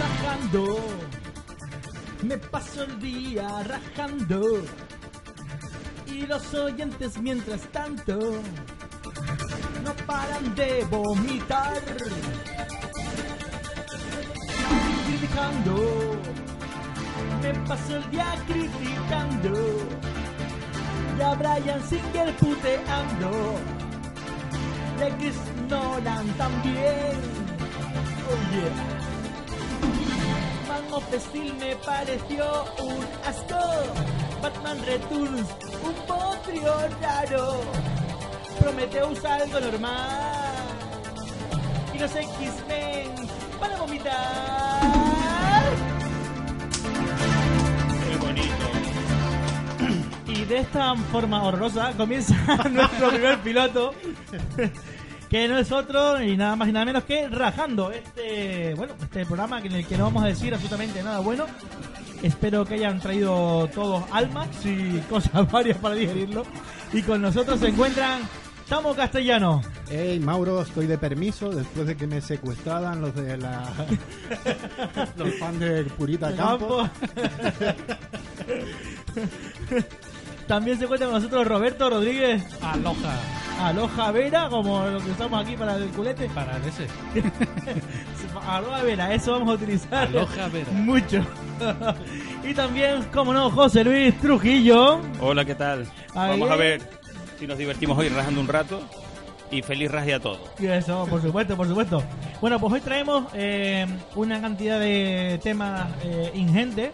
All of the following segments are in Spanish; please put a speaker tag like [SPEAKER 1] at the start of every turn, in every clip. [SPEAKER 1] rajando. Me paso el día rajando. Y los oyentes mientras tanto no paran de vomitar. Criticando. Me paso el día criticando. Y a Brian Singer puteando. Y a Chris Nolan también. Oh yeah. Man of Steel me pareció un asco. Batman Returns, un potrio raro. Prometheus algo normal. Y los X-Men para vomitar.
[SPEAKER 2] Qué bonito.
[SPEAKER 1] Y de esta forma horrorosa comienza nuestro primer piloto, que no es otro y nada más y nada menos que Rajando, este bueno este programa en el que no vamos a decir absolutamente nada bueno. Espero que hayan traído todos almas y cosas varias para digerirlo. Y con nosotros se encuentran Tamo Castellano,
[SPEAKER 3] Hey, Mauro, estoy de permiso después de que me secuestraran los de la. los fans de Purita Campo.
[SPEAKER 1] Campo. También se encuentra con nosotros Roberto Rodríguez,
[SPEAKER 4] Aloja
[SPEAKER 1] Aloja Vera, como lo que usamos aquí para el culete.
[SPEAKER 4] para el ese.
[SPEAKER 1] Arroba Vera, eso vamos a utilizar.
[SPEAKER 4] Aloha Vera.
[SPEAKER 1] Mucho. y también, como no, José Luis Trujillo.
[SPEAKER 2] Hola, ¿qué tal?
[SPEAKER 1] Ahí.
[SPEAKER 2] Vamos a ver si nos divertimos hoy rajando un rato. Y feliz raje a todos.
[SPEAKER 1] Y eso, por supuesto, por supuesto. Bueno, pues hoy traemos eh, una cantidad de temas eh, ingente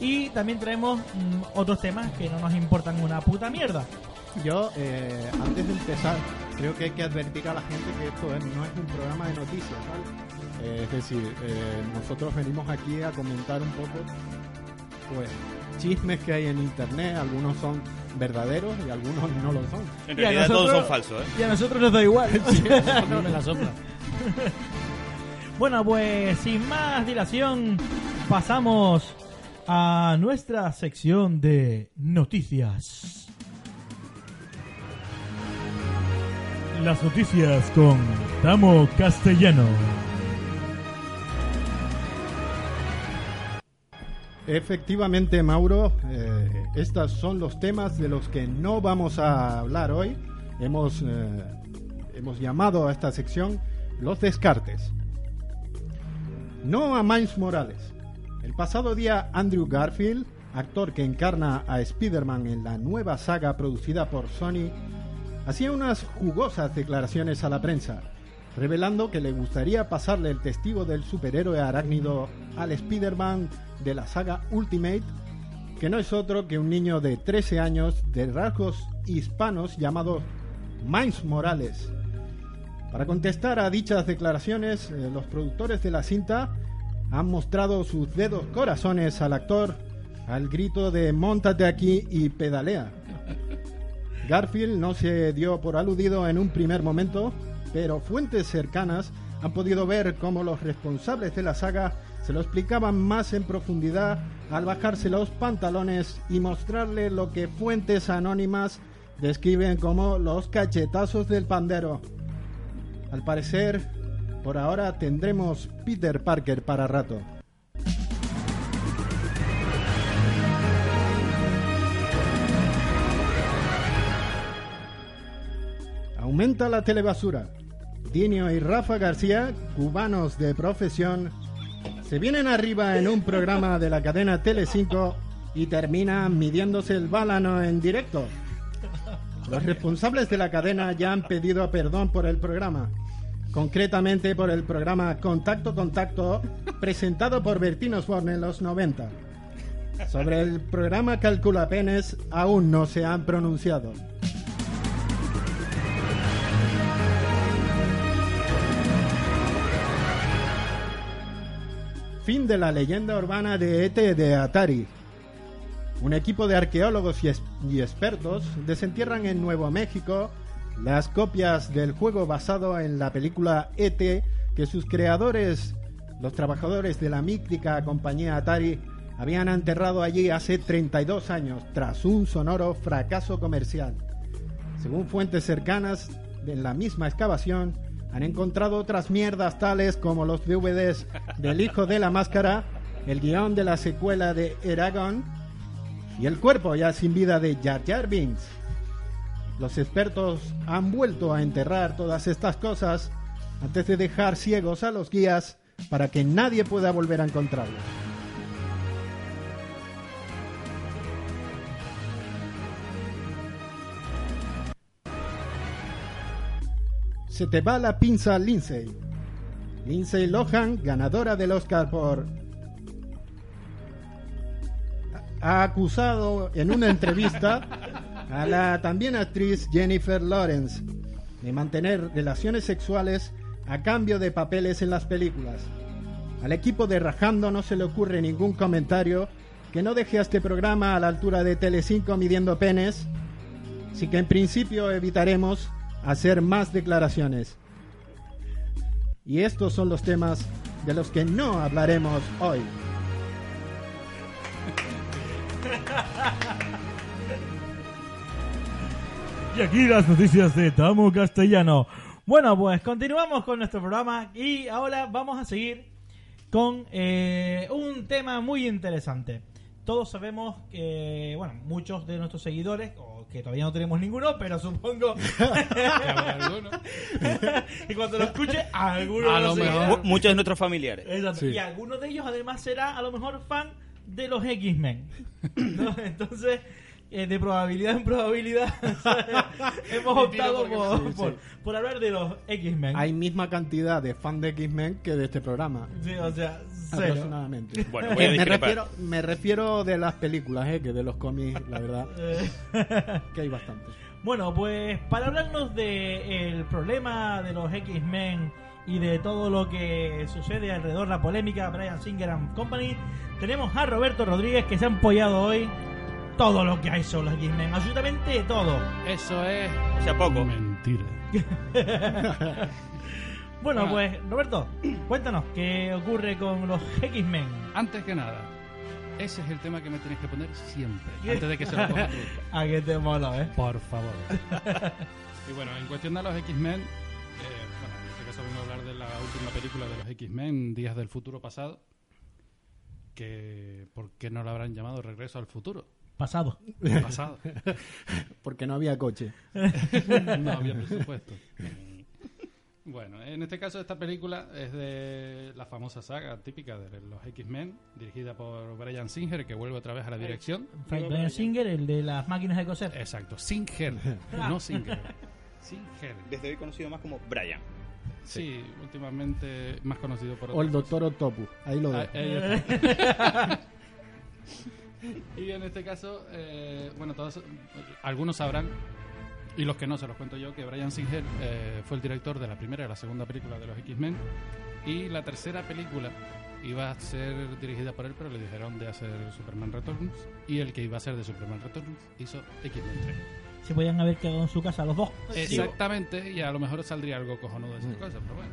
[SPEAKER 1] y también traemos mm, otros temas que no nos importan una puta mierda.
[SPEAKER 3] Yo, eh, antes de empezar, creo que hay que advertir a la gente que esto es- no es un programa de noticias, ¿vale? Eh, es decir, eh, nosotros venimos aquí a comentar un poco, pues, chismes que hay en internet, algunos son verdaderos y algunos no lo son.
[SPEAKER 2] En
[SPEAKER 1] Y a
[SPEAKER 2] realidad
[SPEAKER 1] nosotros-
[SPEAKER 2] todos son falsos, ¿eh?
[SPEAKER 1] Y a nosotros nos da igual.
[SPEAKER 4] A mí me la sopla.
[SPEAKER 1] Bueno, pues sin más dilación, pasamos a nuestra sección de noticias. Las noticias con Tamo Castellano.
[SPEAKER 3] Efectivamente, Mauro, eh, estos son los temas de los que no vamos a hablar hoy. Hemos, eh, hemos llamado a esta sección los descartes. No a Miles Morales. El pasado día, Andrew Garfield, actor que encarna a Spider-Man en la nueva saga producida por Sony, hacía unas jugosas declaraciones a la prensa, revelando que le gustaría pasarle el testigo del superhéroe arácnido al Spider-Man de la saga Ultimate, que no es otro que un niño de 13 años de rasgos hispanos llamado Miles Morales. Para contestar a dichas declaraciones, eh, los productores de la cinta han mostrado sus dedos corazones al actor al grito de montate aquí y pedalea. Garfield no se dio por aludido en un primer momento, pero fuentes cercanas han podido ver cómo los responsables de la saga se lo explicaban más en profundidad al bajarse los pantalones y mostrarle lo que fuentes anónimas describen como los cachetazos del pandero. Al parecer, por ahora tendremos Peter Parker para rato. Aumenta la telebasura. Dinio y Rafa García, cubanos de profesión, se vienen arriba en un programa de la cadena Telecinco y terminan midiéndose el bálano en directo. Los responsables de la cadena ya han pedido perdón por el programa. Concretamente por el programa Contacto Contacto, presentado por Bertino Osborne en los 90. Sobre el programa Calculapenes aún no se han pronunciado. Fin de la leyenda urbana de ET de Atari. Un equipo de arqueólogos y, es- y expertos desentierran en Nuevo México las copias del juego basado en la película ET que sus creadores, los trabajadores de la mítica compañía Atari, habían enterrado allí hace 32 años tras un sonoro fracaso comercial. Según fuentes cercanas, en la misma excavación han encontrado otras mierdas tales como los DVDs del Hijo de la Máscara, el guión de la secuela de Eragon y el cuerpo ya sin vida de Jar Jar Binks. Los expertos han vuelto a enterrar todas estas cosas antes de dejar ciegos a los guías para que nadie pueda volver a encontrarlos. Se te va la pinza Lindsay. Lindsay Lohan, ganadora del Oscar por... Ha acusado en una entrevista a la también actriz Jennifer Lawrence de mantener relaciones sexuales a cambio de papeles en las películas. Al equipo de Rajando no se le ocurre ningún comentario que no deje a este programa a la altura de Telecinco midiendo penes, así que en principio evitaremos hacer más declaraciones. Y estos son los temas de los que no hablaremos hoy.
[SPEAKER 1] Y aquí las noticias de Tamo Castellano. Bueno, pues continuamos con nuestro programa y ahora vamos a seguir con eh, un tema muy interesante. Todos sabemos que, bueno, muchos de nuestros seguidores, o que todavía no tenemos ninguno, pero supongo que cuando lo escuche, alguno
[SPEAKER 4] A
[SPEAKER 1] lo
[SPEAKER 4] lo mejor.
[SPEAKER 1] seguirá.
[SPEAKER 2] Mu- Muchos de nuestros familiares.
[SPEAKER 1] Exacto.
[SPEAKER 3] Sí.
[SPEAKER 1] Y alguno de ellos además será a lo mejor fan de los X-Men. ¿no? Entonces, eh, de probabilidad en probabilidad, hemos optado por, por- por hablar de los X-Men.
[SPEAKER 3] Hay misma cantidad de fan de X-Men que de este programa.
[SPEAKER 1] Sí, o sea, cero.
[SPEAKER 3] Aproximadamente.
[SPEAKER 2] Bueno, voy a
[SPEAKER 3] Eh, me,
[SPEAKER 2] discrepar.
[SPEAKER 3] refiero, me refiero de las películas, eh, que de los cómics, la verdad,
[SPEAKER 1] Eh,
[SPEAKER 3] que hay bastantes.
[SPEAKER 1] bueno, pues para hablarnos del problema de los X-Men y de todo lo que sucede alrededor de la polémica Brian Singer and Company, tenemos a Roberto Rodríguez que se ha empollado hoy todo lo que hay sobre los X-Men, absolutamente todo.
[SPEAKER 4] Eso es
[SPEAKER 2] O sea, poco.
[SPEAKER 5] Mentira.
[SPEAKER 1] Bueno,
[SPEAKER 4] Ah.
[SPEAKER 1] pues Roberto, cuéntanos qué ocurre con los X-Men.
[SPEAKER 4] Antes que nada, ese es el tema que me tenéis que poner siempre, antes de que se lo coja tú.
[SPEAKER 1] Ah, que te mola, ¿eh?
[SPEAKER 5] Por favor.
[SPEAKER 4] Y bueno, en cuestión de los X-Men, eh, bueno, en este caso vengo a hablar de la última película de los X-Men, Días del Futuro Pasado, que ¿por qué no la habrán llamado Regreso al Futuro?
[SPEAKER 1] Pasado.
[SPEAKER 4] Pasado.
[SPEAKER 3] Porque no había coche.
[SPEAKER 4] No había presupuesto. Bueno, en este caso esta película es de la famosa saga típica de los X-Men, dirigida por Brian Singer, que vuelve otra vez a la dirección.
[SPEAKER 1] Frank Bryan Singer, el de las máquinas de coser.
[SPEAKER 4] Exacto, Singer, no Singer. Singer.
[SPEAKER 2] Desde hoy conocido más como Brian.
[SPEAKER 4] Sí, últimamente más conocido por
[SPEAKER 3] O el Doctor Octopus. Ahí lo
[SPEAKER 4] Ah,
[SPEAKER 2] eh,
[SPEAKER 3] dejo.
[SPEAKER 4] ahí está. y en este caso, eh, bueno, todos, algunos sabrán, y los que no se los cuento yo, que Brian Singer eh, fue el director de la primera y la segunda película de los X-Men, y la tercera película iba a ser dirigida por él, pero le dijeron de hacer Superman Returns, y el que iba a ser de Superman Returns hizo X-Men 3.
[SPEAKER 1] Se podían haber quedado en su casa los dos.
[SPEAKER 4] Exactamente, y a lo mejor saldría algo cojonudo de esas cosas, pero bueno.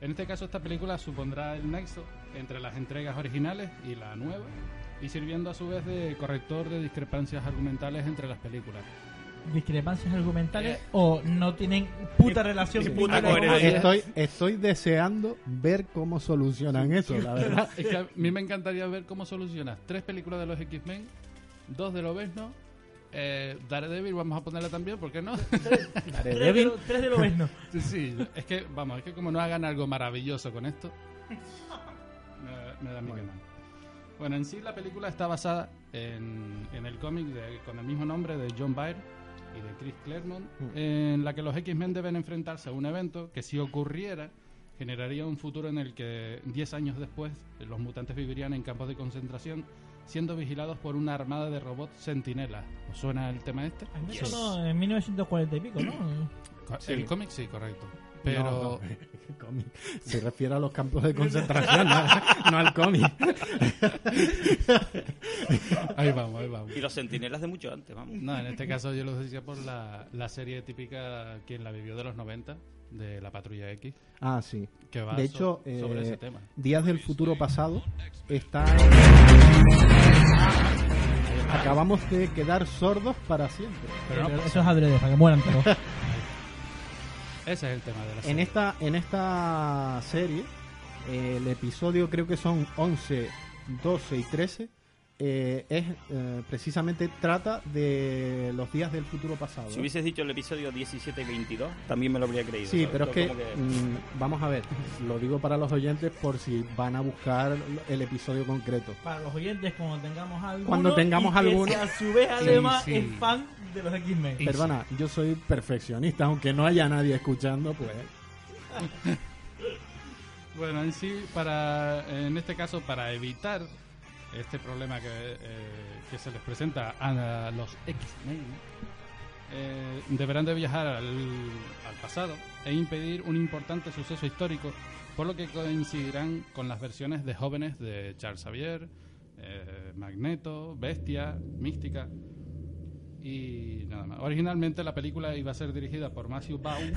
[SPEAKER 4] En este caso, esta película supondrá el nexo entre las entregas originales y la nueva, y sirviendo a su vez de corrector de discrepancias argumentales entre las películas.
[SPEAKER 1] Discrepancias argumentales o no tienen puta relación.
[SPEAKER 2] ni puta
[SPEAKER 1] ninguna con
[SPEAKER 2] coherencia.
[SPEAKER 1] otra.
[SPEAKER 3] Estoy, estoy deseando ver cómo solucionan eso, la verdad.
[SPEAKER 4] Es que a mí me encantaría ver cómo solucionas tres películas de los X-Men, dos de los Vesno, eh, Daredevil, vamos a ponerla también, ¿por qué no?
[SPEAKER 1] Tres de lo- Tres de lo ves, no.
[SPEAKER 4] Sí, sí, es que, vamos, es que como no hagan algo maravilloso con esto, me, me da miedo. Bueno, en sí la película está basada en, en el cómic de- con el mismo nombre de John Byrne y de Chris Claremont,
[SPEAKER 3] Mm.
[SPEAKER 4] en la que los X-Men deben enfrentarse a un evento que si ocurriera generaría un futuro en el que 10 años después los mutantes vivirían en campos de concentración siendo vigilados por una armada de robots sentinelas. ¿Os suena el tema este?
[SPEAKER 1] A mí me sonó en 1940 y pico, ¿no?
[SPEAKER 4] Co-
[SPEAKER 3] Sí.
[SPEAKER 4] El cómic sí, correcto. Pero
[SPEAKER 3] No, no, cómic. Se refiere a los campos de concentración, no, no al cómic.
[SPEAKER 4] ahí vamos, ahí vamos.
[SPEAKER 2] Y los centinelas de mucho antes, vamos.
[SPEAKER 4] No, en este caso yo lo decía por la, la serie típica quien la vivió de los 90, de la Patrulla X,
[SPEAKER 3] Ah, sí.
[SPEAKER 4] que va
[SPEAKER 3] De
[SPEAKER 4] so-
[SPEAKER 3] hecho, eh,
[SPEAKER 4] sobre ese tema.
[SPEAKER 3] Días del Futuro Pasado está... Acabamos de quedar sordos para siempre.
[SPEAKER 4] Pero no,
[SPEAKER 1] Eso es adrede, para que mueran todos.
[SPEAKER 4] Ese es el tema de la
[SPEAKER 3] En este
[SPEAKER 4] serie.
[SPEAKER 3] esta, en esta serie, eh, el episodio creo que son 11, 12 y 13, eh, es eh, precisamente trata de los días del futuro pasado.
[SPEAKER 2] Si
[SPEAKER 3] ¿eh?
[SPEAKER 2] hubieses dicho el episodio 17 y 22, también me lo habría creído.
[SPEAKER 3] Sí,
[SPEAKER 2] ¿sabes?
[SPEAKER 3] pero es que,
[SPEAKER 2] Como
[SPEAKER 3] mm, vamos a ver, lo digo para los oyentes por si van a buscar el episodio concreto.
[SPEAKER 1] Para los oyentes, cuando tengamos alguno.
[SPEAKER 3] Cuando tengamos
[SPEAKER 1] y que
[SPEAKER 3] alguno.
[SPEAKER 1] sea, a su vez, además,
[SPEAKER 4] sí.
[SPEAKER 1] es fan de los X-Men.
[SPEAKER 4] Y-
[SPEAKER 3] Perdona, yo soy perfeccionista, aunque no haya nadie escuchando, pues
[SPEAKER 4] Bueno, en sí, para, en este caso, para evitar este problema que, eh, que se les presenta a los X-Men, eh, deberán de viajar al, al pasado e impedir un importante suceso histórico, por lo que coincidirán con las versiones de jóvenes de Charles Xavier, eh, Magneto, Bestia, Mística y nada más. Originalmente la película iba a ser dirigida por Matthew Baum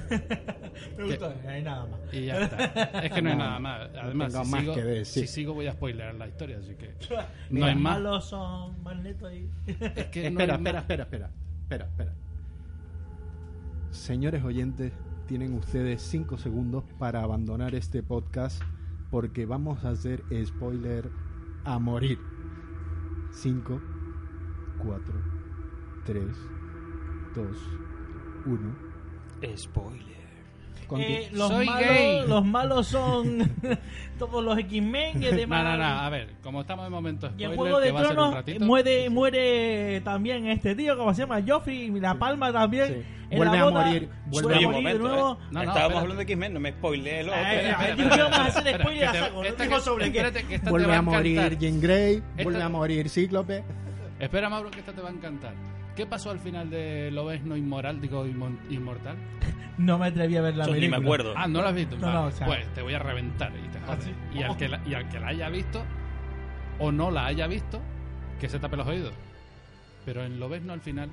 [SPEAKER 1] Me gustó, no hay nada más.
[SPEAKER 4] y ya está. Es que no hay
[SPEAKER 3] No,
[SPEAKER 4] nada más.
[SPEAKER 3] no
[SPEAKER 4] Además,
[SPEAKER 3] tengo
[SPEAKER 4] si,
[SPEAKER 3] más
[SPEAKER 4] sigo,
[SPEAKER 3] que decir.
[SPEAKER 4] si sigo voy a spoilear la historia, así que... No
[SPEAKER 1] Mira,
[SPEAKER 4] hay más.
[SPEAKER 1] Malos son Magneto y.
[SPEAKER 4] Es que no
[SPEAKER 3] espera,
[SPEAKER 4] hay más.
[SPEAKER 3] espera, espera, espera, espera, espera. Señores oyentes, tienen ustedes 5 segundos para abandonar este podcast porque vamos a hacer spoiler a morir. 5, 4, 3, 2, 1.
[SPEAKER 2] que- Spoiler.
[SPEAKER 1] Eh, los,
[SPEAKER 4] Soy
[SPEAKER 1] malos,
[SPEAKER 4] gay.
[SPEAKER 1] los malos son todos los X-Men y
[SPEAKER 4] No,
[SPEAKER 1] demás.
[SPEAKER 4] no, no, a ver, como estamos en momento
[SPEAKER 1] Y en
[SPEAKER 4] spoiler,
[SPEAKER 1] Juego de
[SPEAKER 4] que va a ser un
[SPEAKER 1] Tronos
[SPEAKER 4] ratito,
[SPEAKER 1] muere, muere también este tío, como se llama Joffrey, y La Palma también.
[SPEAKER 3] Sí.
[SPEAKER 1] en
[SPEAKER 3] Vuelve
[SPEAKER 1] la
[SPEAKER 3] a
[SPEAKER 1] boda,
[SPEAKER 3] morir, vuelve
[SPEAKER 1] vuelve
[SPEAKER 2] Oye,
[SPEAKER 1] a
[SPEAKER 2] un
[SPEAKER 1] morir de
[SPEAKER 2] momento,
[SPEAKER 1] nuevo.
[SPEAKER 2] ¿eh?
[SPEAKER 4] No, no,
[SPEAKER 2] Estábamos
[SPEAKER 4] espérate.
[SPEAKER 2] hablando de X-Men, no me spoileé el otro. ¿eh?
[SPEAKER 1] Ay,
[SPEAKER 2] Espera,
[SPEAKER 1] ay,
[SPEAKER 2] espera,
[SPEAKER 1] ay,
[SPEAKER 2] espera.
[SPEAKER 1] vamos a hacer
[SPEAKER 4] espera,
[SPEAKER 1] spoiler
[SPEAKER 4] que
[SPEAKER 1] a
[SPEAKER 4] te-
[SPEAKER 1] saco, no
[SPEAKER 4] esta
[SPEAKER 1] digo
[SPEAKER 4] que-
[SPEAKER 1] sobre qué.
[SPEAKER 4] espérate, que esta te
[SPEAKER 3] Vuelve
[SPEAKER 4] va
[SPEAKER 3] a morir
[SPEAKER 4] encantar.
[SPEAKER 3] Jean Grey,
[SPEAKER 4] Esta-
[SPEAKER 3] vuelve a morir Cíclope.
[SPEAKER 4] Espera, Mauro, que esta te va a encantar. ¿Qué pasó al final de Lo ves no inmoral, digo inmon- inmortal?
[SPEAKER 1] No me atreví a ver la
[SPEAKER 2] Eso ni me
[SPEAKER 1] película.
[SPEAKER 2] acuerdo.
[SPEAKER 4] Ah, no lo has visto.
[SPEAKER 1] No,
[SPEAKER 4] Vale,
[SPEAKER 1] no, o sea- ¿Ah,
[SPEAKER 4] Pues te voy a reventar y te jodes.
[SPEAKER 1] sí?
[SPEAKER 4] y, al que la, y al que la haya visto, o no la haya visto, que se tape los oídos. Pero en Lo ves no al final,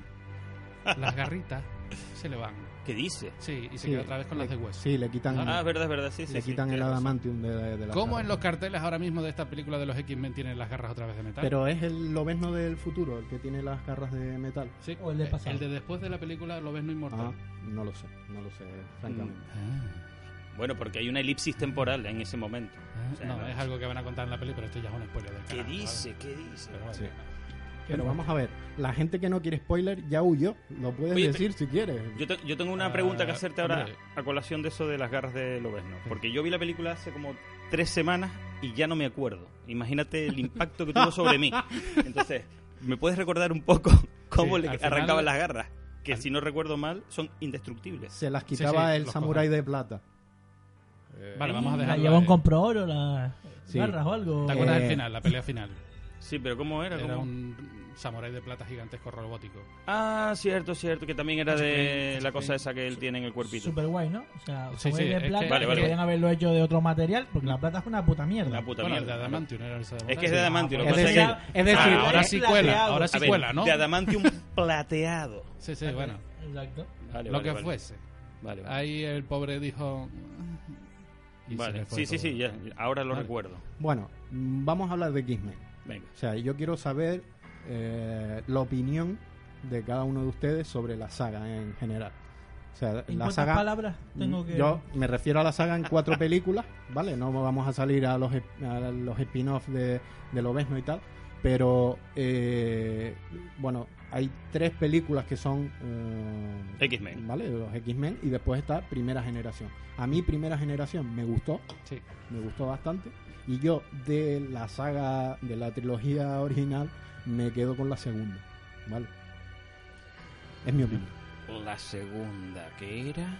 [SPEAKER 4] las garritas se le van.
[SPEAKER 2] ¿Qué dice?
[SPEAKER 4] Sí, y se
[SPEAKER 3] Sí,
[SPEAKER 4] queda otra vez con las de hueso.
[SPEAKER 3] Sí, le quitan,
[SPEAKER 2] Ah, es verdad, es verdad, sí, sí.
[SPEAKER 3] le
[SPEAKER 2] sí,
[SPEAKER 3] quitan el
[SPEAKER 2] tienes razón.
[SPEAKER 3] adamantium de, la- de la
[SPEAKER 4] ¿Cómo
[SPEAKER 3] cara.
[SPEAKER 4] en los carteles ahora mismo de esta película de los X-Men tienen las garras otra vez de metal?
[SPEAKER 3] Pero es el lobesno del futuro, el que tiene las garras de metal.
[SPEAKER 4] Sí,
[SPEAKER 1] ¿O el de
[SPEAKER 4] eh,
[SPEAKER 1] pasado?
[SPEAKER 4] de después de la película Lo ves no
[SPEAKER 3] Ah,
[SPEAKER 4] inmortal.
[SPEAKER 3] no lo sé, no lo sé, francamente.
[SPEAKER 4] Ah,
[SPEAKER 2] Bueno, porque hay una elipsis temporal en ese momento. O sea,
[SPEAKER 4] no, es algo que van a contar en la peli, pero esto ya es un spoiler del
[SPEAKER 2] ¿Qué
[SPEAKER 4] carajo,
[SPEAKER 2] dice?
[SPEAKER 4] ¿sabes?
[SPEAKER 2] ¿Qué dice?
[SPEAKER 4] Pero bueno.
[SPEAKER 3] Sí. Pero vamos a ver, la gente que no quiere spoiler ya huyó, lo puedes
[SPEAKER 2] Oye,
[SPEAKER 3] decir si quieres.
[SPEAKER 2] Yo, te- yo tengo una pregunta que
[SPEAKER 4] Ah,
[SPEAKER 2] hacerte ahora
[SPEAKER 4] hombre.
[SPEAKER 2] a colación de eso de las garras de Lobezno. Porque yo vi la película hace como tres semanas y ya no me acuerdo. Imagínate el impacto que tuvo sobre mí. Entonces, ¿me puedes recordar un poco cómo
[SPEAKER 4] Sí,
[SPEAKER 2] le
[SPEAKER 4] al final-
[SPEAKER 2] arrancaban las garras? Que si no recuerdo mal, son indestructibles.
[SPEAKER 3] Se las quitaba
[SPEAKER 4] sí,
[SPEAKER 3] el
[SPEAKER 4] los
[SPEAKER 3] samurái de plata.
[SPEAKER 4] Vale, vamos a
[SPEAKER 1] La
[SPEAKER 4] dejarlo.
[SPEAKER 1] llevó un
[SPEAKER 4] eh.
[SPEAKER 1] compro oro, la
[SPEAKER 3] Sí.
[SPEAKER 1] garras o algo.
[SPEAKER 4] ¿Te acuerdas
[SPEAKER 3] Eh,
[SPEAKER 4] del final, la pelea final?
[SPEAKER 2] Sí, pero ¿cómo era?
[SPEAKER 4] Era
[SPEAKER 2] ¿Cómo?
[SPEAKER 4] un samurái de plata gigantesco robótico.
[SPEAKER 2] Ah, cierto, cierto, que también era de
[SPEAKER 4] Touchscreen,
[SPEAKER 2] la cosa
[SPEAKER 4] touchscreen.
[SPEAKER 2] esa que él tiene en el cuerpito.
[SPEAKER 1] Super guay, ¿no? O sea, se
[SPEAKER 4] Sí, sí,
[SPEAKER 1] de
[SPEAKER 4] es que-
[SPEAKER 1] plata,
[SPEAKER 2] Vale, vale.
[SPEAKER 1] podrían haberlo hecho de otro material, porque la plata es una puta mierda.
[SPEAKER 2] Una puta
[SPEAKER 4] bueno, el de
[SPEAKER 2] mierda.
[SPEAKER 4] Adamantium era el samurái.
[SPEAKER 2] Es que es de Adamantium, lo
[SPEAKER 3] Es
[SPEAKER 2] que pasa es
[SPEAKER 3] decir,
[SPEAKER 2] que-
[SPEAKER 3] es decir,
[SPEAKER 4] Ah, ahora sí
[SPEAKER 1] plateado.
[SPEAKER 4] cuela, ahora
[SPEAKER 2] A
[SPEAKER 4] sí
[SPEAKER 2] ver,
[SPEAKER 4] cuela, ¿no?
[SPEAKER 2] De adamantium plateado.
[SPEAKER 4] Sí, sí, bueno.
[SPEAKER 1] Exacto.
[SPEAKER 2] Vale,
[SPEAKER 4] lo
[SPEAKER 2] vale,
[SPEAKER 4] que
[SPEAKER 2] vale.
[SPEAKER 4] fuese.
[SPEAKER 2] Vale, vale.
[SPEAKER 4] Ahí el pobre dijo. y se
[SPEAKER 2] Vale.
[SPEAKER 4] le fue
[SPEAKER 2] Sí, sí,
[SPEAKER 4] todo.
[SPEAKER 2] sí, ya. Ahora lo
[SPEAKER 4] Vale.
[SPEAKER 2] recuerdo.
[SPEAKER 3] Bueno, mm, vamos a hablar de X-Men.
[SPEAKER 2] Venga.
[SPEAKER 3] O sea, yo quiero saber eh, la opinión de cada uno de ustedes sobre la saga en general. O sea,
[SPEAKER 1] ¿En
[SPEAKER 3] la
[SPEAKER 1] cuántas
[SPEAKER 3] saga...
[SPEAKER 1] palabras tengo que.?
[SPEAKER 3] Mm, Yo me refiero a la saga en cuatro películas, ¿vale? No vamos a salir a los, ep- a los spin-offs de, de Lobezno y tal, pero eh, bueno, hay tres películas que son... eh,
[SPEAKER 2] X-Men.
[SPEAKER 3] ¿Vale? Los X-Men y después está Primera Generación. A mí Primera Generación me gustó,
[SPEAKER 4] Sí.
[SPEAKER 3] me gustó bastante, y yo de la saga, de la trilogía original, me quedo con la segunda, ¿vale? Es mi opinión.
[SPEAKER 2] La segunda, que era?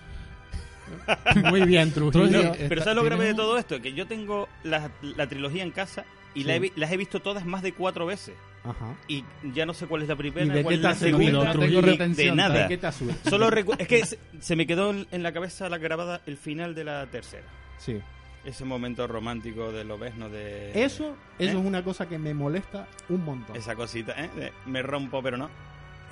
[SPEAKER 3] Muy bien,
[SPEAKER 1] Pues
[SPEAKER 4] Trujillo.
[SPEAKER 3] Trujillo.
[SPEAKER 4] Está-
[SPEAKER 2] Pero ¿sabes lo grave de
[SPEAKER 4] tenemos-
[SPEAKER 2] todo esto? Que yo tengo la, la trilogía en casa y
[SPEAKER 3] Sí.
[SPEAKER 2] la he vi- las he visto todas más de cuatro veces.
[SPEAKER 3] Ajá.
[SPEAKER 2] Y ya no sé cuál es la
[SPEAKER 3] ¿Y
[SPEAKER 2] primera,
[SPEAKER 3] de
[SPEAKER 2] cuál
[SPEAKER 3] qué
[SPEAKER 2] es
[SPEAKER 3] te
[SPEAKER 2] la
[SPEAKER 3] has servido,
[SPEAKER 2] segunda.
[SPEAKER 4] Trujillo?
[SPEAKER 2] ni de
[SPEAKER 4] Retención,
[SPEAKER 2] nada.
[SPEAKER 3] ¿Qué te asusta?
[SPEAKER 2] Solo recu- es que se, se me quedó en en la cabeza la grabada el final de la tercera.
[SPEAKER 3] Sí.
[SPEAKER 2] Ese momento romántico de Lobezno de...
[SPEAKER 3] Eso, eso
[SPEAKER 2] ¿Eh?
[SPEAKER 3] es una cosa que me molesta un montón.
[SPEAKER 2] Esa cosita, ¿eh? De- Me rompo, pero no.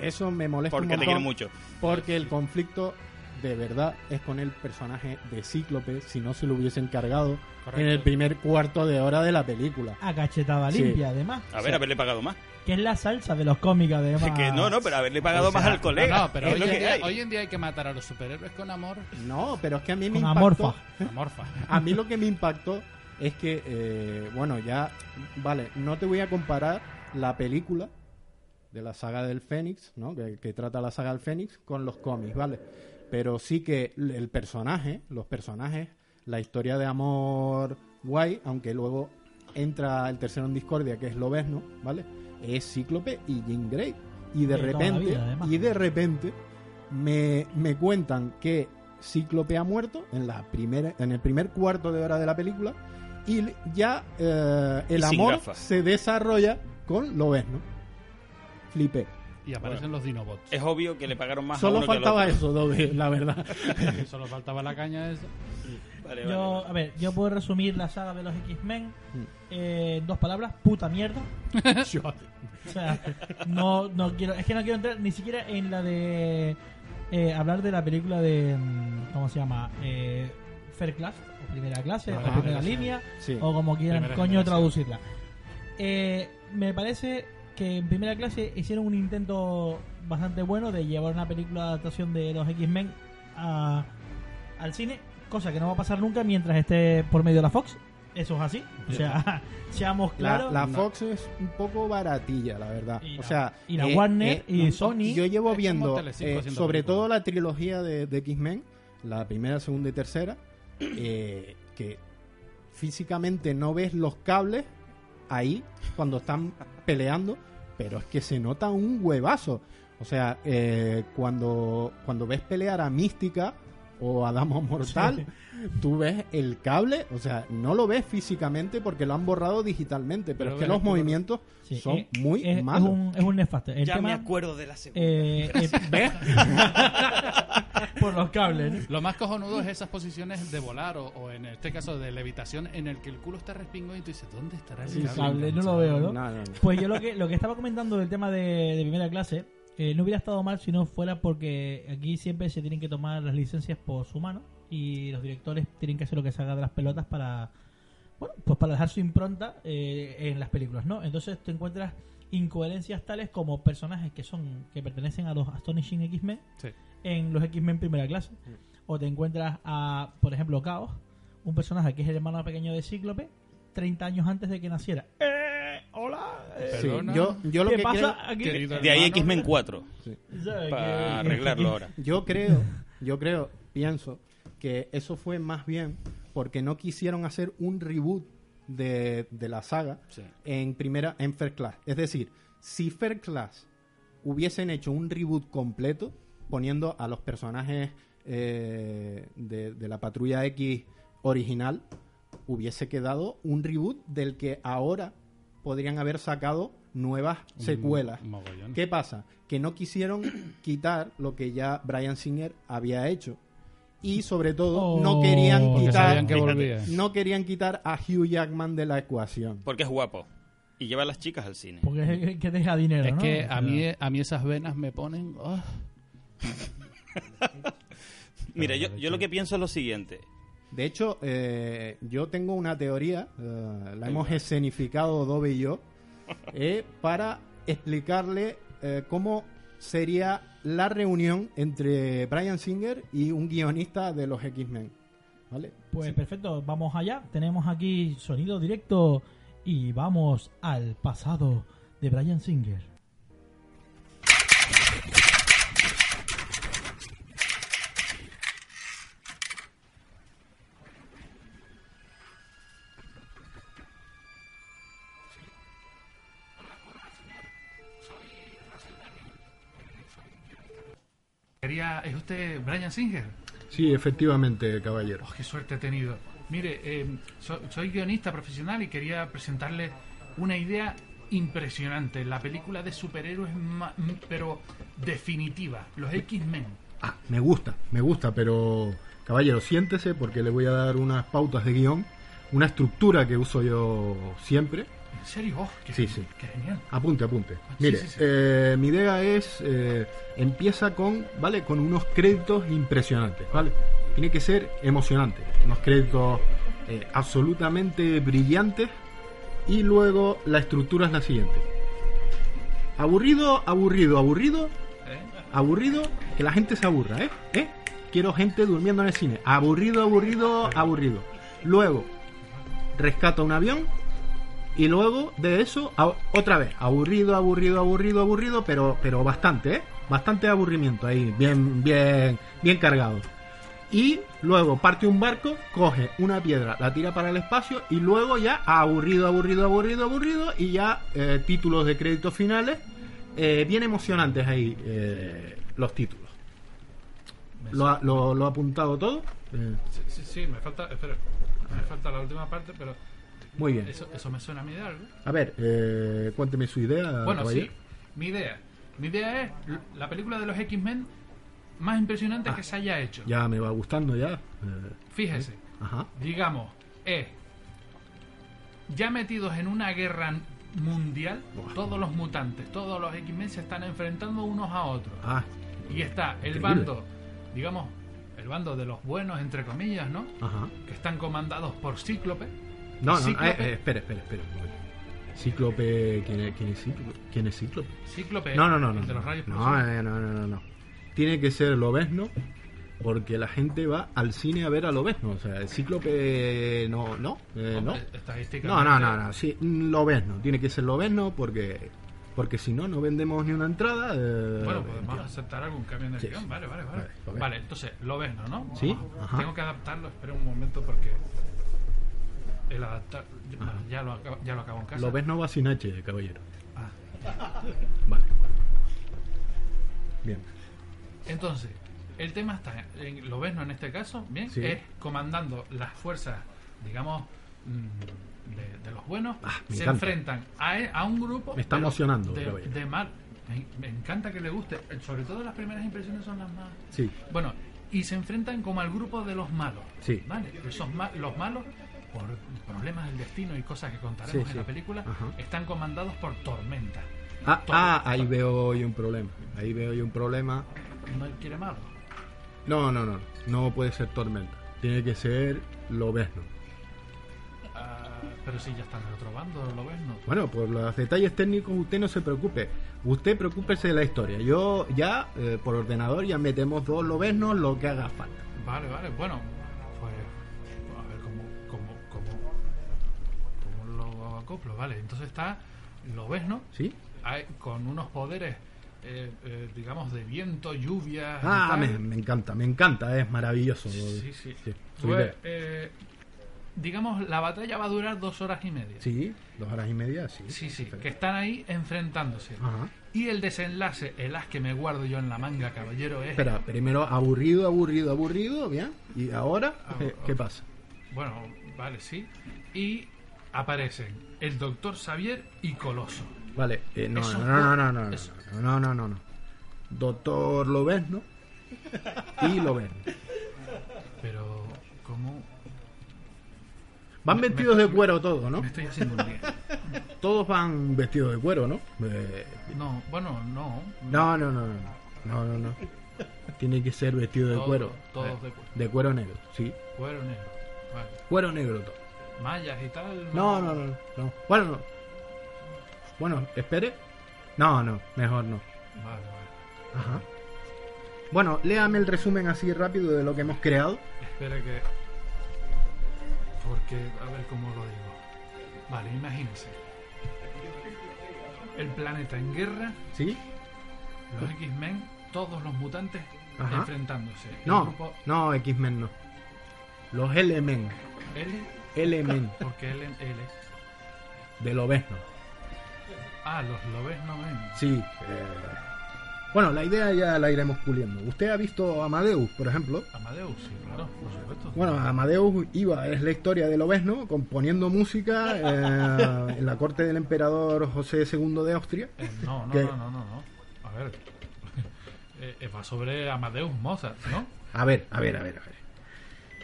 [SPEAKER 3] Eso me molesta
[SPEAKER 2] Porque
[SPEAKER 3] un
[SPEAKER 2] te
[SPEAKER 3] montón.
[SPEAKER 2] quiero mucho.
[SPEAKER 3] Porque el conflicto de verdad es con el personaje de Cíclope, si no se lo hubiesen cargado en el
[SPEAKER 4] Correcto.
[SPEAKER 3] primer cuarto de hora de la película.
[SPEAKER 1] A cachetada
[SPEAKER 3] Sí.
[SPEAKER 1] limpia, además.
[SPEAKER 2] A ver, haberle pagado más.
[SPEAKER 1] Que es la salsa de los cómicos, además.
[SPEAKER 2] Que no, no, pero haberle pagado
[SPEAKER 1] O sea,
[SPEAKER 2] más al colega.
[SPEAKER 4] No, no, pero
[SPEAKER 2] es
[SPEAKER 4] hoy
[SPEAKER 2] lo
[SPEAKER 4] en,
[SPEAKER 2] que
[SPEAKER 4] día,
[SPEAKER 2] hay.
[SPEAKER 4] hoy en día hay que matar a los superhéroes con amor.
[SPEAKER 3] No, pero es que a mí me
[SPEAKER 1] Con
[SPEAKER 3] impactó.
[SPEAKER 1] amorfa.
[SPEAKER 4] Amorfa.
[SPEAKER 3] A mí lo que me impactó es que, eh, bueno, ya, vale, no te voy a comparar la película de la saga del Fénix, ¿no? Que, que trata la saga del Fénix con los cómics, ¿vale? Pero sí que l- el personaje, los personajes, la historia de amor guay, aunque luego entra el tercero en discordia, que es Lobezno, ¿vale? Es Cíclope y Jean Grey. Y de
[SPEAKER 1] De toda la
[SPEAKER 3] repente,
[SPEAKER 1] vida, además.
[SPEAKER 3] y de repente, me, me cuentan que Cíclope ha muerto en, la primera, en el primer cuarto de hora de la película y l- ya eh,
[SPEAKER 2] Y
[SPEAKER 3] el
[SPEAKER 2] sin
[SPEAKER 3] amor
[SPEAKER 2] gafas.
[SPEAKER 3] se desarrolla con Lobezno. Flipé.
[SPEAKER 4] Y aparecen los Dinobots.
[SPEAKER 2] Es obvio que le pagaron más a
[SPEAKER 3] Solo
[SPEAKER 2] uno
[SPEAKER 3] faltaba
[SPEAKER 2] que al otro.
[SPEAKER 3] eso, Dobe, la verdad.
[SPEAKER 4] Solo faltaba la caña esa.
[SPEAKER 2] Vale, vale,
[SPEAKER 1] Yo,
[SPEAKER 2] vale.
[SPEAKER 1] a ver, yo puedo resumir la saga de los X-Men
[SPEAKER 3] Mm.
[SPEAKER 1] eh, en dos palabras, puta mierda. O sea, no, no quiero, es que no quiero entrar ni siquiera en la de eh, hablar de la película de mm, ¿cómo se llama? Eh, Fair Class, o primera clase,
[SPEAKER 4] Ah,
[SPEAKER 1] o primera
[SPEAKER 4] sí.
[SPEAKER 1] línea,
[SPEAKER 3] Sí.
[SPEAKER 1] o como quieran,
[SPEAKER 4] Primera
[SPEAKER 1] coño,
[SPEAKER 4] generación.
[SPEAKER 1] traducirla. Eh, me parece que en primera clase hicieron un intento bastante bueno de llevar una película de adaptación de los X-Men a- al cine, cosa que no va a pasar nunca mientras esté por medio de la Fox. Eso es así. O sea, seamos
[SPEAKER 3] La,
[SPEAKER 1] claros.
[SPEAKER 3] la
[SPEAKER 4] No.
[SPEAKER 3] Fox es un poco baratilla, la verdad.
[SPEAKER 1] Y la-
[SPEAKER 3] o sea, eh,
[SPEAKER 1] y la Warner y
[SPEAKER 3] no,
[SPEAKER 1] Sony.
[SPEAKER 3] Yo llevo
[SPEAKER 4] Es como
[SPEAKER 3] viendo,
[SPEAKER 4] Telecinco
[SPEAKER 3] eh,
[SPEAKER 4] haciendo
[SPEAKER 3] sobre
[SPEAKER 4] películas.
[SPEAKER 3] todo la trilogía de, de X-Men, la primera, segunda y tercera, eh, que físicamente no ves los cables ahí cuando están peleando, pero es que se nota un huevazo. O sea, eh, cuando, cuando ves pelear a Mística o a Damo Mortal, tú ves el cable, o sea, no lo ves físicamente porque lo han borrado digitalmente, pero,
[SPEAKER 4] Pero
[SPEAKER 3] es
[SPEAKER 4] ves
[SPEAKER 3] que los
[SPEAKER 4] el color.
[SPEAKER 3] movimientos
[SPEAKER 1] Sí,
[SPEAKER 3] son
[SPEAKER 1] eh,
[SPEAKER 3] muy
[SPEAKER 1] es, es
[SPEAKER 3] malos.
[SPEAKER 1] un, es un nefasto. El
[SPEAKER 2] ya
[SPEAKER 1] tema,
[SPEAKER 2] me acuerdo de la segunda.
[SPEAKER 1] eh, eh, por los cables. ¿no?
[SPEAKER 4] Lo más cojonudo es esas posiciones de volar o, o en este caso de levitación en el que el culo está respingo y tú dices, ¿dónde estará el
[SPEAKER 1] Sí,
[SPEAKER 4] cable
[SPEAKER 1] cable, no lo
[SPEAKER 4] enganchado?
[SPEAKER 1] veo, ¿no?
[SPEAKER 3] No, no, no.
[SPEAKER 1] Pues yo lo que, lo que estaba comentando del tema de, de primera clase, eh, no hubiera estado mal si no fuera porque aquí siempre se tienen que tomar las licencias por su mano y los directores tienen que hacer lo que se haga de las pelotas para, bueno, pues para dejar su impronta eh, en las películas, ¿no? Entonces te encuentras incoherencias tales como personajes que son que pertenecen a los Astonishing X-Men
[SPEAKER 4] Sí.
[SPEAKER 1] en los X-Men primera clase o te encuentras a por ejemplo Caos un personaje que es el hermano pequeño de Cíclope 30 años antes de que naciera ¡Eh! ¡Hola! eh,
[SPEAKER 3] Sí,
[SPEAKER 4] Perdona.
[SPEAKER 3] yo, yo lo
[SPEAKER 1] ¿Qué
[SPEAKER 3] que
[SPEAKER 1] pasa aquí?
[SPEAKER 4] Querido
[SPEAKER 2] de ahí
[SPEAKER 4] hermano.
[SPEAKER 2] X-Men 4.
[SPEAKER 1] ¿Sabes? Que-
[SPEAKER 2] Para arreglarlo ahora.
[SPEAKER 3] creo, yo creo, yo creo, pienso que eso fue más bien porque no quisieron hacer un reboot de, de la saga
[SPEAKER 4] Sí.
[SPEAKER 3] en primera en Fair Class. Es decir, si Fair Class hubiesen hecho un reboot completo, poniendo a los personajes eh, de, de la patrulla X original, hubiese quedado un reboot del que ahora podrían haber sacado nuevas
[SPEAKER 4] Mm,
[SPEAKER 3] secuelas.
[SPEAKER 4] Un mogollón.
[SPEAKER 3] ¿Qué pasa? Que no quisieron quitar lo que ya Brian Singer había hecho. Y sobre todo, no
[SPEAKER 1] Oh.
[SPEAKER 3] querían
[SPEAKER 4] Porque
[SPEAKER 3] quitar.
[SPEAKER 4] sabían que
[SPEAKER 2] Fíjate.
[SPEAKER 4] volvía.
[SPEAKER 3] No querían quitar a Hugh Jackman de la ecuación.
[SPEAKER 2] Porque es guapo. Y lleva a las chicas al cine.
[SPEAKER 1] porque es el que deja dinero,
[SPEAKER 4] Es
[SPEAKER 1] ¿no?
[SPEAKER 4] que a mí, a mí esas venas me ponen... ah.
[SPEAKER 2] Mira, yo, yo lo que pienso es lo siguiente.
[SPEAKER 3] De hecho, eh, yo tengo una teoría, eh, la
[SPEAKER 2] Ahí
[SPEAKER 3] hemos
[SPEAKER 2] va.
[SPEAKER 3] escenificado Dove y yo, eh, para explicarle eh, cómo sería la reunión entre Brian Singer y un guionista de los X-Men. ¿Vale?
[SPEAKER 1] Pues perfecto, vamos allá. Tenemos aquí sonido directo y vamos al pasado de Brian Singer.
[SPEAKER 5] Quería- ¿Es usted Brian Singer?
[SPEAKER 3] Sí, efectivamente, caballero.
[SPEAKER 5] Oh, qué suerte he tenido. Mire, eh, so- soy guionista profesional y quería presentarle una idea impresionante. La película de superhéroes, ma- m- pero definitiva. Los X-Men.
[SPEAKER 3] Ah, me gusta, me gusta, pero caballero, siéntese porque le voy a dar unas pautas de guión, una estructura que uso yo siempre.
[SPEAKER 4] ¿En serio? Oh, qué,
[SPEAKER 3] Sí, sí.
[SPEAKER 4] qué genial.
[SPEAKER 3] Apunte, apunte.
[SPEAKER 4] Ah, sí,
[SPEAKER 3] Mire,
[SPEAKER 4] sí, sí.
[SPEAKER 3] eh, mi idea es eh, empieza con, ¿vale? Con unos créditos impresionantes, ¿vale? Tiene que ser emocionante, unos créditos eh, absolutamente brillantes y luego la estructura es la siguiente. Aburrido, aburrido, aburrido,
[SPEAKER 4] ¿Eh?
[SPEAKER 3] aburrido, que la gente se aburra, ¿eh? ¿Eh? Quiero gente durmiendo en el cine. Aburrido, aburrido, aburrido. Luego, rescata un avión y luego de eso, a- otra vez, aburrido, aburrido, aburrido, aburrido, pero, pero bastante, ¿eh? Bastante aburrimiento ahí, bien, bien, bien cargado. Y luego parte un barco, coge una piedra, la tira para el espacio y luego ya aburrido, aburrido, aburrido, aburrido y ya eh, títulos de créditos finales, eh, bien emocionantes ahí eh, los títulos. ¿Lo ha, lo- lo ha apuntado todo? Eh,
[SPEAKER 4] Sí, sí, sí, me falta. Espera, me falta la última parte, pero.
[SPEAKER 3] muy bien.
[SPEAKER 4] Eso, eso me suena a mi de algo.
[SPEAKER 3] A ver, eh, cuénteme su idea.
[SPEAKER 4] Bueno, sí,
[SPEAKER 3] caballero.
[SPEAKER 4] mi idea. Mi idea es l- la película de los X-Men más impresionante
[SPEAKER 3] Ah,
[SPEAKER 4] que se haya hecho.
[SPEAKER 3] Ya me va gustando ya. eh,
[SPEAKER 4] Fíjese,
[SPEAKER 3] ajá.
[SPEAKER 4] digamos, es ya metidos en una guerra n- mundial,
[SPEAKER 3] Buah.
[SPEAKER 4] todos los mutantes, todos los X-Men se están enfrentando unos a otros.
[SPEAKER 3] Ah,
[SPEAKER 4] Y está el
[SPEAKER 3] Increíble.
[SPEAKER 4] bando, digamos, el bando de los buenos, entre comillas, ¿no?
[SPEAKER 3] ajá.
[SPEAKER 4] Que están comandados por Cíclope.
[SPEAKER 3] No, no,
[SPEAKER 4] Cíclope.
[SPEAKER 3] eh, eh, espera, espera, espera. un momento. Cíclope, ¿quién es, quién es Cíclope? ¿Quién es Cíclope?
[SPEAKER 4] Cíclope
[SPEAKER 3] No, no, no,
[SPEAKER 4] Eh, el
[SPEAKER 3] no.
[SPEAKER 4] de
[SPEAKER 3] No,
[SPEAKER 4] los rayos
[SPEAKER 3] no,
[SPEAKER 4] pulsares.
[SPEAKER 3] eh, no, no, no, no. Tiene que ser Lobezno porque la gente va al cine a ver a Lobezno. O sea, el Cíclope no, no, eh, no.
[SPEAKER 4] Hombre,
[SPEAKER 3] No,
[SPEAKER 4] estadísticamente,
[SPEAKER 3] no, no, no. Sí, mm, Lobezno. Tiene que ser Lobezno porque porque si no, no vendemos ni una entrada. eh,
[SPEAKER 4] Bueno, pues, podemos
[SPEAKER 3] entiendo.
[SPEAKER 4] aceptar algún cambio en el
[SPEAKER 3] Sí,
[SPEAKER 4] guión.
[SPEAKER 3] sí.
[SPEAKER 4] Vale, vale, vale.
[SPEAKER 3] Vale, lo ves.
[SPEAKER 4] Vale, entonces, lo ves, ¿no? ¿no?
[SPEAKER 3] Sí,
[SPEAKER 4] Vamos,
[SPEAKER 3] ajá.
[SPEAKER 4] Tengo que adaptarlo, espera un momento porque. El adaptar. yo- no, Ya lo, acabo- ya lo acabo en casa.
[SPEAKER 3] Lobezno va sin H, caballero.
[SPEAKER 4] Ah.
[SPEAKER 3] Vale. Bien.
[SPEAKER 4] Entonces, el tema está. En, lo ves, ¿no? En este caso, bien,
[SPEAKER 3] Sí.
[SPEAKER 4] es comandando las fuerzas, digamos. mm, De, de los buenos
[SPEAKER 3] Ah, me
[SPEAKER 4] se
[SPEAKER 3] encanta.
[SPEAKER 4] enfrentan a, e- a un grupo
[SPEAKER 3] Me está
[SPEAKER 4] pero
[SPEAKER 3] emocionando,
[SPEAKER 4] de,
[SPEAKER 3] caballero.
[SPEAKER 4] de mal me, me encanta que le guste sobre todo las primeras impresiones son las más
[SPEAKER 3] Sí.
[SPEAKER 4] Bueno, y se enfrentan como al grupo de los malos.
[SPEAKER 3] Sí.
[SPEAKER 4] ¿Vale? Esos ma- los malos, por problemas del destino y cosas que contaremos
[SPEAKER 3] Sí,
[SPEAKER 4] en
[SPEAKER 3] sí.
[SPEAKER 4] la película,
[SPEAKER 3] Ajá.
[SPEAKER 4] están comandados por Tormenta.
[SPEAKER 3] Ah,
[SPEAKER 4] Todo.
[SPEAKER 3] ah, ahí veo yo un problema. Ahí veo yo un problema.
[SPEAKER 4] No quiere malo.
[SPEAKER 3] No, no, no. No puede ser tormenta. Tiene que ser lobesno.
[SPEAKER 4] Ah, pero si ya están en el otro bando, lo ves, ¿no?
[SPEAKER 3] Bueno, por los detalles técnicos usted no se preocupe. Usted preocúpese de la historia. Yo ya, eh, por ordenador, ya metemos dos lobesnos, lo que haga falta.
[SPEAKER 4] Vale, vale, bueno, pues a ver cómo, cómo, cómo, cómo lo acoplo, vale. Entonces está, lo ves, ¿no?
[SPEAKER 3] ¿Sí?
[SPEAKER 4] Hay- con unos poderes, eh, eh, digamos, de viento, lluvia. y
[SPEAKER 3] Ah,
[SPEAKER 4] tal.
[SPEAKER 3] me, me encanta, me encanta. Es maravilloso.
[SPEAKER 4] Sí, sí.
[SPEAKER 3] su
[SPEAKER 4] Pues,
[SPEAKER 3] idea.
[SPEAKER 4] eh, digamos, la batalla va a durar dos horas y media.
[SPEAKER 3] Sí, dos horas y media, sí.
[SPEAKER 4] sí, sí, que
[SPEAKER 3] Perfecto.
[SPEAKER 4] están ahí enfrentándose.
[SPEAKER 3] Ajá.
[SPEAKER 4] Y el desenlace, el as que me guardo yo en la manga, caballero, es...
[SPEAKER 3] Espera, primero aburrido, aburrido, aburrido, bien. ¿Y ahora
[SPEAKER 4] Ah,
[SPEAKER 3] eh,
[SPEAKER 4] ah.
[SPEAKER 3] qué pasa?
[SPEAKER 4] Bueno, vale, sí. Y aparecen el doctor Xavier y Coloso.
[SPEAKER 3] Vale, eh, no,
[SPEAKER 4] Eso-
[SPEAKER 3] no, no, no, no, no,
[SPEAKER 4] eso.
[SPEAKER 3] no, no, no, no, no. Doctor Lobesno y Lobesno.
[SPEAKER 4] Pero, ¿cómo?
[SPEAKER 3] Van
[SPEAKER 4] Me-
[SPEAKER 3] vestidos
[SPEAKER 4] me-
[SPEAKER 3] de cuero todos, ¿no?
[SPEAKER 4] Me estoy haciendo un día.
[SPEAKER 3] Todos van vestidos de cuero, ¿no? Eh,
[SPEAKER 4] No, bueno, no.
[SPEAKER 3] no, no, no, no, no, no, no, no. Tiene que ser vestido de
[SPEAKER 4] Todos-
[SPEAKER 3] cuero.
[SPEAKER 4] todos
[SPEAKER 3] Eh,
[SPEAKER 4] de cuero.
[SPEAKER 3] De cuero negro, sí.
[SPEAKER 4] Cuero negro. Vale.
[SPEAKER 3] Cuero negro todo.
[SPEAKER 4] Mallas y tal.
[SPEAKER 3] No, no, no, no. Bueno, no. Bueno, espere. No, no, mejor no.
[SPEAKER 4] Vale, vale.
[SPEAKER 3] Ajá. Bueno, léame el resumen así rápido de lo que hemos creado.
[SPEAKER 4] Espera que. Porque, a ver cómo lo digo. Vale, imagínense. El planeta en guerra,
[SPEAKER 3] ¿Sí?
[SPEAKER 4] los X-Men, todos los mutantes
[SPEAKER 3] Ajá.
[SPEAKER 4] enfrentándose. El
[SPEAKER 3] No,
[SPEAKER 4] grupo
[SPEAKER 3] no, X-Men no. Los L-Men.
[SPEAKER 4] L,
[SPEAKER 3] L-Men.
[SPEAKER 4] porque L, L.
[SPEAKER 3] De Lobezno.
[SPEAKER 4] Ah, los lobes no ven.
[SPEAKER 3] Sí. eh, Bueno, la idea ya la iremos puliendo. ¿Usted ha visto Amadeus, por ejemplo?
[SPEAKER 4] Amadeus, sí, claro, por supuesto.
[SPEAKER 3] Bueno, Amadeus iba, es la historia de Lobezno, componiendo música eh, en la corte del emperador José II de Austria.
[SPEAKER 4] Eh, no, no,
[SPEAKER 3] ¿Qué?
[SPEAKER 4] no, no, no, no. A ver. Eh, eh, va sobre Amadeus Mozart, ¿no?
[SPEAKER 3] A ver, a ver, a ver, a ver.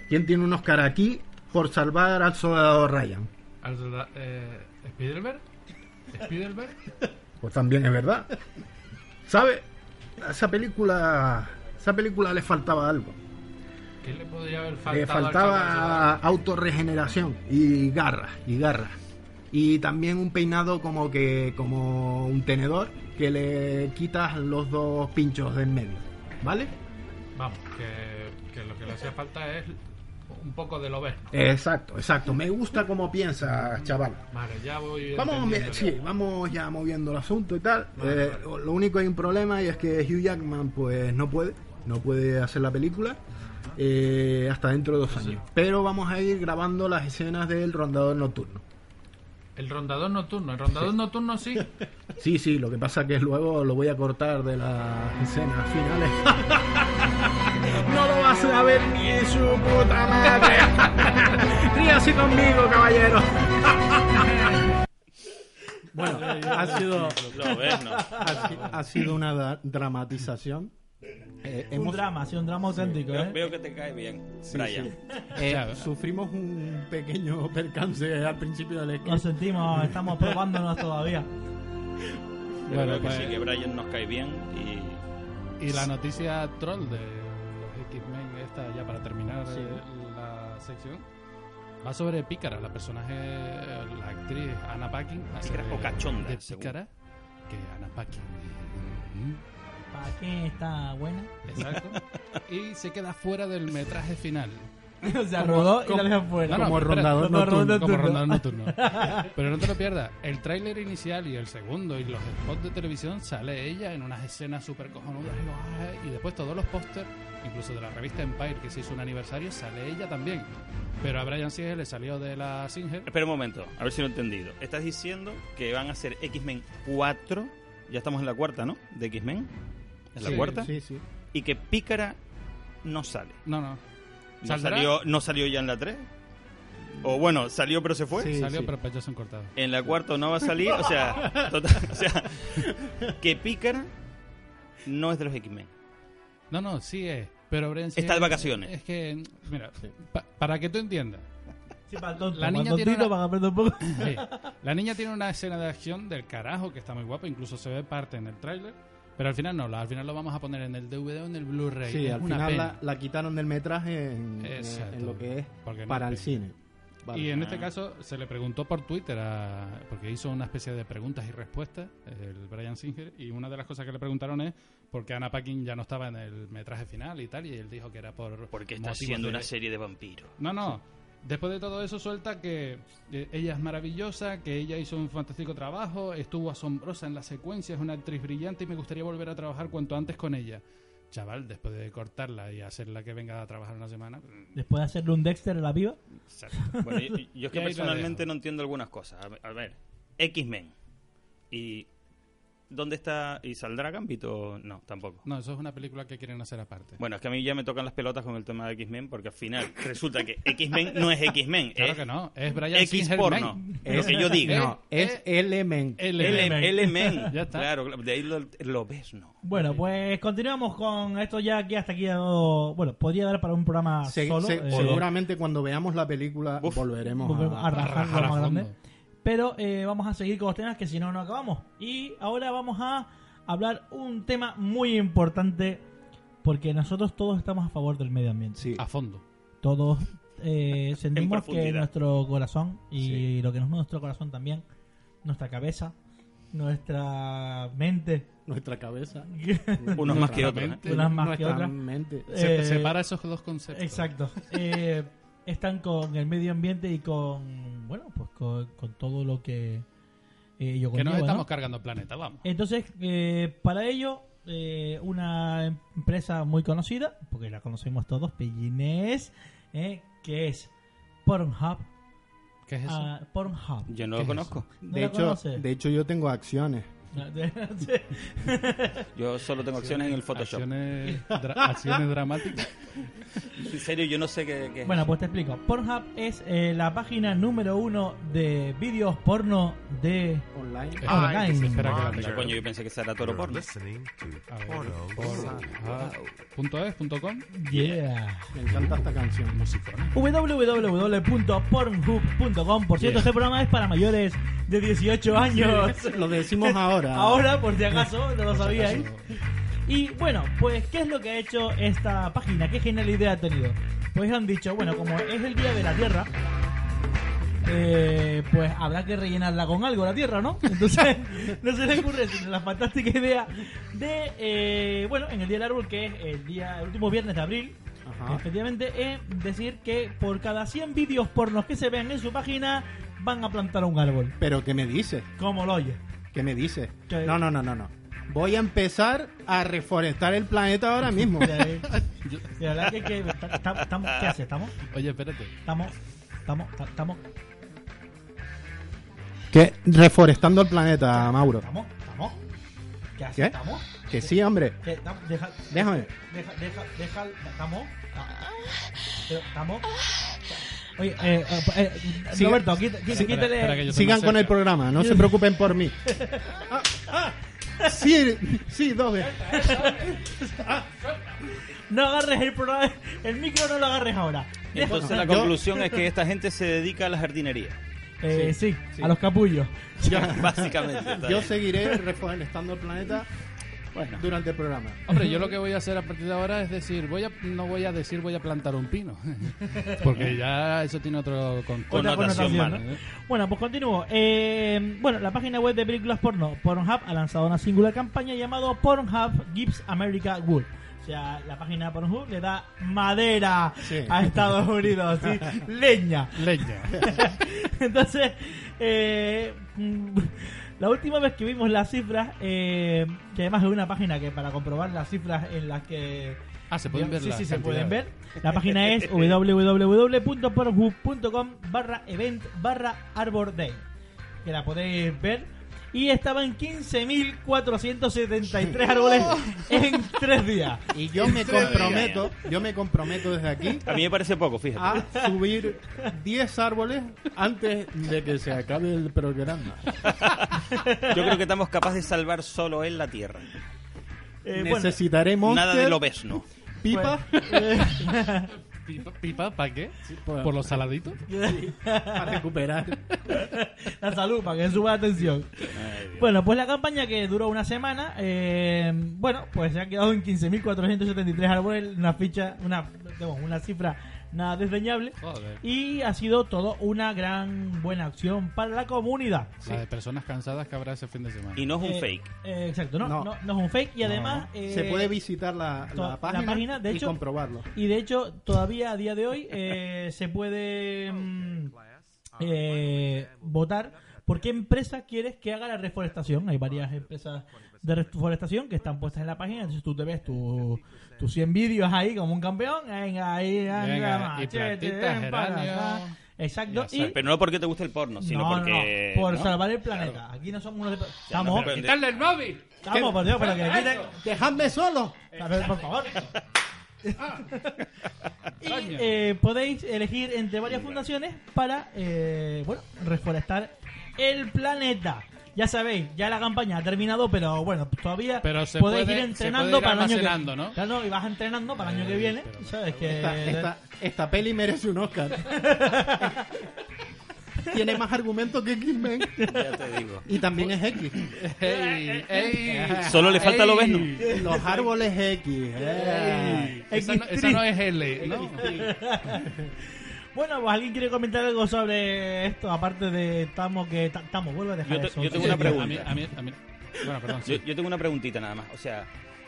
[SPEAKER 3] ¿Quién tiene unos Oscar aquí por salvar al soldado Ryan?
[SPEAKER 5] Aldo- eh, ¿Spielberg? ¿Spielberg?
[SPEAKER 6] Pues también es verdad. ¿Sabe? A Esa película, esa película le faltaba algo.
[SPEAKER 5] ¿Qué le podría haber faltado?
[SPEAKER 6] Le
[SPEAKER 5] al
[SPEAKER 6] faltaba
[SPEAKER 5] Caballero?
[SPEAKER 6] autorregeneración y garras, y garras. Y también un peinado como que como un tenedor que le quitas los dos pinchos de en medio, ¿vale?
[SPEAKER 5] Vamos, que, que lo que le hacía falta es un poco de lo ver.
[SPEAKER 6] Exacto, exacto. Me gusta como piensas, chaval.
[SPEAKER 5] Vale, ya voy.
[SPEAKER 6] Vamos,
[SPEAKER 5] entendiendo.
[SPEAKER 6] sí, vamos ya moviendo el asunto y tal.
[SPEAKER 5] Vale,
[SPEAKER 6] Eh, Lo único hay un problema y es que Hugh Jackman pues no puede, no puede hacer la película eh, hasta dentro de dos años. Pero vamos a ir grabando las escenas del rondador nocturno.
[SPEAKER 5] El rondador nocturno. El rondador nocturno sí.
[SPEAKER 6] Sí, sí, lo que pasa que luego lo voy a cortar de las escenas finales. no lo vas a ver ni en su puta madre. Ríase conmigo, caballero.
[SPEAKER 3] Bueno, ha sido,
[SPEAKER 2] Lo ves, ¿no?
[SPEAKER 3] ha, si- ha sido una da- dramatización. Eh,
[SPEAKER 1] Un
[SPEAKER 3] hemos-
[SPEAKER 1] drama, sí, un drama auténtico,
[SPEAKER 2] Veo,
[SPEAKER 1] ¿eh?
[SPEAKER 2] veo que te cae bien,
[SPEAKER 3] sí,
[SPEAKER 2] Brian.
[SPEAKER 3] sí. Eh,
[SPEAKER 4] Claro.
[SPEAKER 3] sufrimos un pequeño percance al principio del
[SPEAKER 1] Nos
[SPEAKER 3] sketch.
[SPEAKER 1] sentimos, estamos probándonos todavía.
[SPEAKER 2] Yo
[SPEAKER 4] Bueno,
[SPEAKER 2] creo que
[SPEAKER 4] pues-
[SPEAKER 2] sí, que Brian nos cae bien y...
[SPEAKER 4] Y la noticia troll de los X-Men, esta ya para terminar eh, la sección, va sobre Pícara, la personaje, eh, la actriz Anna Paquin. hace
[SPEAKER 2] Pícara
[SPEAKER 4] de-
[SPEAKER 2] o cachonda,
[SPEAKER 4] De
[SPEAKER 2] según.
[SPEAKER 4] Pícara, que Anna Paquin. ¿eh?
[SPEAKER 1] ¿Para qué está buena?
[SPEAKER 4] Exacto. y se queda fuera del metraje final.
[SPEAKER 1] Se arrugó y
[SPEAKER 4] como-
[SPEAKER 1] la dejó fuera.
[SPEAKER 4] No, no,
[SPEAKER 6] Como
[SPEAKER 4] espera,
[SPEAKER 6] rondador
[SPEAKER 1] como
[SPEAKER 6] nocturno.
[SPEAKER 1] rondador
[SPEAKER 4] Como
[SPEAKER 1] Nocturno.
[SPEAKER 4] rondador nocturno. Pero no te lo pierdas. El tráiler inicial y el segundo y los spots de televisión sale ella en unas escenas súper cojonudas y, digo, "Ah", y después todos los pósters, incluso de la revista Empire que se hizo un aniversario, sale ella también. Pero a Brian Singer le salió de la Singer.
[SPEAKER 2] Espera un momento, a ver si lo he entendido. Estás diciendo que van a ser X-Men 4, ya estamos en la cuarta, ¿no? De X-Men, en la
[SPEAKER 4] Sí,
[SPEAKER 2] cuarta,
[SPEAKER 3] Sí, sí.
[SPEAKER 2] y que Pícara no sale.
[SPEAKER 4] No, no.
[SPEAKER 2] ¿No
[SPEAKER 4] ¿Saldrá?
[SPEAKER 2] salió, ¿No salió ya en la 3? O bueno, salió pero se fue.
[SPEAKER 3] Sí,
[SPEAKER 4] salió,
[SPEAKER 3] sí.
[SPEAKER 4] pero pechos son cortados.
[SPEAKER 2] En la cuarta no va a salir, o sea, total- o sea, que Pícara no es de los X-Men.
[SPEAKER 4] No, no, sí es. Pero Brian Singer.
[SPEAKER 2] Está de vacaciones.
[SPEAKER 4] Es que, mira, pa- para que tú entiendas.
[SPEAKER 1] Sí, para el tonto,
[SPEAKER 4] La
[SPEAKER 1] para el
[SPEAKER 4] niña tiene
[SPEAKER 1] tontito,
[SPEAKER 4] una-
[SPEAKER 1] para aprender un poco.
[SPEAKER 4] Sí. La niña tiene una escena de acción del carajo que está muy guapa, incluso se ve parte en el tráiler, pero al final no, la- al final lo vamos a poner en el DVD o en el Blu-ray.
[SPEAKER 3] Sí,
[SPEAKER 4] es
[SPEAKER 3] al
[SPEAKER 4] una
[SPEAKER 3] final
[SPEAKER 4] pena.
[SPEAKER 3] la, la quitaron del metraje en,
[SPEAKER 4] Exacto.
[SPEAKER 3] en lo que es
[SPEAKER 4] Porque no
[SPEAKER 3] para
[SPEAKER 4] es
[SPEAKER 3] el
[SPEAKER 4] pena.
[SPEAKER 3] cine. Vale.
[SPEAKER 4] Y en
[SPEAKER 2] Ah.
[SPEAKER 4] este caso se le preguntó por Twitter, a- porque hizo una especie de preguntas y respuestas, el Brian Singer, y una de las cosas que le preguntaron es por qué Anna Paquin ya no estaba en el metraje final y tal, y él dijo que era por...
[SPEAKER 2] Porque está
[SPEAKER 4] motivos
[SPEAKER 2] haciendo
[SPEAKER 4] de-
[SPEAKER 2] una serie de vampiros.
[SPEAKER 4] No, no. Después de todo eso suelta que eh, ella es maravillosa, que ella hizo un fantástico trabajo, estuvo asombrosa en la secuencia, es una actriz brillante y me gustaría volver a trabajar cuanto antes con ella. Chaval, después de cortarla y hacerla que venga a trabajar una semana. mm,
[SPEAKER 1] Después de hacerle un Dexter a la piba.
[SPEAKER 2] Bueno, yo, yo es
[SPEAKER 4] Y
[SPEAKER 2] que
[SPEAKER 4] ahí la
[SPEAKER 2] personalmente
[SPEAKER 4] dejo.
[SPEAKER 2] no entiendo algunas cosas. A ver, a ver, X-Men. ¿Y dónde está? ¿Y saldrá Gambito? No, tampoco.
[SPEAKER 4] No, eso es una película que quieren hacer aparte.
[SPEAKER 2] Bueno, es que a mí ya me tocan las pelotas con el tema de X-Men porque al final resulta que X-Men no es X-Men.
[SPEAKER 4] claro
[SPEAKER 2] es
[SPEAKER 4] que no, es Brian
[SPEAKER 2] X
[SPEAKER 4] Singer.
[SPEAKER 2] porno.
[SPEAKER 4] Man.
[SPEAKER 2] Lo que yo diga.
[SPEAKER 3] No, es Element.
[SPEAKER 4] Él es-
[SPEAKER 2] L- L-Men.
[SPEAKER 4] Ya está.
[SPEAKER 2] Claro, claro, de ahí lo, lo ves, ¿no?
[SPEAKER 1] Bueno, pues continuamos con esto ya que hasta aquí ha dado- Bueno, podría dar para un programa
[SPEAKER 3] Se-
[SPEAKER 1] solo.
[SPEAKER 3] se-
[SPEAKER 1] eh,
[SPEAKER 3] seguramente cuando veamos la película
[SPEAKER 2] Uf.
[SPEAKER 3] volveremos
[SPEAKER 1] volver
[SPEAKER 3] a,
[SPEAKER 1] a rajar
[SPEAKER 4] rajar
[SPEAKER 1] lo
[SPEAKER 4] a
[SPEAKER 1] más
[SPEAKER 4] fondo.
[SPEAKER 1] grande. Pero eh, vamos a seguir con los temas que si no, no acabamos. Y ahora vamos a hablar un tema muy importante porque nosotros todos estamos a favor del medio ambiente.
[SPEAKER 3] Sí.
[SPEAKER 4] A fondo.
[SPEAKER 1] Todos eh, sentimos que
[SPEAKER 2] profundidad.
[SPEAKER 1] nuestro corazón y
[SPEAKER 3] Sí.
[SPEAKER 1] lo que nos mueve nuestro corazón también, nuestra cabeza, nuestra mente,
[SPEAKER 3] nuestra cabeza.
[SPEAKER 2] Unos más que otros. ¿eh?
[SPEAKER 4] Claramente.
[SPEAKER 1] unas más que
[SPEAKER 3] nuestra
[SPEAKER 1] otras.
[SPEAKER 3] mente.
[SPEAKER 4] Se
[SPEAKER 1] Eh,
[SPEAKER 4] separa esos dos conceptos.
[SPEAKER 1] Exacto. Eh, están con el medio ambiente y con, bueno, pues con, con todo lo que eh, ello
[SPEAKER 4] Que nos
[SPEAKER 1] conlleva, ¿no?
[SPEAKER 4] estamos cargando el planeta, vamos.
[SPEAKER 1] Entonces, eh, para ello, eh, una empresa muy conocida, porque la conocemos todos, Pellines, eh, que es Pornhub.
[SPEAKER 4] ¿Qué es eso?
[SPEAKER 1] ah, Pornhub.
[SPEAKER 2] Yo
[SPEAKER 4] ¿Qué
[SPEAKER 2] no lo
[SPEAKER 4] es
[SPEAKER 2] conozco.
[SPEAKER 1] ¿No
[SPEAKER 3] De
[SPEAKER 1] la
[SPEAKER 3] hecho,
[SPEAKER 1] conoces?
[SPEAKER 3] de hecho yo tengo acciones.
[SPEAKER 2] Yo solo tengo acciones en el Photoshop.
[SPEAKER 4] Acciones, dra- acciones dramáticas.
[SPEAKER 2] En serio, yo no sé qué, qué es.
[SPEAKER 1] Bueno, pues te explico. Pornhub es eh, la página número uno de vídeos porno de
[SPEAKER 3] Online.
[SPEAKER 1] Ah,
[SPEAKER 4] Espera, que se espera que la
[SPEAKER 2] O sea,
[SPEAKER 4] tenga.
[SPEAKER 2] coño, yo pensé que será toro porno.
[SPEAKER 7] listening to
[SPEAKER 4] A ver,
[SPEAKER 7] Porno
[SPEAKER 4] por- ah, punto es, punto com.
[SPEAKER 1] Yeah.
[SPEAKER 3] Me encanta esta canción.
[SPEAKER 1] www.pornhub.com. Por cierto,
[SPEAKER 4] Yeah.
[SPEAKER 1] este programa es para mayores de 18 años.
[SPEAKER 3] Lo decimos ahora.
[SPEAKER 1] Ahora, por si acaso, no lo sabíais.
[SPEAKER 4] acaso.
[SPEAKER 1] Y bueno, pues, ¿qué es lo que ha hecho esta página? ¿Qué genial idea ha tenido? Pues han dicho, bueno, como es el Día de la Tierra, eh, pues habrá que rellenarla con algo la Tierra, ¿no? Entonces, no se le ocurre sino la fantástica idea de, eh, bueno, en el Día del Árbol, que es el, día, el último viernes de abril,
[SPEAKER 3] Ajá.
[SPEAKER 1] efectivamente, eh, decir que por cada 100 vídeos pornos que se vean en su página, van a plantar un árbol.
[SPEAKER 3] Pero ¿qué me dices?
[SPEAKER 1] Como lo oye.
[SPEAKER 3] ¿Qué me dices?
[SPEAKER 1] ¿Qué?
[SPEAKER 3] No, no, no, no, no. Voy a empezar a reforestar el planeta ahora mismo.
[SPEAKER 1] De verdad eh. que, que ta- ta- tamo- ¿qué hace? ¿Estamos?
[SPEAKER 4] Oye, espérate.
[SPEAKER 1] ¿Estamos? ¿Estamos? ¿Estamos?
[SPEAKER 3] ¿Qué? Reforestando el planeta, Mauro.
[SPEAKER 1] ¿Estamos? ¿Estamos? ¿Qué hace?
[SPEAKER 3] ¿Qué?
[SPEAKER 1] ¿Estamos?
[SPEAKER 3] Que sí, hombre.
[SPEAKER 1] ¿Qué? ¿Estamos? Deja,
[SPEAKER 3] Déjame.
[SPEAKER 1] deja, deja, deja, ¿estamos? Pero, ¿Estamos? Oye, eh, eh, eh,
[SPEAKER 3] Sí.
[SPEAKER 1] Roberto, quita- quita-
[SPEAKER 4] Espera,
[SPEAKER 1] quítale...
[SPEAKER 4] espera que yo te
[SPEAKER 3] Sigan
[SPEAKER 4] me
[SPEAKER 3] con el
[SPEAKER 4] acerco.
[SPEAKER 3] programa, no se preocupen por mí. Ah, ah, sí, sí, dos veces.
[SPEAKER 1] No agarres el programa, el micro no lo agarres ahora. Deja-
[SPEAKER 2] Entonces la
[SPEAKER 1] Yo-
[SPEAKER 2] conclusión es que esta gente se dedica a la jardinería.
[SPEAKER 1] Eh, sí,
[SPEAKER 3] sí.
[SPEAKER 1] a los capullos.
[SPEAKER 2] Básicamente. está
[SPEAKER 3] Yo
[SPEAKER 2] bien.
[SPEAKER 3] seguiré reforestando el planeta
[SPEAKER 2] Bueno.
[SPEAKER 3] durante el programa.
[SPEAKER 4] Hombre, yo lo que voy a hacer a partir de ahora es decir, voy a, no voy a decir voy a plantar un pino. Porque ya eso tiene otro con- ¿eh?
[SPEAKER 2] Otra Connotación mala.
[SPEAKER 1] ¿no? Bueno, pues continúo. Eh, bueno, la página web de películas porno, Pornhub, ha lanzado una singular campaña llamado Pornhub Gives America Wood. O sea, la página Pornhub le da madera
[SPEAKER 3] Sí.
[SPEAKER 1] a Estados Unidos, ¿sí? leña.
[SPEAKER 4] Leña.
[SPEAKER 1] Entonces, eh, mm, la última vez que vimos las cifras, eh, que además es una página que para comprobar las cifras en las que
[SPEAKER 4] Ah, se pueden ver
[SPEAKER 1] Sí,
[SPEAKER 4] las
[SPEAKER 1] sí, se
[SPEAKER 4] cantidades.
[SPEAKER 1] pueden ver. La página es www.pornhub.com barra event barra Arbor Day. Que la podéis ver. Y estaba en 15.473 árboles en tres días.
[SPEAKER 3] Y yo me comprometo, yo me comprometo desde aquí
[SPEAKER 2] A mí me parece poco, fíjate.
[SPEAKER 1] Ah.
[SPEAKER 3] a subir 10 árboles antes de que se acabe el programa.
[SPEAKER 2] Yo creo que estamos capaces de salvar solo él la tierra.
[SPEAKER 1] Eh, bueno,
[SPEAKER 3] Necesitaré monster,
[SPEAKER 2] Nada de lo no.
[SPEAKER 3] pipas
[SPEAKER 4] ¿Pipa, pipa para qué?
[SPEAKER 3] pues-
[SPEAKER 4] ¿Por los saladitos?
[SPEAKER 3] para recuperar.
[SPEAKER 1] la salud, para que suba la atención. Bueno, pues la campaña que duró una semana, eh, bueno, pues se han quedado en 15.473 árboles, una ficha, una, digamos, una cifra nada desdeñable.
[SPEAKER 4] Joder.
[SPEAKER 1] Y ha sido todo una gran buena acción para la comunidad.
[SPEAKER 4] La de personas cansadas que habrá ese fin de semana.
[SPEAKER 2] Y no es un
[SPEAKER 1] Eh,
[SPEAKER 2] fake.
[SPEAKER 1] eh, exacto, no, no.
[SPEAKER 3] No.
[SPEAKER 1] no es un fake y además... eh,
[SPEAKER 3] se puede visitar la,
[SPEAKER 1] to-
[SPEAKER 3] la
[SPEAKER 1] la
[SPEAKER 3] página,
[SPEAKER 1] página, de hecho-
[SPEAKER 3] y comprobarlo.
[SPEAKER 1] Y de hecho, todavía a día de hoy eh, se puede mm, eh, votar por qué empresa quieres que haga la reforestación. Hay varias empresas de reforestación que están puestas en la página. Entonces tú te ves tu- tus 100 vídeos ahí como un campeón. Venga, ahí, venga,
[SPEAKER 4] Venga, y
[SPEAKER 1] machete,
[SPEAKER 4] plantitas,
[SPEAKER 1] ven para
[SPEAKER 4] geranio.
[SPEAKER 1] acá. Exacto.
[SPEAKER 4] Ya
[SPEAKER 1] Y,
[SPEAKER 2] Pero no porque te guste el porno, sino
[SPEAKER 1] no, no,
[SPEAKER 2] porque.
[SPEAKER 1] no, por
[SPEAKER 2] ¿no?
[SPEAKER 1] salvar el planeta. Aquí no somos unos... de-
[SPEAKER 2] no,
[SPEAKER 1] Estamos,
[SPEAKER 2] pero-
[SPEAKER 5] ¡Quitarle el móvil!
[SPEAKER 1] estamos, por Dios, pero que le quiten...
[SPEAKER 3] ¡Dejadme solo!
[SPEAKER 1] A ver, por favor. y
[SPEAKER 4] Coño.
[SPEAKER 1] eh, podéis elegir entre varias fundaciones para, eh, bueno, reforestar el planeta. Ya sabéis, ya la campaña ha terminado, pero bueno, todavía
[SPEAKER 4] Pero se
[SPEAKER 1] podéis
[SPEAKER 4] puede-
[SPEAKER 1] ir
[SPEAKER 4] se
[SPEAKER 1] entrenando
[SPEAKER 4] puede ir
[SPEAKER 1] para el año que
[SPEAKER 4] almacenando, ¿no?
[SPEAKER 1] Claro, y vas entrenando para el
[SPEAKER 2] Eh,
[SPEAKER 1] año que viene. Sabes que
[SPEAKER 3] Esta, esta- esta peli merece un Oscar. Tiene más argumentos que X-Men.
[SPEAKER 2] Ya te digo.
[SPEAKER 3] Y también es X.
[SPEAKER 4] ¡Ey! ¡Ey!
[SPEAKER 2] Solo le falta
[SPEAKER 4] ¡Ey!
[SPEAKER 2] lo ves, ¿no?
[SPEAKER 3] Los árboles X. eh.
[SPEAKER 4] Esa no, esa no es L, ¿no?
[SPEAKER 1] Bueno, pues alguien quiere comentar algo sobre esto, aparte de Tamo que Ta- Tamo, vuelve a dejar
[SPEAKER 2] Yo te-
[SPEAKER 1] eso.
[SPEAKER 2] yo tengo una pregunta.
[SPEAKER 4] A mí, a mí- a mí- Bueno, perdón.
[SPEAKER 2] Yo,
[SPEAKER 4] sí.
[SPEAKER 2] yo tengo una preguntita nada más. O sea,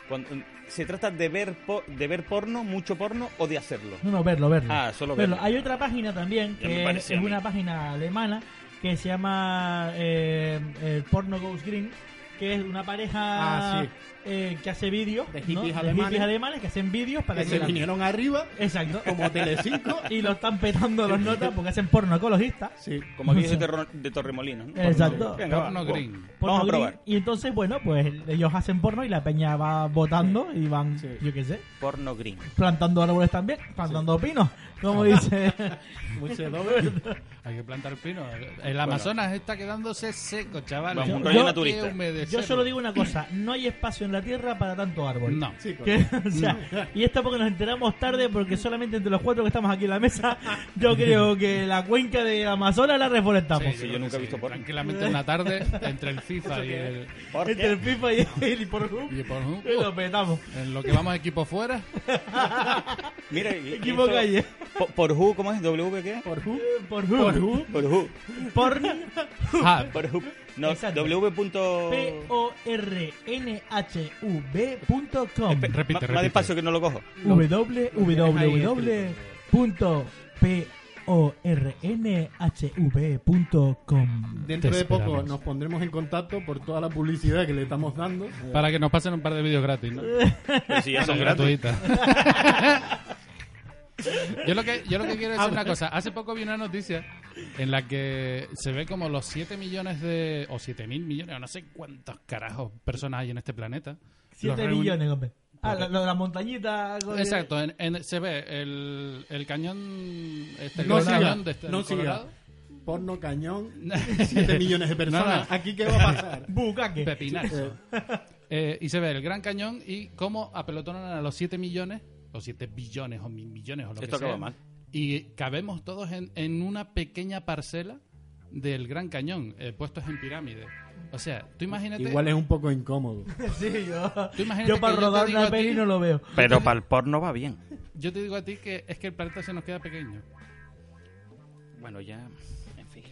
[SPEAKER 2] cuando, se trata de ver, po- de ver porno, mucho porno o de hacerlo.
[SPEAKER 1] No, no, verlo, verlo.
[SPEAKER 2] Ah, solo
[SPEAKER 1] Verlo.
[SPEAKER 2] verlo.
[SPEAKER 1] Hay otra página también,
[SPEAKER 2] Ya me
[SPEAKER 1] que es
[SPEAKER 2] parecía a mí.
[SPEAKER 1] una página alemana, que se llama eh, eh, Porno Goes Green, que es una pareja
[SPEAKER 3] Ah, sí.
[SPEAKER 1] eh, que hace vídeos.
[SPEAKER 7] De
[SPEAKER 1] ¿no?
[SPEAKER 7] hippies alemanes.
[SPEAKER 1] alemanes que hacen vídeos para
[SPEAKER 7] Que se
[SPEAKER 1] que. la-
[SPEAKER 7] vinieron arriba
[SPEAKER 1] Exacto.
[SPEAKER 7] como Telecinco.
[SPEAKER 1] y lo están petando los notas porque hacen porno ecologista.
[SPEAKER 7] Sí.
[SPEAKER 2] Como aquí de, Terro- de Torremolinos. ¿no?
[SPEAKER 1] Exacto.
[SPEAKER 2] Venga, va,
[SPEAKER 4] Porno
[SPEAKER 2] va.
[SPEAKER 4] green.
[SPEAKER 1] Porno
[SPEAKER 2] Vamos a
[SPEAKER 1] green.
[SPEAKER 2] probar.
[SPEAKER 1] Y entonces, bueno, pues ellos hacen porno y la peña va votando y van,
[SPEAKER 7] Sí.
[SPEAKER 1] yo qué sé,
[SPEAKER 2] Porno green.
[SPEAKER 1] plantando árboles también, plantando pinos, como dice.
[SPEAKER 7] Muy sedoso.
[SPEAKER 4] Hay que plantar pino. El Amazonas está quedándose seco, chaval.
[SPEAKER 2] Vamos, un
[SPEAKER 1] rollo
[SPEAKER 2] naturista.
[SPEAKER 1] Yo solo digo una cosa, no hay espacio en la Tierra para tanto árbol.
[SPEAKER 4] Pues No.
[SPEAKER 3] Sí, claro.
[SPEAKER 1] Que, o sea, y esto porque nos enteramos tarde, porque solamente entre los cuatro que estamos aquí en la mesa, yo creo que la cuenca de Amazonas la reforestamos.
[SPEAKER 2] Sí, yo nunca he visto porno.
[SPEAKER 4] Tranquilamente una tarde entre el FIFA y el,
[SPEAKER 2] ¿Por
[SPEAKER 1] Entre el FIFA y el Pornhub,
[SPEAKER 4] y el Pornhub,
[SPEAKER 1] y lo petamos.
[SPEAKER 4] en lo que vamos equipo fuera,
[SPEAKER 2] Mira, y-
[SPEAKER 1] Equipo
[SPEAKER 2] esto-
[SPEAKER 1] calle.
[SPEAKER 2] Po- Por Who, ¿cómo es? ¿W qué?
[SPEAKER 1] ¿Por who? Por who. Por
[SPEAKER 2] Por Who.
[SPEAKER 4] hub.
[SPEAKER 2] Por Who. No,
[SPEAKER 1] Exacto.
[SPEAKER 2] W. punto-
[SPEAKER 1] P-O-R-N-H-V.com.
[SPEAKER 2] Espe-
[SPEAKER 4] Repite,
[SPEAKER 2] ma- Más
[SPEAKER 4] repite.
[SPEAKER 2] despacio que no lo cojo.
[SPEAKER 1] www.pornhv.com.
[SPEAKER 3] Dentro
[SPEAKER 4] Te
[SPEAKER 3] de poco
[SPEAKER 4] esperamos.
[SPEAKER 3] nos pondremos en contacto por toda la publicidad que le estamos dando.
[SPEAKER 4] para que nos pasen un par de vídeos gratis, ¿no?
[SPEAKER 2] Pero si ya son gratis.
[SPEAKER 4] gratuitas. yo lo que yo lo que quiero
[SPEAKER 2] Ah,
[SPEAKER 4] decir una cosa. Hace poco vi una noticia en la que se ve como los 7 millones de o 7 mil millones, o no sé cuántos carajos personas hay en este planeta. Los
[SPEAKER 1] 7
[SPEAKER 4] reuni-
[SPEAKER 1] millones, hombre. Ah, lo, lo de la montañita. con-
[SPEAKER 4] Exacto, en- en- se ve el, el cañón este, el
[SPEAKER 3] No
[SPEAKER 4] gran
[SPEAKER 3] siga,
[SPEAKER 4] cañón de este
[SPEAKER 3] no
[SPEAKER 4] del Colorado.
[SPEAKER 3] Porno cañón, 7 millones de personas.
[SPEAKER 4] No, no.
[SPEAKER 3] ¿Aquí qué va a pasar?
[SPEAKER 1] Bucaque.
[SPEAKER 4] Pepinazo. Eh, y se ve el Gran Cañón y cómo apelotonan a los 7 millones, o 7 billones, o mil millones, o lo
[SPEAKER 2] Esto
[SPEAKER 4] que sea.
[SPEAKER 2] acaba mal.
[SPEAKER 4] Y cabemos todos en, en una pequeña parcela del Gran Cañón, eh, puestos en pirámide. O sea, tú imagínate.
[SPEAKER 3] Igual es un poco incómodo.
[SPEAKER 1] Sí, yo.
[SPEAKER 4] Tú imagínate
[SPEAKER 1] Yo
[SPEAKER 4] que
[SPEAKER 1] para
[SPEAKER 4] yo te
[SPEAKER 1] rodar
[SPEAKER 4] digo
[SPEAKER 1] una
[SPEAKER 4] a ti-
[SPEAKER 1] peli no lo veo.
[SPEAKER 2] Pero para el porno va bien.
[SPEAKER 4] Yo te digo a ti que es que el planeta se nos queda pequeño.
[SPEAKER 2] Bueno, ya. En fin.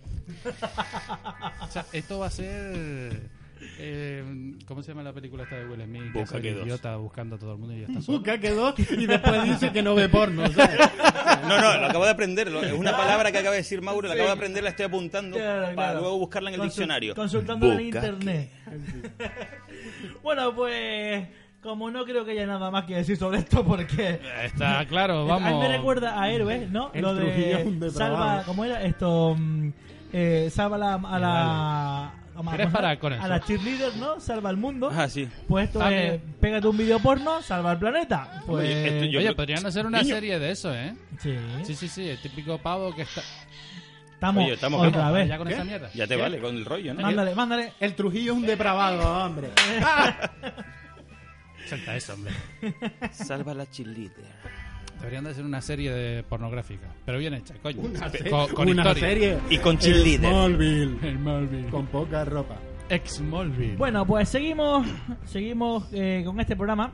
[SPEAKER 4] O sea, esto va a ser. eh, ¿Cómo se llama la película esta de Will Smith?
[SPEAKER 2] Busca
[SPEAKER 4] hace el
[SPEAKER 2] que dos.
[SPEAKER 4] idiota buscando a todo el mundo y ya está solo.
[SPEAKER 3] Busca quedó y después dice que no ve porno. ¿sabes?
[SPEAKER 2] No, no, lo acabo de aprender. lo- Es una palabra que acaba de decir Mauro, la acabo de aprender, la estoy apuntando
[SPEAKER 1] Claro,
[SPEAKER 2] para
[SPEAKER 1] claro.
[SPEAKER 2] luego buscarla en el
[SPEAKER 1] Consul-
[SPEAKER 2] diccionario.
[SPEAKER 1] Consultándola en
[SPEAKER 2] Bucaque.
[SPEAKER 1] internet. bueno, pues. Como no creo que haya nada más que decir sobre esto, porque.
[SPEAKER 4] Está claro,
[SPEAKER 1] A mí
[SPEAKER 4] vamos.
[SPEAKER 1] me recuerda a héroes, ¿no?
[SPEAKER 3] El
[SPEAKER 1] Lo
[SPEAKER 3] Trujillo es un
[SPEAKER 1] de.
[SPEAKER 3] depravado.
[SPEAKER 1] Salva. ¿Cómo era? Esto. mm, eh, salva a la. A la a-
[SPEAKER 4] ¿Quieres
[SPEAKER 1] a-
[SPEAKER 4] parar con eso?
[SPEAKER 1] A las cheerleaders, ¿no? Salva al mundo.
[SPEAKER 2] Ah, sí.
[SPEAKER 1] Pues esto
[SPEAKER 4] Está
[SPEAKER 1] es.
[SPEAKER 4] bien.
[SPEAKER 1] Pégate un video porno, salva al planeta. Pues.
[SPEAKER 2] Oye, esto yo-
[SPEAKER 4] Oye, podrían hacer una
[SPEAKER 2] Niño.
[SPEAKER 4] serie de eso, ¿eh?
[SPEAKER 1] Sí.
[SPEAKER 4] Sí, sí, sí, el típico pavo que está.
[SPEAKER 1] Estamos,
[SPEAKER 2] Oye, estamos-
[SPEAKER 1] otra
[SPEAKER 4] Vamos,
[SPEAKER 1] vez.
[SPEAKER 4] ya con esa mierda.
[SPEAKER 2] Ya te vale con el rollo, ¿no?
[SPEAKER 1] Mándale, mándale.
[SPEAKER 3] El Trujillo es un depravado, hombre.
[SPEAKER 4] Salta eso, hombre.
[SPEAKER 2] Salva la cheerleader.
[SPEAKER 4] Deberían de hacer una serie de pornográfica, pero bien hecha, coño.
[SPEAKER 3] Una,
[SPEAKER 4] Pe-
[SPEAKER 3] se-
[SPEAKER 4] con, con
[SPEAKER 3] una
[SPEAKER 4] historia.
[SPEAKER 3] serie.
[SPEAKER 2] Y con cheerleader.
[SPEAKER 3] Smallville.
[SPEAKER 4] El Smallville.
[SPEAKER 3] Con poca ropa.
[SPEAKER 4] Ex Smallville.
[SPEAKER 1] Bueno, pues seguimos, seguimos eh, con este programa.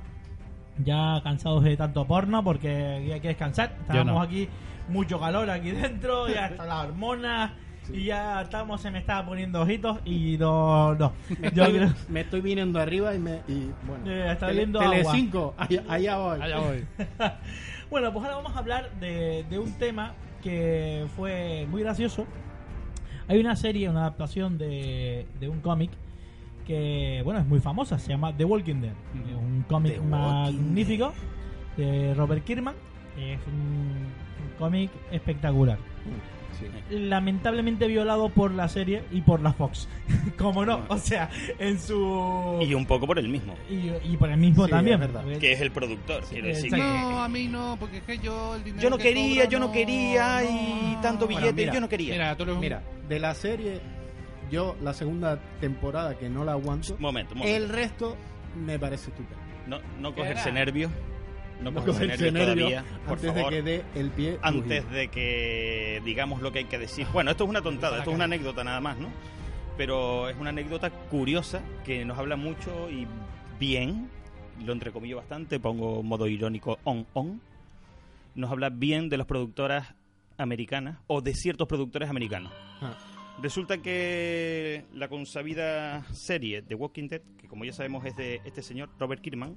[SPEAKER 1] Ya cansados de tanto porno porque ya hay que descansar. Estábamos
[SPEAKER 4] no.
[SPEAKER 1] aquí, mucho calor aquí dentro, ya hasta las hormonas. Y ya estamos, se me estaba poniendo ojitos y no, no.
[SPEAKER 3] Me
[SPEAKER 1] Yo
[SPEAKER 3] estoy,
[SPEAKER 1] creo,
[SPEAKER 3] me estoy viniendo arriba y me. Y, bueno,
[SPEAKER 1] Eh, está
[SPEAKER 3] Tele-
[SPEAKER 1] viendo
[SPEAKER 3] Telecinco, allá, allá voy.
[SPEAKER 4] allá voy.
[SPEAKER 1] Bueno, pues ahora vamos a hablar de, de un tema que fue muy gracioso. Hay una serie, una adaptación de, de un cómic que, bueno, es muy famosa, se llama The Walking Dead.
[SPEAKER 4] Ujú.
[SPEAKER 1] Es Un cómic
[SPEAKER 2] The Walking
[SPEAKER 1] magnífico de Robert Kirkman. Es un, un cómic espectacular. Lamentablemente violado por la serie y por la Fox. Como no, o sea, en su...
[SPEAKER 2] Y un poco por el mismo,
[SPEAKER 1] y- y por el mismo
[SPEAKER 3] Sí,
[SPEAKER 1] también. Pues,
[SPEAKER 3] es verdad.
[SPEAKER 1] porque-
[SPEAKER 2] que es el productor. Quiero decir
[SPEAKER 1] exacto.
[SPEAKER 2] que-
[SPEAKER 4] No, a mí no, porque es que yo el dinero
[SPEAKER 2] Yo no
[SPEAKER 4] que
[SPEAKER 2] quería,
[SPEAKER 4] cobro,
[SPEAKER 2] yo no quería, y tanto
[SPEAKER 3] Bueno,
[SPEAKER 2] billete,
[SPEAKER 3] mira,
[SPEAKER 2] yo no quería.
[SPEAKER 4] Mira, tú eres un.
[SPEAKER 3] Mira, de la serie, yo la segunda temporada que no la aguanto.
[SPEAKER 2] Momento, momento.
[SPEAKER 3] El resto me parece estupendo.
[SPEAKER 2] No, no
[SPEAKER 4] ¿Qué
[SPEAKER 2] cogerse
[SPEAKER 4] era?
[SPEAKER 2] nervio. No
[SPEAKER 3] No
[SPEAKER 2] cogerse
[SPEAKER 3] cogerse
[SPEAKER 2] nervio
[SPEAKER 3] nervio
[SPEAKER 2] todavía, por
[SPEAKER 3] antes
[SPEAKER 2] favor.
[SPEAKER 3] de que dé el pie.
[SPEAKER 2] antes de que digamos lo que hay que decir. Bueno, esto es una tontada, esto es una anécdota nada más, ¿no? Pero es una anécdota curiosa que nos habla mucho y bien, lo entrecomillo bastante, pongo modo irónico on, on, nos habla bien de las productoras americanas o de ciertos productores americanos.
[SPEAKER 3] Ah.
[SPEAKER 2] Resulta que la consabida serie de Walking Dead, que como ya sabemos es de este señor Robert Kirkman,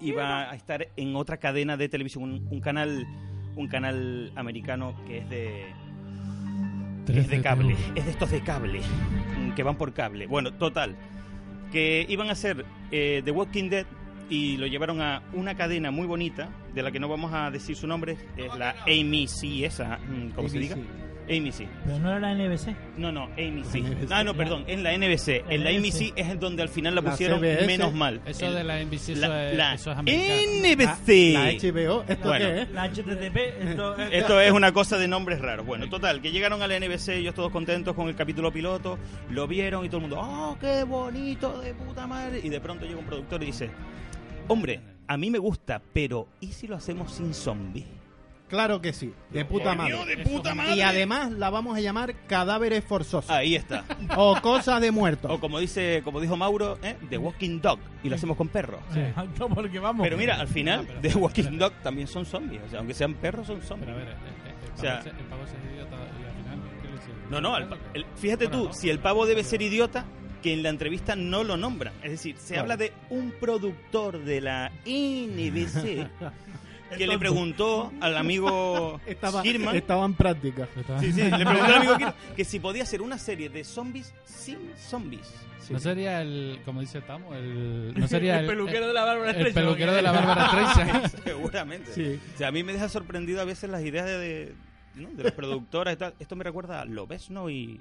[SPEAKER 2] iba a estar en otra cadena de televisión, un, un canal un canal americano que es de es de cable, es de estos de cable mm, que van por cable. Bueno, total que iban a hacer eh, The Walking Dead y lo llevaron a una cadena muy bonita, de la que no vamos a decir su nombre, es la AMC, esa, mm, ¿cómo se diga? AMC.
[SPEAKER 1] Pero no era la NBC.
[SPEAKER 2] No, no, AMC. Ah, no, perdón, en la NBC. En la AMC es en donde al final la
[SPEAKER 3] La
[SPEAKER 2] pusieron
[SPEAKER 3] CBS.
[SPEAKER 2] menos mal.
[SPEAKER 4] Eso de la NBC, eso,
[SPEAKER 2] La,
[SPEAKER 4] es,
[SPEAKER 2] la
[SPEAKER 4] eso es americano.
[SPEAKER 2] NBC.
[SPEAKER 3] Ah, La HBO, ¿esto
[SPEAKER 2] Pues Bueno.
[SPEAKER 3] qué es?
[SPEAKER 1] La HTTP. Esto,
[SPEAKER 2] Esto es una cosa de nombres raros. Bueno, total, que llegaron a la NBC, ellos todos contentos con el capítulo piloto, lo vieron y todo el mundo, ¡oh, qué bonito, de puta madre! Y de pronto llega un productor y dice, hombre, a mí me gusta, pero ¿y si lo hacemos sin zombies?
[SPEAKER 3] Claro que sí, de puta
[SPEAKER 2] Coño,
[SPEAKER 3] madre.
[SPEAKER 2] de puta madre!
[SPEAKER 3] Y además la vamos a llamar cadáveres forzosos
[SPEAKER 2] Ahí está.
[SPEAKER 3] o cosas de muertos.
[SPEAKER 2] Ah. O como dice, como dijo Mauro, ¿eh? The Walking Dog. Y lo hacemos con perros.
[SPEAKER 1] Exacto, porque vamos.
[SPEAKER 2] Pero mira, al
[SPEAKER 4] Ah,
[SPEAKER 2] final, The Walking Dog también son zombies. O sea, aunque sean perros, son zombies.
[SPEAKER 4] Pero a ver, el, el- el
[SPEAKER 2] O sea-
[SPEAKER 4] pavo se- el pavo se es idiota y al final, ¿qué le hicieron?
[SPEAKER 2] No, no, el pa- el- fíjate tú, si el pavo debe ser idiota, que en la entrevista no lo nombran. Es decir, se habla de un productor de la NBC que le preguntó al amigo
[SPEAKER 3] Estaba,
[SPEAKER 2] Kirman.
[SPEAKER 3] estaba en práctica.
[SPEAKER 2] Sí, sí, le preguntó al amigo Kirman que si podía hacer una serie de zombies sin zombies.
[SPEAKER 4] No sería el, como dice Tamo, el. No sería
[SPEAKER 7] El peluquero de la Bárbara
[SPEAKER 4] el
[SPEAKER 7] Streisand.
[SPEAKER 1] ¿eh?
[SPEAKER 4] peluquero de la Bárbara Streisand.
[SPEAKER 2] Seguramente.
[SPEAKER 3] Sí.
[SPEAKER 2] O sea, a mí me deja sorprendido a veces las ideas de, de, ¿no? de las productoras y tal. Esto me recuerda a Lobesno y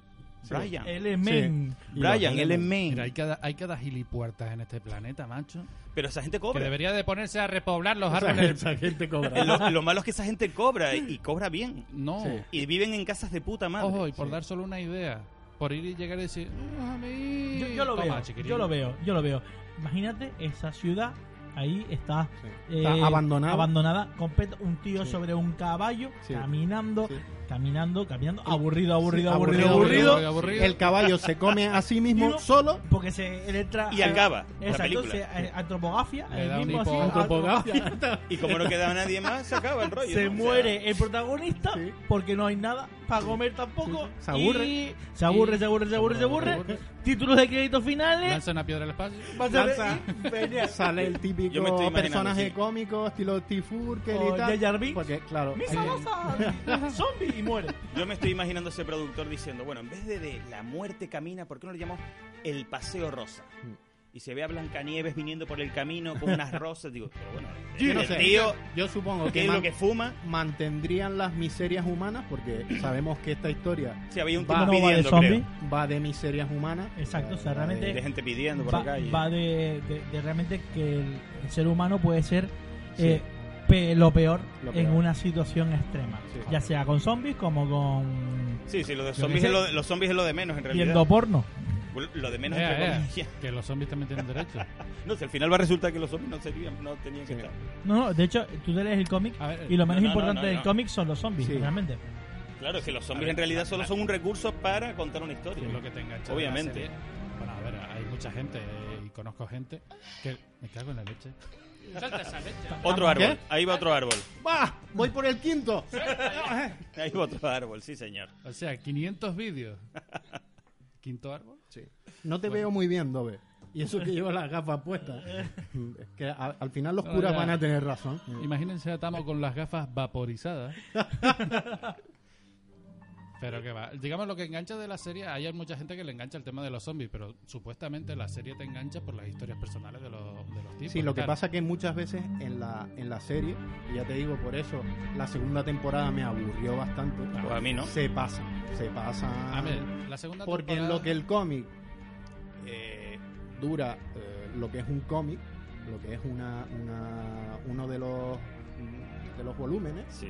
[SPEAKER 2] Brian.
[SPEAKER 1] Él es men.
[SPEAKER 3] Sí. Y los
[SPEAKER 2] Brian, él es
[SPEAKER 3] elementos.
[SPEAKER 2] main.
[SPEAKER 4] Mira, hay que, da- hay que dar gilipuertas en este planeta, macho.
[SPEAKER 2] Pero esa gente
[SPEAKER 4] Que
[SPEAKER 2] cobra.
[SPEAKER 4] debería de ponerse a repoblar los
[SPEAKER 6] Esa-
[SPEAKER 4] árboles.
[SPEAKER 6] esa gente cobra.
[SPEAKER 2] Eh, Lo, lo malo es que esa gente cobra y, y cobra bien.
[SPEAKER 4] No.
[SPEAKER 6] Sí.
[SPEAKER 2] Y viven en casas de puta madre.
[SPEAKER 4] Ojo, y por dar solo una idea. Por ir y llegar y decir, "Ah, a mí...
[SPEAKER 1] Yo, yo lo
[SPEAKER 4] Toma,
[SPEAKER 1] veo.
[SPEAKER 4] chiquilín".
[SPEAKER 1] Yo lo veo. Yo lo veo. Imagínate esa ciudad. Ahí está, eh,
[SPEAKER 3] Está abandonada.
[SPEAKER 1] abandonada, completo, un tío sobre un caballo,
[SPEAKER 3] Sí.
[SPEAKER 1] caminando,
[SPEAKER 3] Sí.
[SPEAKER 1] caminando, caminando, aburrido, aburrido,
[SPEAKER 3] Sí,
[SPEAKER 1] aburrido,
[SPEAKER 3] aburrido,
[SPEAKER 1] aburrido,
[SPEAKER 4] aburrido, aburrido.
[SPEAKER 3] El caballo se come a sí mismo
[SPEAKER 1] Digo-
[SPEAKER 3] solo.
[SPEAKER 1] porque se él entra
[SPEAKER 2] Y acaba la
[SPEAKER 1] exacto,
[SPEAKER 2] película.
[SPEAKER 1] se eh, antropografía,
[SPEAKER 4] Le
[SPEAKER 1] el
[SPEAKER 4] da un
[SPEAKER 1] mismo
[SPEAKER 4] hipo-
[SPEAKER 1] así,
[SPEAKER 4] antropografia.
[SPEAKER 1] antropografia.
[SPEAKER 2] Y como no queda nadie más, se acaba el rollo.
[SPEAKER 1] se
[SPEAKER 2] ¿no? O sea,
[SPEAKER 1] muere el protagonista
[SPEAKER 3] Sí.
[SPEAKER 1] porque no hay nada para comer tampoco.
[SPEAKER 3] Se aburre.
[SPEAKER 1] y- se aburre,
[SPEAKER 4] Y-
[SPEAKER 1] se aburre, se aburre, se aburre.
[SPEAKER 4] aburre.
[SPEAKER 1] Títulos de créditos finales.
[SPEAKER 4] Lanza una piedra al espacio.
[SPEAKER 1] va a ser-
[SPEAKER 3] Lanza-
[SPEAKER 1] y- genial.
[SPEAKER 3] Sale el
[SPEAKER 2] Yo me estoy
[SPEAKER 3] típico
[SPEAKER 2] imaginando,
[SPEAKER 3] personaje
[SPEAKER 2] sí.
[SPEAKER 3] cómico, estilo Tifurker
[SPEAKER 1] O
[SPEAKER 3] y tal.
[SPEAKER 1] Jar Jar Binks.
[SPEAKER 3] Porque, claro,
[SPEAKER 1] Misa
[SPEAKER 3] hay-
[SPEAKER 1] Rosa, zombie y muere.
[SPEAKER 2] Yo me estoy imaginando a ese productor diciendo, bueno, en vez de, de la muerte camina, ¿por qué no le llamamos el paseo rosa? Y se ve a Blancanieves viniendo por el camino con unas rosas. Digo, pero bueno,
[SPEAKER 3] yo
[SPEAKER 2] el
[SPEAKER 3] no sé,
[SPEAKER 2] tío,
[SPEAKER 3] yo supongo
[SPEAKER 2] ¿qué
[SPEAKER 3] que,
[SPEAKER 2] es lo
[SPEAKER 3] man-
[SPEAKER 2] que fuma?
[SPEAKER 3] mantendrían las miserias humanas porque sabemos que esta historia
[SPEAKER 2] Si había un
[SPEAKER 3] Va,
[SPEAKER 2] tipo
[SPEAKER 1] no va de
[SPEAKER 2] pidiendo,
[SPEAKER 1] zombie.
[SPEAKER 2] creo.
[SPEAKER 3] va de miserias humanas. Eh,
[SPEAKER 1] Exacto, o sea,
[SPEAKER 3] va de-
[SPEAKER 1] realmente-
[SPEAKER 2] De gente pidiendo por
[SPEAKER 1] Va,
[SPEAKER 2] la calle.
[SPEAKER 1] va de, de- de realmente que el, el ser humano puede ser eh, pe- lo, peor
[SPEAKER 3] Lo
[SPEAKER 1] en
[SPEAKER 3] peor.
[SPEAKER 1] una situación extrema.
[SPEAKER 3] Sí.
[SPEAKER 1] Ya sea con zombies como con
[SPEAKER 2] Sí, sí, lo de
[SPEAKER 1] Yo
[SPEAKER 2] zombies
[SPEAKER 1] qué
[SPEAKER 2] es
[SPEAKER 1] sé.
[SPEAKER 2] lo de, los zombies es lo de menos en realidad.
[SPEAKER 1] viendo porno.
[SPEAKER 2] Lo de menos
[SPEAKER 4] Ea,
[SPEAKER 2] entre
[SPEAKER 4] ea,
[SPEAKER 2] comillas.
[SPEAKER 4] que los zombies también tienen derecho.
[SPEAKER 2] No, si al final va a resultar que los zombies no, serían, no tenían que
[SPEAKER 3] Sí.
[SPEAKER 2] estar.
[SPEAKER 1] No, no, de hecho, tú te lees el cómic
[SPEAKER 4] A ver,
[SPEAKER 1] y lo menos
[SPEAKER 2] no, no,
[SPEAKER 1] importante
[SPEAKER 2] no, no,
[SPEAKER 1] del
[SPEAKER 2] no.
[SPEAKER 1] cómic son los zombies,
[SPEAKER 3] Sí.
[SPEAKER 1] realmente.
[SPEAKER 2] Claro, es que los
[SPEAKER 4] A
[SPEAKER 2] zombies
[SPEAKER 4] ver,
[SPEAKER 2] en realidad
[SPEAKER 4] a-
[SPEAKER 2] solo
[SPEAKER 4] a-
[SPEAKER 2] son un recurso para contar una historia.
[SPEAKER 4] lo que te engancha. de la
[SPEAKER 2] Obviamente.
[SPEAKER 4] serie. Bueno, a ver, hay mucha gente eh, y conozco gente que... Me cago en la leche. Salta esa leche.
[SPEAKER 2] Otro
[SPEAKER 3] ¿Qué?
[SPEAKER 2] árbol, ahí va otro árbol.
[SPEAKER 3] ¡Bah! Voy por el quinto.
[SPEAKER 2] Ahí va otro árbol, sí señor.
[SPEAKER 4] O sea, 500 vídeos. Quinto árbol.
[SPEAKER 3] No te veo muy bien, Dobe. Y eso que llevo las gafas puestas. que a- al final los curas
[SPEAKER 4] ya.
[SPEAKER 3] van a tener razón.
[SPEAKER 4] Imagínense a Tamo con las gafas vaporizadas. Pero que va. Digamos lo que engancha de la serie, ahí hay mucha gente que le engancha el tema de los zombies, pero supuestamente la serie te engancha por las historias personales de los, de los tipos.
[SPEAKER 3] Sí, lo que
[SPEAKER 4] Claro.
[SPEAKER 3] pasa que muchas veces en la, en la serie, y ya te digo por eso, la segunda temporada me aburrió bastante.
[SPEAKER 2] Pues a mí no.
[SPEAKER 3] Se pasa, se pasa.
[SPEAKER 4] A ver, la segunda
[SPEAKER 3] Porque en
[SPEAKER 4] temporada-
[SPEAKER 3] lo que el cómic eh, dura, eh, lo que es un cómic, lo que es una, una- uno de los de los volúmenes,
[SPEAKER 2] Sí.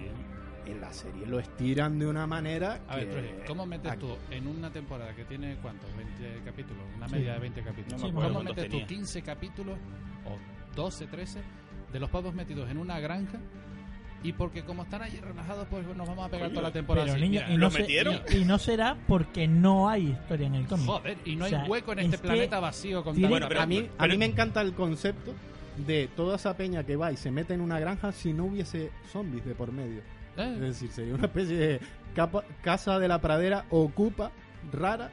[SPEAKER 3] en la serie lo estiran de una manera
[SPEAKER 4] A ver,
[SPEAKER 3] que-
[SPEAKER 4] Troy, ¿cómo metes
[SPEAKER 3] aquí-
[SPEAKER 4] tú en una temporada que tiene cuántos? 20 capítulos, una media de 20
[SPEAKER 2] No
[SPEAKER 4] capítulos.
[SPEAKER 2] me acuerdo
[SPEAKER 4] ¿Cómo
[SPEAKER 2] cuántos
[SPEAKER 4] metes tú
[SPEAKER 2] tenía.
[SPEAKER 4] 15 capítulos o 12, 13 de los pavos metidos en una granja? Y porque como están allí relajados, pues nos vamos a pegar
[SPEAKER 2] Coño,
[SPEAKER 4] toda la temporada.
[SPEAKER 1] Pero
[SPEAKER 4] así.
[SPEAKER 1] niño,
[SPEAKER 4] Mira,
[SPEAKER 1] y no,
[SPEAKER 2] ¿lo
[SPEAKER 1] se-
[SPEAKER 2] metieron?
[SPEAKER 1] y- y no será porque no hay historia en el cómic.
[SPEAKER 4] Joder, y no
[SPEAKER 1] O
[SPEAKER 4] hay
[SPEAKER 1] sea,
[SPEAKER 4] hueco en
[SPEAKER 1] es
[SPEAKER 4] este
[SPEAKER 1] que
[SPEAKER 4] planeta vacío con
[SPEAKER 1] tiene-
[SPEAKER 4] tanta
[SPEAKER 2] Bueno, pero-
[SPEAKER 3] a mí a
[SPEAKER 2] pero-
[SPEAKER 3] mí me encanta el concepto de toda esa peña que va y se mete en una granja si no hubiese zombies de por medio.
[SPEAKER 2] Mm.
[SPEAKER 3] Es
[SPEAKER 4] Eh,
[SPEAKER 3] decir, sería una especie de capa- casa de la pradera ocupa rara.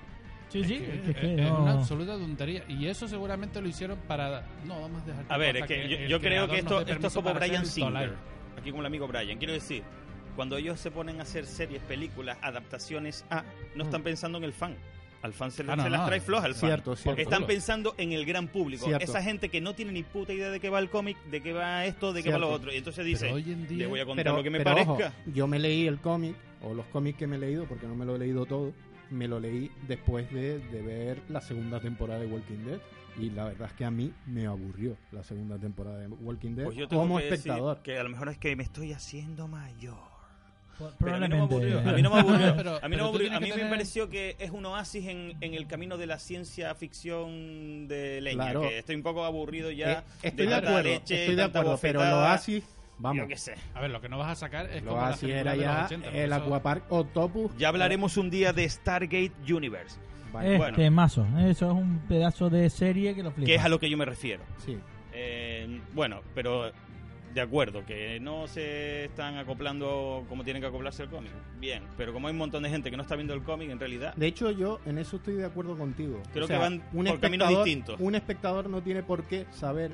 [SPEAKER 1] Sí, sí,
[SPEAKER 4] que-
[SPEAKER 1] es que- es que
[SPEAKER 4] eh, es
[SPEAKER 1] no-
[SPEAKER 4] una absoluta tontería. Y eso seguramente lo hicieron para. No, vamos a dejar.
[SPEAKER 2] A ver, es
[SPEAKER 4] hasta
[SPEAKER 2] que yo,
[SPEAKER 4] el
[SPEAKER 2] yo creo
[SPEAKER 4] creador
[SPEAKER 2] que
[SPEAKER 4] nos
[SPEAKER 2] esto,
[SPEAKER 4] dé
[SPEAKER 2] esto es
[SPEAKER 4] permiso
[SPEAKER 2] como
[SPEAKER 4] para hacer
[SPEAKER 2] Brian
[SPEAKER 4] el
[SPEAKER 2] Singer.
[SPEAKER 4] Solar.
[SPEAKER 2] Aquí como el amigo Brian. Quiero decir, cuando ellos se ponen a hacer series, películas, adaptaciones a, no están pensando en el fan. Al fan se,
[SPEAKER 4] Mm. Ah, no,
[SPEAKER 2] se las
[SPEAKER 4] no.
[SPEAKER 2] trae flojas al fan.
[SPEAKER 3] Cierto, cierto.
[SPEAKER 2] Están pensando en el gran público.
[SPEAKER 3] Cierto.
[SPEAKER 2] Esa gente que no tiene ni puta idea de qué va el cómic, de qué va esto, de qué va
[SPEAKER 3] Cierto.
[SPEAKER 2] lo otro. Y entonces dice,
[SPEAKER 4] Pero hoy en día-
[SPEAKER 2] le voy a contar
[SPEAKER 3] Pero,
[SPEAKER 2] lo que me
[SPEAKER 3] pero
[SPEAKER 2] parezca.
[SPEAKER 3] ojo, yo me leí el cómic, o los cómics que me he leído, porque no me lo he leído todo, me lo leí después de, de ver la segunda temporada de Walking Dead. Y la verdad es que a mí me aburrió la segunda temporada de Walking Dead
[SPEAKER 2] Pues yo tengo
[SPEAKER 3] como
[SPEAKER 2] que decir
[SPEAKER 3] espectador.
[SPEAKER 2] que a lo mejor es que me estoy haciendo mayor. Pero a mí no me
[SPEAKER 1] Probablemente.
[SPEAKER 2] aburrió. A mí no me aburrió.
[SPEAKER 4] No, pero-
[SPEAKER 2] a
[SPEAKER 4] pero
[SPEAKER 2] mí, no me,
[SPEAKER 4] tú
[SPEAKER 2] aburrió.
[SPEAKER 4] tienes
[SPEAKER 2] A mí
[SPEAKER 4] que
[SPEAKER 2] me
[SPEAKER 4] tener-
[SPEAKER 2] pareció que es un oasis en, en el camino de la ciencia ficción de leña.
[SPEAKER 3] Claro.
[SPEAKER 2] Que estoy un poco aburrido
[SPEAKER 3] Eh,
[SPEAKER 2] ya.
[SPEAKER 3] estoy de,
[SPEAKER 2] tanta
[SPEAKER 3] acuerdo,
[SPEAKER 2] leche,
[SPEAKER 3] estoy de
[SPEAKER 2] tanta
[SPEAKER 3] acuerdo, pero
[SPEAKER 2] bofetada,
[SPEAKER 3] lo así,
[SPEAKER 2] Yo
[SPEAKER 3] vamos,
[SPEAKER 2] qué sé.
[SPEAKER 4] A ver, lo que no vas a sacar es
[SPEAKER 3] lo
[SPEAKER 4] como las
[SPEAKER 3] así
[SPEAKER 4] películas
[SPEAKER 3] era
[SPEAKER 4] de los
[SPEAKER 3] ya
[SPEAKER 4] 80,
[SPEAKER 3] el
[SPEAKER 4] eso-
[SPEAKER 3] Aquapark o Topus.
[SPEAKER 2] Ya hablaremos un día de Stargate Universe,
[SPEAKER 3] Vale,
[SPEAKER 1] Este
[SPEAKER 4] Eh.
[SPEAKER 2] Bueno.
[SPEAKER 1] mazo, eso es un pedazo de serie que lo flipa.
[SPEAKER 2] que es a lo que yo me refiero.
[SPEAKER 3] sí.
[SPEAKER 2] Eh, bueno, pero de acuerdo, que no se están acoplando como tienen que acoplarse el cómic. Bien, pero como hay un montón de gente que no está viendo el cómic, en realidad
[SPEAKER 3] De hecho, yo en eso estoy de acuerdo contigo.
[SPEAKER 2] Creo que van por caminos
[SPEAKER 3] espectador,
[SPEAKER 2] distintos.
[SPEAKER 3] Un espectador no tiene por qué saber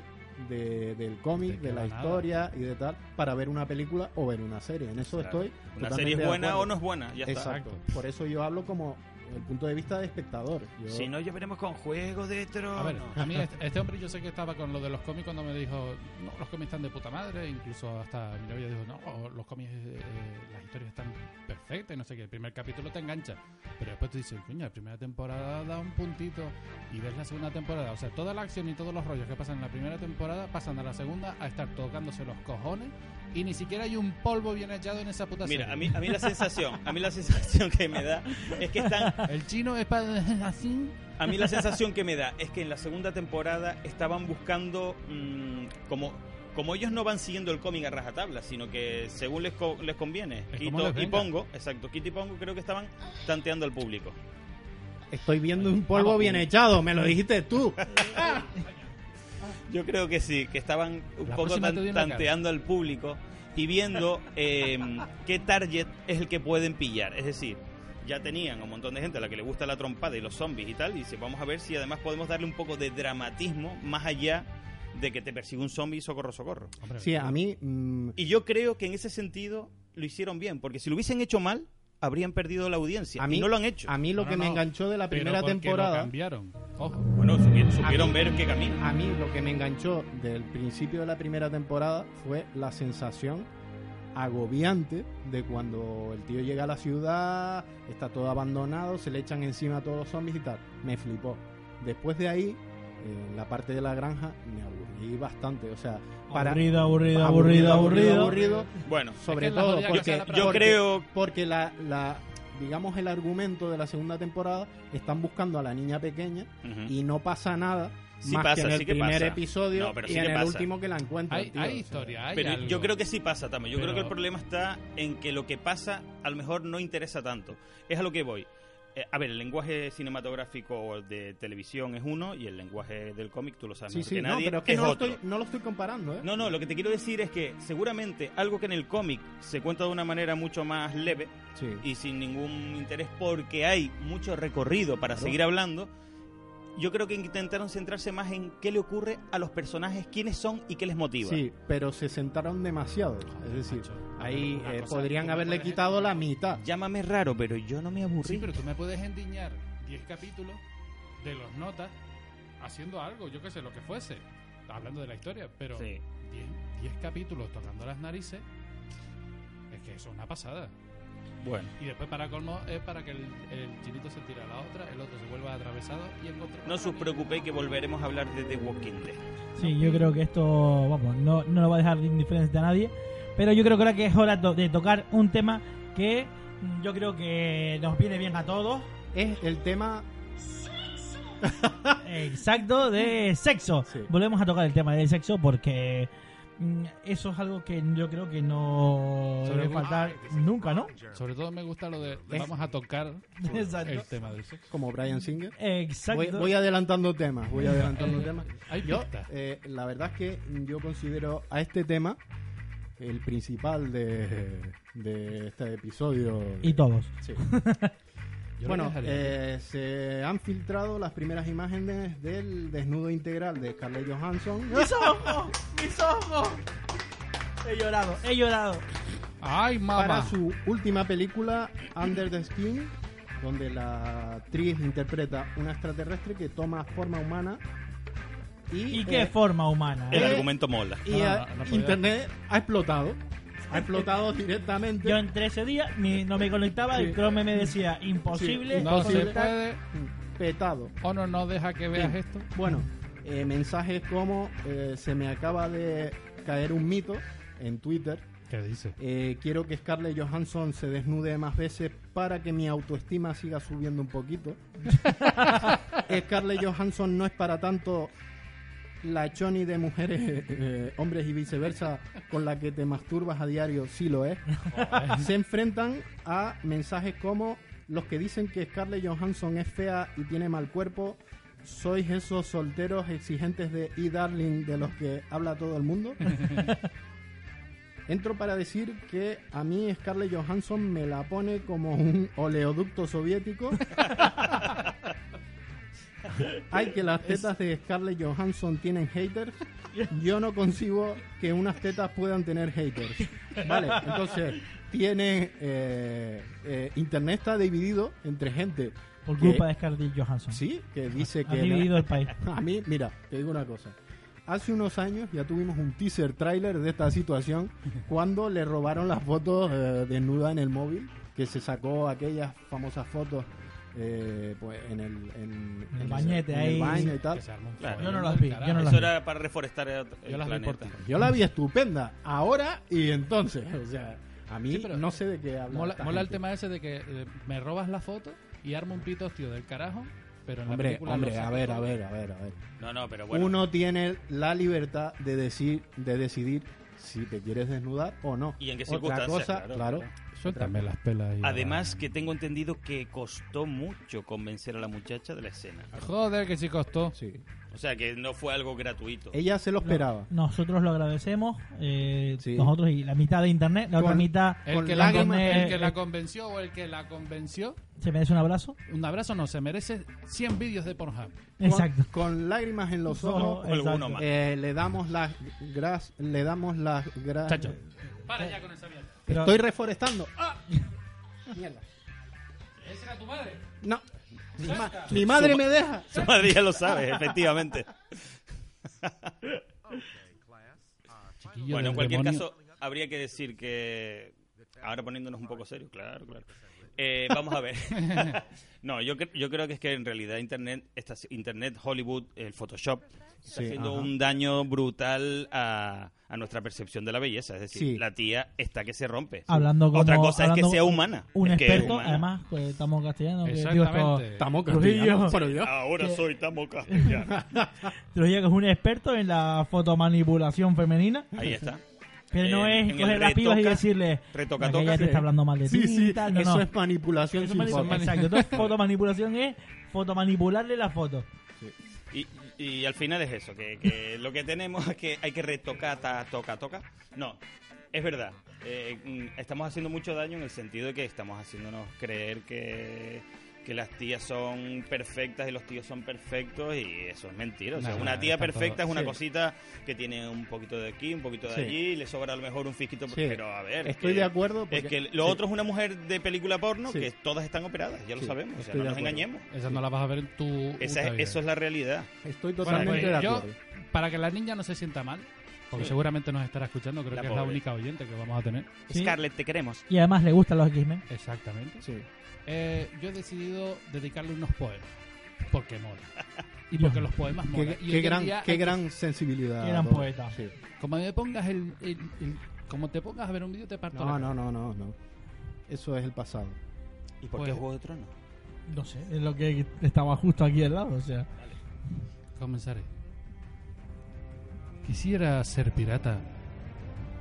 [SPEAKER 3] de- del
[SPEAKER 4] De
[SPEAKER 3] cómic,
[SPEAKER 4] qué
[SPEAKER 3] de, la
[SPEAKER 4] va nada.
[SPEAKER 3] historia y de tal, para ver una película o ver una serie. En eso
[SPEAKER 2] Claro.
[SPEAKER 3] estoy.
[SPEAKER 2] una
[SPEAKER 3] totalmente
[SPEAKER 2] serie
[SPEAKER 3] de
[SPEAKER 2] es buena
[SPEAKER 3] acuerdo.
[SPEAKER 2] o no es buena. Ya está.
[SPEAKER 3] Exacto. Por eso yo hablo como el punto de vista de espectador. Yo-
[SPEAKER 2] Si no, ya veremos con Juego de
[SPEAKER 4] A ver,
[SPEAKER 2] Tronos.
[SPEAKER 4] a mí este, este hombre yo sé que estaba con lo de los cómics cuando me dijo, no, los cómics están de puta madre, incluso hasta mi novia dijo, no, los cómics, eh, las historias están perfectas, y no sé qué, el primer capítulo te engancha, pero después tú dices, coño, la primera temporada da un puntito y ves la segunda temporada, o sea, toda la acción y todos los rollos que pasan en la primera temporada pasan a la segunda a estar tocándose los cojones y ni siquiera hay un polvo bien hallado en esa puta
[SPEAKER 2] Mira,
[SPEAKER 4] serie.
[SPEAKER 2] a mí, a mí la sensación, a mí la sensación que me da es que están,
[SPEAKER 4] El chino es para así.
[SPEAKER 2] a mí la sensación que me da es que en la segunda temporada estaban buscando mm, como como ellos no van siguiendo el cómic a rajatabla, sino que según les, co- les conviene.
[SPEAKER 4] Es como
[SPEAKER 2] Quito
[SPEAKER 4] les
[SPEAKER 2] y
[SPEAKER 4] venga.
[SPEAKER 2] Pongo, exacto, Quito y Pongo creo que estaban tanteando al público.
[SPEAKER 3] Estoy viendo un polvo
[SPEAKER 4] Vamos.
[SPEAKER 3] bien echado, me lo dijiste tú.
[SPEAKER 2] Yo creo que sí, que estaban un
[SPEAKER 4] La
[SPEAKER 2] poco
[SPEAKER 4] próxima te
[SPEAKER 2] tan-
[SPEAKER 4] doy una cara.
[SPEAKER 2] tanteando al público y viendo eh, qué target es el que pueden pillar. Es decir, ya tenían un montón de gente a la que le gusta la trompada y los zombies y tal, y dice, vamos a ver si además podemos darle un poco de dramatismo más allá de que te persigue un zombie y socorro, socorro.
[SPEAKER 4] Hombre,
[SPEAKER 3] Sí, a mí. mm,
[SPEAKER 2] Y yo creo que en ese sentido lo hicieron bien, porque si lo hubiesen hecho mal, habrían perdido la audiencia.
[SPEAKER 3] a mí
[SPEAKER 2] y no lo han hecho.
[SPEAKER 3] A mí lo
[SPEAKER 4] No,
[SPEAKER 3] que
[SPEAKER 4] no,
[SPEAKER 3] me
[SPEAKER 4] no.
[SPEAKER 3] enganchó de la
[SPEAKER 4] pero
[SPEAKER 3] primera
[SPEAKER 4] porque lo
[SPEAKER 3] temporada.
[SPEAKER 4] cambiaron, ojo.
[SPEAKER 2] Bueno, supieron, supieron ver qué camino.
[SPEAKER 3] A mí lo que me enganchó del principio de la primera temporada fue la sensación agobiante de cuando el tío llega a la ciudad, está todo abandonado, se le echan encima a todos los zombies y tal. Me flipó. Después de ahí, eh, la parte de la granja me aburrí bastante. O sea, para
[SPEAKER 1] Aburrido, aburrido, aburrido, aburrido.
[SPEAKER 2] Bueno,
[SPEAKER 3] sobre
[SPEAKER 4] Es que la
[SPEAKER 3] todo
[SPEAKER 4] jodida que sea
[SPEAKER 3] porque
[SPEAKER 4] la
[SPEAKER 2] yo
[SPEAKER 3] porque-
[SPEAKER 2] creo
[SPEAKER 3] porque la, la digamos el argumento de la segunda temporada están buscando a la niña pequeña
[SPEAKER 2] Ujú.
[SPEAKER 3] y no pasa nada
[SPEAKER 2] Sí
[SPEAKER 3] más
[SPEAKER 2] pasa,
[SPEAKER 3] que en el
[SPEAKER 2] sí que
[SPEAKER 3] primer
[SPEAKER 2] pasa.
[SPEAKER 3] episodio
[SPEAKER 2] No, pero
[SPEAKER 3] y
[SPEAKER 2] sí
[SPEAKER 3] en
[SPEAKER 2] que
[SPEAKER 3] el
[SPEAKER 2] pasa.
[SPEAKER 3] último que la encuentran.
[SPEAKER 4] Hay,
[SPEAKER 3] tío,
[SPEAKER 4] hay
[SPEAKER 3] o sea.
[SPEAKER 4] historia, ¿eh? hay
[SPEAKER 2] Pero
[SPEAKER 4] algo.
[SPEAKER 2] yo creo que sí pasa, Tamo. Yo
[SPEAKER 4] Pero-
[SPEAKER 2] creo que el problema está en que lo que pasa a lo mejor no interesa tanto. Es a lo que voy. Eh, a ver, el lenguaje cinematográfico de televisión es uno y el lenguaje del cómic, tú lo sabes
[SPEAKER 3] Sí,
[SPEAKER 2] mejor
[SPEAKER 3] sí,
[SPEAKER 2] que
[SPEAKER 3] no,
[SPEAKER 2] nadie,
[SPEAKER 3] pero es que no, lo
[SPEAKER 2] otro.
[SPEAKER 3] estoy, no lo estoy comparando, ¿eh?
[SPEAKER 2] No, no, lo que te quiero decir es que seguramente algo que en el cómic se cuenta de una manera mucho más leve
[SPEAKER 3] Sí.
[SPEAKER 2] y sin ningún interés porque hay mucho recorrido para seguir hablando, yo creo que intentaron centrarse más en qué le ocurre a los personajes, quiénes son y qué les motiva.
[SPEAKER 3] Sí, pero se sentaron demasiado. Es decir, ahí eh, podrían haberle quitado la mitad.
[SPEAKER 2] Llámame raro, pero yo no me aburrí.
[SPEAKER 4] Sí, pero tú me puedes endiñar 10 capítulos de los notas haciendo algo, yo qué sé, lo que fuese, hablando de la historia, pero
[SPEAKER 2] Sí.
[SPEAKER 4] 10 10 capítulos tocando las narices, es que eso es una pasada.
[SPEAKER 2] Bueno.
[SPEAKER 4] Y después para colmo es para que el, el chinito se tire a la otra, el otro se vuelva atravesado y encuentre...
[SPEAKER 2] No se os preocupéis que volveremos a hablar de The Walking Dead.
[SPEAKER 1] Sí, yo creo que esto, vamos, no, no lo va a dejar indiferente a nadie. Pero yo creo que ahora que es hora to- de tocar un tema que mm, yo creo que nos viene bien a todos.
[SPEAKER 3] Es el tema.
[SPEAKER 1] Exacto, de sexo.
[SPEAKER 3] Sí.
[SPEAKER 1] Volvemos a tocar el tema del sexo porque mm, eso es algo que yo creo que no
[SPEAKER 4] Sobre
[SPEAKER 1] debe
[SPEAKER 4] un-
[SPEAKER 1] faltar
[SPEAKER 3] Ah,
[SPEAKER 1] nunca, ¿no?
[SPEAKER 4] Sobre todo me gusta lo de vamos a tocar
[SPEAKER 1] Exacto.
[SPEAKER 4] el tema del sexo.
[SPEAKER 3] Como Brian Singer.
[SPEAKER 1] Exacto.
[SPEAKER 3] Eh, Voy, voy adelantando temas, voy adelantando temas.
[SPEAKER 4] Hay
[SPEAKER 3] Yo,
[SPEAKER 4] pistas.
[SPEAKER 3] eh, la verdad es que yo considero a este tema el principal de, de este episodio.
[SPEAKER 1] Y todos.
[SPEAKER 3] Sí.
[SPEAKER 4] Yo
[SPEAKER 3] bueno,
[SPEAKER 4] lo dejaría.
[SPEAKER 3] eh, se han filtrado las primeras imágenes del desnudo integral de Scarlett Johansson.
[SPEAKER 4] ¡Ah!
[SPEAKER 1] ¡Mis ojos! ¡Mis ojos! He llorado, he llorado.
[SPEAKER 4] ¡Ay,
[SPEAKER 3] para
[SPEAKER 4] mamá!
[SPEAKER 3] su última película, Under the Skin, donde la actriz interpreta una extraterrestre que toma forma humana. ¿Y,
[SPEAKER 1] ¿Y qué
[SPEAKER 3] eh,
[SPEAKER 1] forma humana?
[SPEAKER 2] El
[SPEAKER 1] eh?
[SPEAKER 3] Eh,
[SPEAKER 2] argumento mola.
[SPEAKER 3] y
[SPEAKER 4] No,
[SPEAKER 3] ah,
[SPEAKER 4] no, eh, no podía.
[SPEAKER 3] Internet ha explotado. Ha explotado directamente.
[SPEAKER 1] Yo en 13 días mi- no me conectaba, el
[SPEAKER 3] Sí.
[SPEAKER 1] Chrome me decía imposible.
[SPEAKER 4] No se
[SPEAKER 3] Posible.
[SPEAKER 4] puede.
[SPEAKER 3] Petado.
[SPEAKER 4] Ono no deja que veas
[SPEAKER 3] Sí.
[SPEAKER 4] esto.
[SPEAKER 3] Bueno, eh, mensajes como eh, se me acaba de caer un mito en Twitter.
[SPEAKER 4] ¿Qué dice?
[SPEAKER 3] Eh, quiero que Scarlett Johansson se desnude más veces para que mi autoestima siga subiendo un poquito. Scarlett Johansson no es para tanto la choni de mujeres, eh, hombres y viceversa con la que te masturbas a diario, sí lo es. Se enfrentan a mensajes como los que dicen que Scarlett Johansson es fea y tiene mal cuerpo. Sois esos solteros exigentes de e-darling de los que habla todo el mundo. Entro para decir que a mí Scarlett Johansson me la pone como un oleoducto soviético. Ay, que las tetas de Scarlett Johansson tienen haters. Yo no concibo que unas tetas puedan tener haters. Vale, entonces tiene eh, eh, internet está dividido entre gente.
[SPEAKER 1] Por
[SPEAKER 3] que-
[SPEAKER 1] culpa de Scarlett Johansson.
[SPEAKER 3] Sí, que dice
[SPEAKER 1] Ha
[SPEAKER 3] que
[SPEAKER 1] dividido el país.
[SPEAKER 3] a mí, mira, te digo una cosa. Hace unos años ya tuvimos un teaser trailer de esta situación cuando le robaron las fotos eh, desnuda en el móvil, que se sacó aquellas famosas fotos eh, pues, en el, en,
[SPEAKER 1] el bañete
[SPEAKER 3] en el
[SPEAKER 1] ahí.
[SPEAKER 3] baño y tal.
[SPEAKER 4] Que se arma un
[SPEAKER 2] Claro.
[SPEAKER 4] follón
[SPEAKER 1] Yo no las
[SPEAKER 4] del
[SPEAKER 1] vi,
[SPEAKER 4] carajo.
[SPEAKER 1] yo no las
[SPEAKER 2] Eso era para reforestar el, el
[SPEAKER 4] Yo las vi por
[SPEAKER 2] planeta.
[SPEAKER 4] ti.
[SPEAKER 3] Yo la vi estupenda, ahora y entonces. O sea, a mí
[SPEAKER 4] Sí, pero
[SPEAKER 3] no sé de qué habla.
[SPEAKER 4] Mola,
[SPEAKER 3] esta
[SPEAKER 4] mola el
[SPEAKER 3] gente.
[SPEAKER 4] tema ese de que eh, me robas la foto y armo un pito tío del carajo, pero en la
[SPEAKER 3] Hombre,
[SPEAKER 4] película
[SPEAKER 3] hombre,
[SPEAKER 4] lo saco
[SPEAKER 3] a ver,
[SPEAKER 4] todo.
[SPEAKER 3] a ver, a ver, a ver.
[SPEAKER 2] No, no, pero bueno.
[SPEAKER 3] Uno tiene la libertad de decir, de decidir si te quieres desnudar o no.
[SPEAKER 2] Y en qué
[SPEAKER 3] Otra
[SPEAKER 2] circunstancias,
[SPEAKER 3] cosa,
[SPEAKER 2] claro,
[SPEAKER 3] claro,
[SPEAKER 2] claro.
[SPEAKER 4] Suéltame las pelas. ahí,
[SPEAKER 2] Además
[SPEAKER 4] va.
[SPEAKER 2] que tengo entendido que costó mucho convencer a la muchacha de la escena.
[SPEAKER 4] Joder, que sí costó.
[SPEAKER 3] sí.
[SPEAKER 2] O sea que no fue algo gratuito.
[SPEAKER 3] Ella se lo esperaba.
[SPEAKER 1] Nosotros lo agradecemos, eh,
[SPEAKER 3] Sí.
[SPEAKER 1] nosotros y la mitad de internet, la otra
[SPEAKER 3] Con-
[SPEAKER 1] mitad
[SPEAKER 4] El
[SPEAKER 3] Con
[SPEAKER 4] que, la,
[SPEAKER 3] lágrimas-
[SPEAKER 4] conven- el que la
[SPEAKER 1] eh,
[SPEAKER 4] convenció o el que la convenció,
[SPEAKER 1] se merece un abrazo.
[SPEAKER 4] un abrazo no, se merece 100 vídeos de Pornhub.
[SPEAKER 3] Con-
[SPEAKER 1] Exacto.
[SPEAKER 3] Con, lágrimas en los ojos,
[SPEAKER 2] o alguno
[SPEAKER 1] Exacto.
[SPEAKER 2] más.
[SPEAKER 3] eh, le damos las gras, le damos las gras.
[SPEAKER 4] Chacho. Para ya con esa mierda.
[SPEAKER 1] Pero-
[SPEAKER 3] Estoy reforestando. ¡Ah! Mierda.
[SPEAKER 4] ¿Esa era tu madre?
[SPEAKER 3] No. Mi, ma- mi madre me deja.
[SPEAKER 2] Su madre ya lo sabe, efectivamente.
[SPEAKER 4] Chiquillo
[SPEAKER 2] Bueno,
[SPEAKER 4] del
[SPEAKER 2] en cualquier
[SPEAKER 4] demonio.
[SPEAKER 2] caso, habría que decir que. Ahora poniéndonos un poco serios, claro, claro. Eh, vamos a ver. no, yo, cre- yo creo que es que en realidad Internet, está haci- Internet Hollywood, el Photoshop, está
[SPEAKER 3] Sí,
[SPEAKER 2] haciendo
[SPEAKER 3] ajá.
[SPEAKER 2] un daño brutal a, a nuestra percepción de la belleza. Es decir,
[SPEAKER 3] Sí.
[SPEAKER 2] la tía está que se rompe.
[SPEAKER 1] Hablando como,
[SPEAKER 2] Otra cosa es que
[SPEAKER 1] hablando
[SPEAKER 2] sea humana.
[SPEAKER 1] Un
[SPEAKER 2] Es que es
[SPEAKER 1] experto,
[SPEAKER 2] humana.
[SPEAKER 1] además, pues, estamos castellanos. que, digo,
[SPEAKER 4] Exactamente.
[SPEAKER 1] esto-
[SPEAKER 3] Estamos
[SPEAKER 1] Trujillo.
[SPEAKER 3] castellanos, pero yo.
[SPEAKER 2] Ahora
[SPEAKER 1] Que-
[SPEAKER 2] soy Tamo Castellano.
[SPEAKER 1] te lo digo que es un experto en la fotomanipulación femenina.
[SPEAKER 2] Ahí está.
[SPEAKER 1] Pero no
[SPEAKER 2] Eh,
[SPEAKER 1] es
[SPEAKER 2] en
[SPEAKER 1] coger
[SPEAKER 2] el
[SPEAKER 1] las pibas y
[SPEAKER 2] retoca-
[SPEAKER 1] decirle
[SPEAKER 2] retoca,
[SPEAKER 1] "Mira, que
[SPEAKER 2] toca,
[SPEAKER 1] ella te
[SPEAKER 2] sí.
[SPEAKER 1] está hablando mal de ti
[SPEAKER 3] Sí, sí,
[SPEAKER 1] y tal". No,
[SPEAKER 3] eso
[SPEAKER 1] no.
[SPEAKER 3] es manipulación
[SPEAKER 1] Eso
[SPEAKER 3] sin
[SPEAKER 1] es
[SPEAKER 3] foto.
[SPEAKER 1] manip- Exacto, todo es fotomanipulación es fotomanipularle la foto.
[SPEAKER 2] Y, y al final es eso, que, que lo que tenemos es que hay que retocar, ta, toca, toca. No, es verdad. eh, mm, estamos haciendo mucho daño en el sentido de que estamos haciéndonos creer que, que las tías son perfectas y los tíos son perfectos y eso es mentira. O sea,
[SPEAKER 4] No,
[SPEAKER 2] una
[SPEAKER 4] no,
[SPEAKER 2] tía
[SPEAKER 4] está
[SPEAKER 2] perfecta
[SPEAKER 4] todo-
[SPEAKER 2] es una
[SPEAKER 4] sí.
[SPEAKER 2] cosita que tiene un poquito de aquí, un poquito de
[SPEAKER 3] Sí.
[SPEAKER 2] allí, y le sobra a lo mejor un fisquito,
[SPEAKER 3] Sí.
[SPEAKER 2] pero a ver.
[SPEAKER 3] Estoy
[SPEAKER 2] que-
[SPEAKER 3] de acuerdo
[SPEAKER 2] Es
[SPEAKER 3] porque-
[SPEAKER 2] que lo
[SPEAKER 3] sí.
[SPEAKER 2] otro es una mujer de película porno
[SPEAKER 3] Sí.
[SPEAKER 2] que todas están operadas, ya lo
[SPEAKER 3] Sí,
[SPEAKER 2] sabemos, o sea,
[SPEAKER 3] estoy
[SPEAKER 2] no
[SPEAKER 3] de
[SPEAKER 2] nos
[SPEAKER 3] acuerdo.
[SPEAKER 2] engañemos.
[SPEAKER 4] Esa no la vas a ver en tu.
[SPEAKER 2] Esa
[SPEAKER 4] puta
[SPEAKER 2] es-
[SPEAKER 4] vida.
[SPEAKER 2] eso es la realidad.
[SPEAKER 3] Estoy
[SPEAKER 4] Bueno,
[SPEAKER 3] totalmente
[SPEAKER 4] pues,
[SPEAKER 3] de
[SPEAKER 4] yo,
[SPEAKER 3] acuerdo.
[SPEAKER 4] para que la niña no se sienta mal, porque
[SPEAKER 2] Sí.
[SPEAKER 4] seguramente nos estará escuchando, creo
[SPEAKER 2] La
[SPEAKER 4] que es la
[SPEAKER 2] pobre.
[SPEAKER 4] única oyente que vamos a tener.
[SPEAKER 1] Sí.
[SPEAKER 2] Scarlett, te queremos.
[SPEAKER 1] Y además le gustan los X-Men.
[SPEAKER 4] Exactamente.
[SPEAKER 3] Sí.
[SPEAKER 4] Eh, yo he decidido dedicarle unos poemas, porque mola. Y
[SPEAKER 1] Dios
[SPEAKER 4] porque
[SPEAKER 1] mío.
[SPEAKER 4] los poemas molan.
[SPEAKER 3] Qué,
[SPEAKER 4] Y
[SPEAKER 3] qué
[SPEAKER 4] hoy en
[SPEAKER 3] gran,
[SPEAKER 4] día
[SPEAKER 3] qué
[SPEAKER 4] hay que-
[SPEAKER 3] gran sensibilidad.
[SPEAKER 1] Qué gran
[SPEAKER 3] Adolfo.
[SPEAKER 1] poeta.
[SPEAKER 3] Sí.
[SPEAKER 4] Como me pongas el, el- el- Como te pongas a ver un vídeo, te parto.
[SPEAKER 3] No, no, no, no, no. Eso es el pasado.
[SPEAKER 2] ¿Y por
[SPEAKER 4] Pues-
[SPEAKER 2] qué Juego de Tronos?
[SPEAKER 1] No sé, es lo que estaba justo aquí al lado, o sea.
[SPEAKER 4] Comenzaré. Quisiera ser pirata,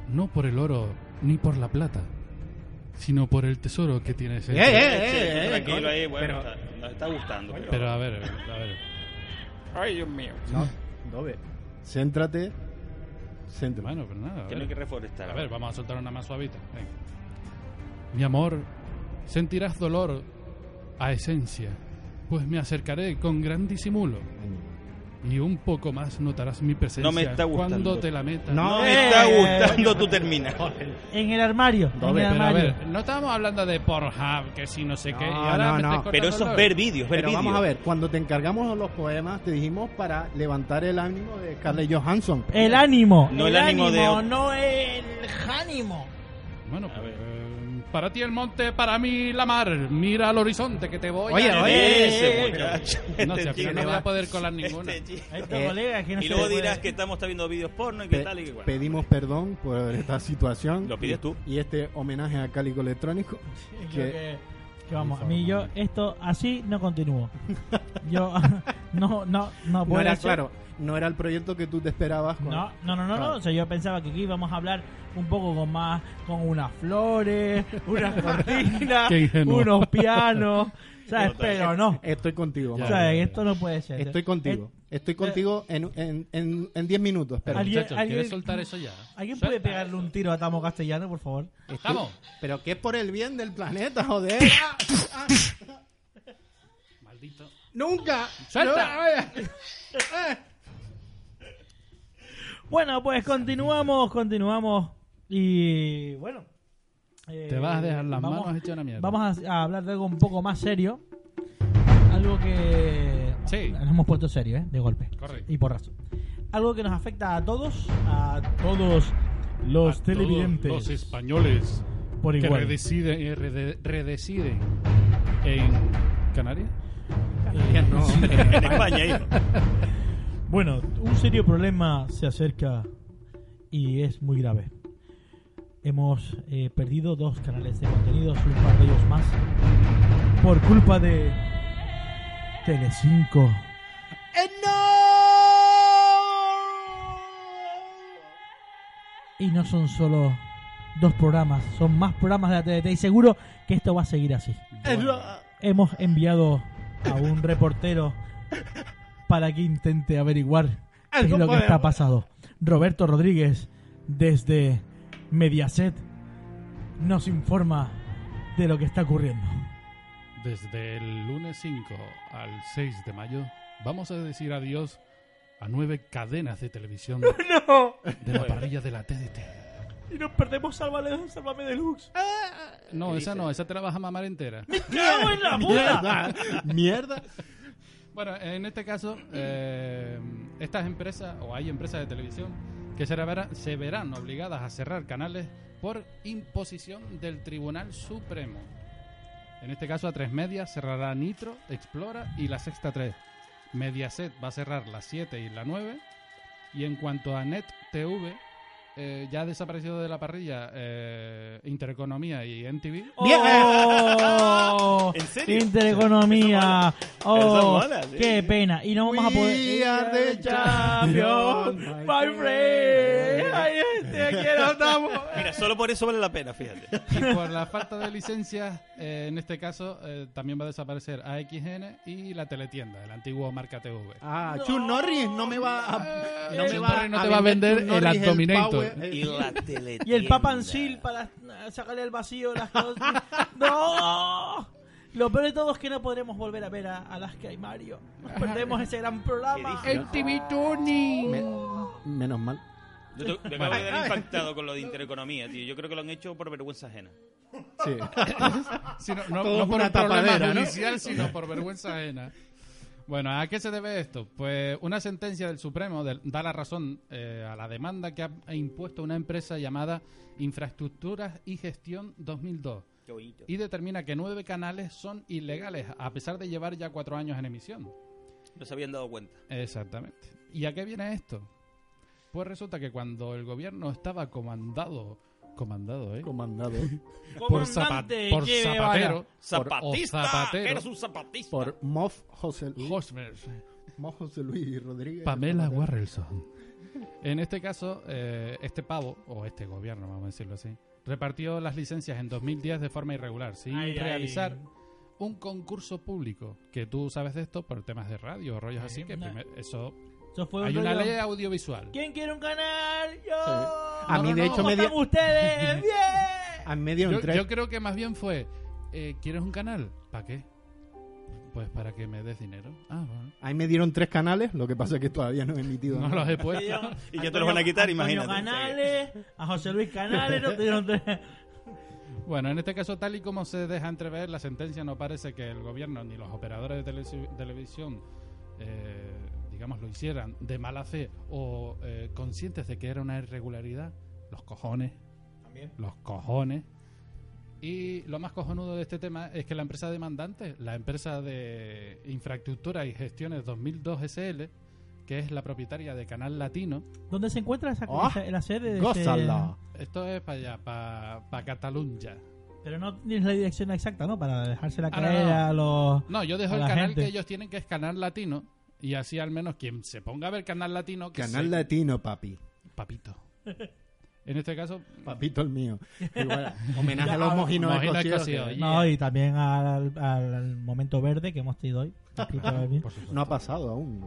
[SPEAKER 4] no por el oro ni por la plata, sino por el tesoro que tienes en
[SPEAKER 3] ¡Eh, eh,
[SPEAKER 2] Sí,
[SPEAKER 3] eh, eh,
[SPEAKER 2] tranquilo
[SPEAKER 3] coño.
[SPEAKER 2] ahí, bueno, está- nos está gustando. Pero,
[SPEAKER 4] Pero a ver, a ver.
[SPEAKER 2] Ay, Dios mío.
[SPEAKER 3] No, Dobe. Céntrate. Céntrate.
[SPEAKER 4] Bueno, pero nada. a
[SPEAKER 2] Que
[SPEAKER 4] ver.
[SPEAKER 2] no hay que reforestar.
[SPEAKER 4] A ver, vamos a soltar una más suavita. venga. Mi amor, sentirás dolor a esencia, pues me acercaré con gran disimulo. Y un poco más notarás mi presencia
[SPEAKER 2] No me está gustando.
[SPEAKER 4] cuando te la meta.
[SPEAKER 2] No,
[SPEAKER 1] No,
[SPEAKER 2] me
[SPEAKER 1] eh,
[SPEAKER 2] está
[SPEAKER 1] eh,
[SPEAKER 2] gustando tu termina.
[SPEAKER 1] En el armario. en el
[SPEAKER 4] Pero a
[SPEAKER 1] armario.
[SPEAKER 4] ver, no estábamos hablando de Pornhub, que si no sé qué. Y
[SPEAKER 3] No,
[SPEAKER 4] ahora
[SPEAKER 3] no,
[SPEAKER 4] me
[SPEAKER 3] no.
[SPEAKER 4] estáis cortando
[SPEAKER 2] Pero
[SPEAKER 4] el
[SPEAKER 2] eso es
[SPEAKER 4] rollo.
[SPEAKER 2] ver vídeos, ver
[SPEAKER 3] Pero
[SPEAKER 2] vídeos.
[SPEAKER 3] vamos a ver, cuando te encargamos los poemas, te dijimos para levantar el ánimo de Scarlett Johansson.
[SPEAKER 2] Eh,
[SPEAKER 1] El ánimo.
[SPEAKER 2] No el ánimo de-
[SPEAKER 1] No el ánimo.
[SPEAKER 4] Bueno, pues, eh, para ti el monte, para mí la mar. Mira al horizonte que te voy
[SPEAKER 3] Oye,
[SPEAKER 4] a...
[SPEAKER 3] oye.
[SPEAKER 2] Ese
[SPEAKER 1] eh,
[SPEAKER 2] muchacho.
[SPEAKER 4] No, si
[SPEAKER 2] este
[SPEAKER 4] al final
[SPEAKER 2] chico,
[SPEAKER 4] no voy a poder colar ninguna.
[SPEAKER 2] este chico.
[SPEAKER 1] Ahí está, colega, que no
[SPEAKER 2] Y
[SPEAKER 1] se
[SPEAKER 2] luego
[SPEAKER 1] le puede-
[SPEAKER 2] dirás que estamos está viendo vídeos porno y que
[SPEAKER 3] Pe-
[SPEAKER 2] tal y que igual.
[SPEAKER 3] pedimos perdón por esta situación.
[SPEAKER 2] Lo pides tú.
[SPEAKER 3] Y este homenaje a Cálico Electrónico.
[SPEAKER 1] Yo
[SPEAKER 3] que-
[SPEAKER 1] que- que vamos, a mí yo esto así no continúo. Yo no, no, no
[SPEAKER 3] No
[SPEAKER 1] puedo
[SPEAKER 3] era,
[SPEAKER 1] hacer-
[SPEAKER 3] claro, no era el proyecto que tú te esperabas. con-
[SPEAKER 1] No, no, no, no, no.
[SPEAKER 3] Claro.
[SPEAKER 1] O sea, yo pensaba que aquí íbamos a hablar un poco con más, con unas flores, unas cortinas,
[SPEAKER 4] Qué ingenuo.
[SPEAKER 1] unos pianos, ¿sabes?
[SPEAKER 2] Total.
[SPEAKER 1] Pero no.
[SPEAKER 3] Estoy contigo,
[SPEAKER 4] Ya.
[SPEAKER 1] O
[SPEAKER 3] Mauro.
[SPEAKER 1] sea, esto no puede ser.
[SPEAKER 3] Estoy contigo. Estoy contigo en 10 en, en, 10 minutos. Pero,
[SPEAKER 1] Alguien-
[SPEAKER 4] Muchachos,
[SPEAKER 1] alguien-
[SPEAKER 4] ¿quieres soltar eso ya?
[SPEAKER 1] ¿Alguien
[SPEAKER 4] Suelta
[SPEAKER 1] puede pegarle
[SPEAKER 4] eso.
[SPEAKER 1] un tiro a Tamo Castellano, por favor?
[SPEAKER 4] Estamos.
[SPEAKER 3] pero que es por el bien del planeta, joder. Ah,
[SPEAKER 4] Maldito.
[SPEAKER 3] Nunca.
[SPEAKER 4] ¡Suelta!
[SPEAKER 1] Bueno, pues continuamos, continuamos. Y bueno. eh,
[SPEAKER 4] Te vas a dejar las
[SPEAKER 1] vamos-
[SPEAKER 4] manos hechas una mierda.
[SPEAKER 1] Vamos a, a hablar de algo un poco más serio. Algo que.
[SPEAKER 4] Sí.
[SPEAKER 1] Nos hemos puesto serio, ¿eh? De golpe.
[SPEAKER 4] Correcto.
[SPEAKER 1] Y porrazo. Algo que nos afecta a todos, a todos los
[SPEAKER 4] A
[SPEAKER 1] televidentes.
[SPEAKER 4] todos Los españoles
[SPEAKER 1] por
[SPEAKER 4] que
[SPEAKER 1] igual.
[SPEAKER 4] redeciden, eh, rede- redeciden en Canarias.
[SPEAKER 1] Eh,
[SPEAKER 2] En España, hijo.
[SPEAKER 1] Bueno, un serio problema se acerca y es muy grave. Hemos eh, perdido dos canales de contenidos y un par de ellos más por culpa de Telecinco.
[SPEAKER 3] eh,
[SPEAKER 1] Y no son solo dos programas, son más programas de la TDT y seguro que esto va a seguir así. Hemos enviado a un reportero para que intente averiguar qué es lo que está pasado. Roberto Rodríguez, desde Mediaset, nos informa de lo que está ocurriendo.
[SPEAKER 4] Desde el lunes 5 al 6 de mayo vamos a decir adiós a nueve cadenas de televisión
[SPEAKER 1] ¡No!
[SPEAKER 4] de la parrilla de la TDT.
[SPEAKER 1] Y nos perdemos Sálvame, Sálvame Deluxe.
[SPEAKER 4] No, esa no, esa te la vas a mamar entera.
[SPEAKER 1] ¡Cago en la puta!
[SPEAKER 3] Mierda.
[SPEAKER 4] Bueno, en este caso, eh, estas empresas, o hay empresas de televisión, que se verá- se verán obligadas a cerrar canales por imposición del Tribunal Supremo. En este caso, a tres medias cerrará Nitro, Explora y la Sexta 3. Mediaset va a cerrar la 7 y la 9. Y en cuanto a Net TV, eh, ya ha desaparecido de la parrilla eh, Intereconomía y MTV.
[SPEAKER 1] ¡Oh!
[SPEAKER 2] ¿En serio?
[SPEAKER 1] Intereconomía.
[SPEAKER 2] Eso
[SPEAKER 1] ¡Oh!
[SPEAKER 2] mola, sí.
[SPEAKER 1] ¡Qué pena! Y no vamos a poder.
[SPEAKER 3] We are the champions,
[SPEAKER 1] ¡My friend! ¡Ay, este, aquí estamos!
[SPEAKER 2] Mira, solo por eso vale la pena, fíjate.
[SPEAKER 4] Y por la falta de licencias, eh, en este caso, eh, también va a desaparecer AXN y la teletienda, el antiguo Marca TV.
[SPEAKER 3] Ah, Chun Norris no me va a. No, me
[SPEAKER 4] Chun
[SPEAKER 3] va
[SPEAKER 4] Norris no te va a vender
[SPEAKER 3] Chun Norris
[SPEAKER 4] el Abdominator.
[SPEAKER 3] power-
[SPEAKER 2] Y la tele.
[SPEAKER 1] Y el papancil para ah, sacarle al vacío las cosas. ¡No! Lo peor de todo es que no podremos volver a ver a Alaska y Mario. Nos perdemos ese gran programa.
[SPEAKER 2] ¿Qué dices?
[SPEAKER 4] TV Tuning!
[SPEAKER 3] Me- menos mal.
[SPEAKER 2] Yo te- me acabo de quedar impactado con lo de Intereconomía, tío. Yo creo que lo han hecho por vergüenza ajena.
[SPEAKER 3] Sí.
[SPEAKER 4] Sino- no,
[SPEAKER 3] Todo fue
[SPEAKER 4] no por
[SPEAKER 3] una
[SPEAKER 4] un problema
[SPEAKER 3] tapadera, ¿no?
[SPEAKER 4] judicial, sino por vergüenza ajena. Bueno, ¿a qué se debe esto? Pues una sentencia del Supremo del- da la razón eh, a la demanda que ha impuesto una empresa llamada Infraestructuras y Gestión 2002
[SPEAKER 2] Qué bonito.
[SPEAKER 4] y determina que nueve canales son ilegales a pesar de llevar ya cuatro años en emisión.
[SPEAKER 2] No se habían dado cuenta.
[SPEAKER 4] Exactamente. ¿Y a qué viene esto? Pues resulta que cuando el gobierno estaba comandado, comandado, ¿eh?
[SPEAKER 3] Comandado
[SPEAKER 4] por, Zapa- por Zapatero,
[SPEAKER 2] Zapatista.
[SPEAKER 4] o Zapatero.
[SPEAKER 2] Eres un zapatista.
[SPEAKER 3] por Moff José,
[SPEAKER 4] Hosmer,
[SPEAKER 3] Moff José Luis Rodríguez.
[SPEAKER 4] Pamela Warrelson. En este caso, eh, este pavo, o este gobierno, vamos a decirlo así, repartió las licencias en 2010 de forma irregular, sin
[SPEAKER 1] Ay, ay.
[SPEAKER 4] realizar un concurso público. Que tú sabes de esto por temas de radio o rollos así, que
[SPEAKER 1] Eh, una-
[SPEAKER 4] primer- eso
[SPEAKER 1] Eso fue un
[SPEAKER 4] Hay una
[SPEAKER 1] rollo.
[SPEAKER 4] ley audiovisual.
[SPEAKER 1] ¿Quién quiere un canal? ¡Yo!
[SPEAKER 3] A mí, de hecho,
[SPEAKER 1] ¿Cómo
[SPEAKER 3] me dio-
[SPEAKER 1] están ustedes? ¡Bien!
[SPEAKER 3] A medio
[SPEAKER 4] Yo,
[SPEAKER 3] entre.
[SPEAKER 4] yo creo que más bien fue, eh, ¿quieres un canal? ¿Para qué? Pues para que me des dinero. Ah, bueno.
[SPEAKER 3] Ahí me dieron tres canales, lo que pasa es que todavía no he emitido.
[SPEAKER 4] No
[SPEAKER 3] nada.
[SPEAKER 4] los he
[SPEAKER 1] Te
[SPEAKER 4] puesto.
[SPEAKER 1] dieron
[SPEAKER 2] Y ya te
[SPEAKER 1] Antonio-
[SPEAKER 2] los van a quitar,
[SPEAKER 1] Antonio
[SPEAKER 2] imagínate.
[SPEAKER 1] Canales, a José Luis Canales, no te dieron tres.
[SPEAKER 4] Bueno, en este caso, tal y como se deja entrever, la sentencia no parece que el gobierno ni los operadores de televisi- televisión, eh, digamos, lo hicieran de mala fe o eh, conscientes de que era una irregularidad. Los cojones.
[SPEAKER 1] También.
[SPEAKER 4] Los cojones. Y lo más cojonudo de este tema es que la empresa demandante, la empresa de infraestructura y gestiones 2002 SL, que es la propietaria de Canal Latino,
[SPEAKER 1] ¿Dónde se encuentra esa,
[SPEAKER 3] Ah,
[SPEAKER 1] esa- la sede de
[SPEAKER 3] Gózala.
[SPEAKER 4] esto es para allá, para, para Cataluña.
[SPEAKER 1] ese- Pero no tienes la dirección exacta, ¿no? Para dejársela
[SPEAKER 4] Ah,
[SPEAKER 1] caer
[SPEAKER 4] no, no.
[SPEAKER 1] a los...
[SPEAKER 4] No, yo dejo
[SPEAKER 1] a
[SPEAKER 4] el
[SPEAKER 1] la
[SPEAKER 4] canal
[SPEAKER 1] gente.
[SPEAKER 4] que ellos tienen, que es Canal Latino. Y así al menos quien se ponga a ver Canal Latino... que
[SPEAKER 3] Canal
[SPEAKER 4] se-
[SPEAKER 3] latino, papi.
[SPEAKER 4] Papito. En este caso...
[SPEAKER 3] Papito el mío. Igual, homenaje a los
[SPEAKER 1] Ya,
[SPEAKER 3] mojinos
[SPEAKER 4] mojinos
[SPEAKER 3] escocidos.
[SPEAKER 4] escocidos,
[SPEAKER 3] que
[SPEAKER 4] ya.
[SPEAKER 1] No, y también al, al- al momento verde que hemos tenido hoy. escrito aquí.
[SPEAKER 4] Por supuesto.
[SPEAKER 3] No ha pasado aún.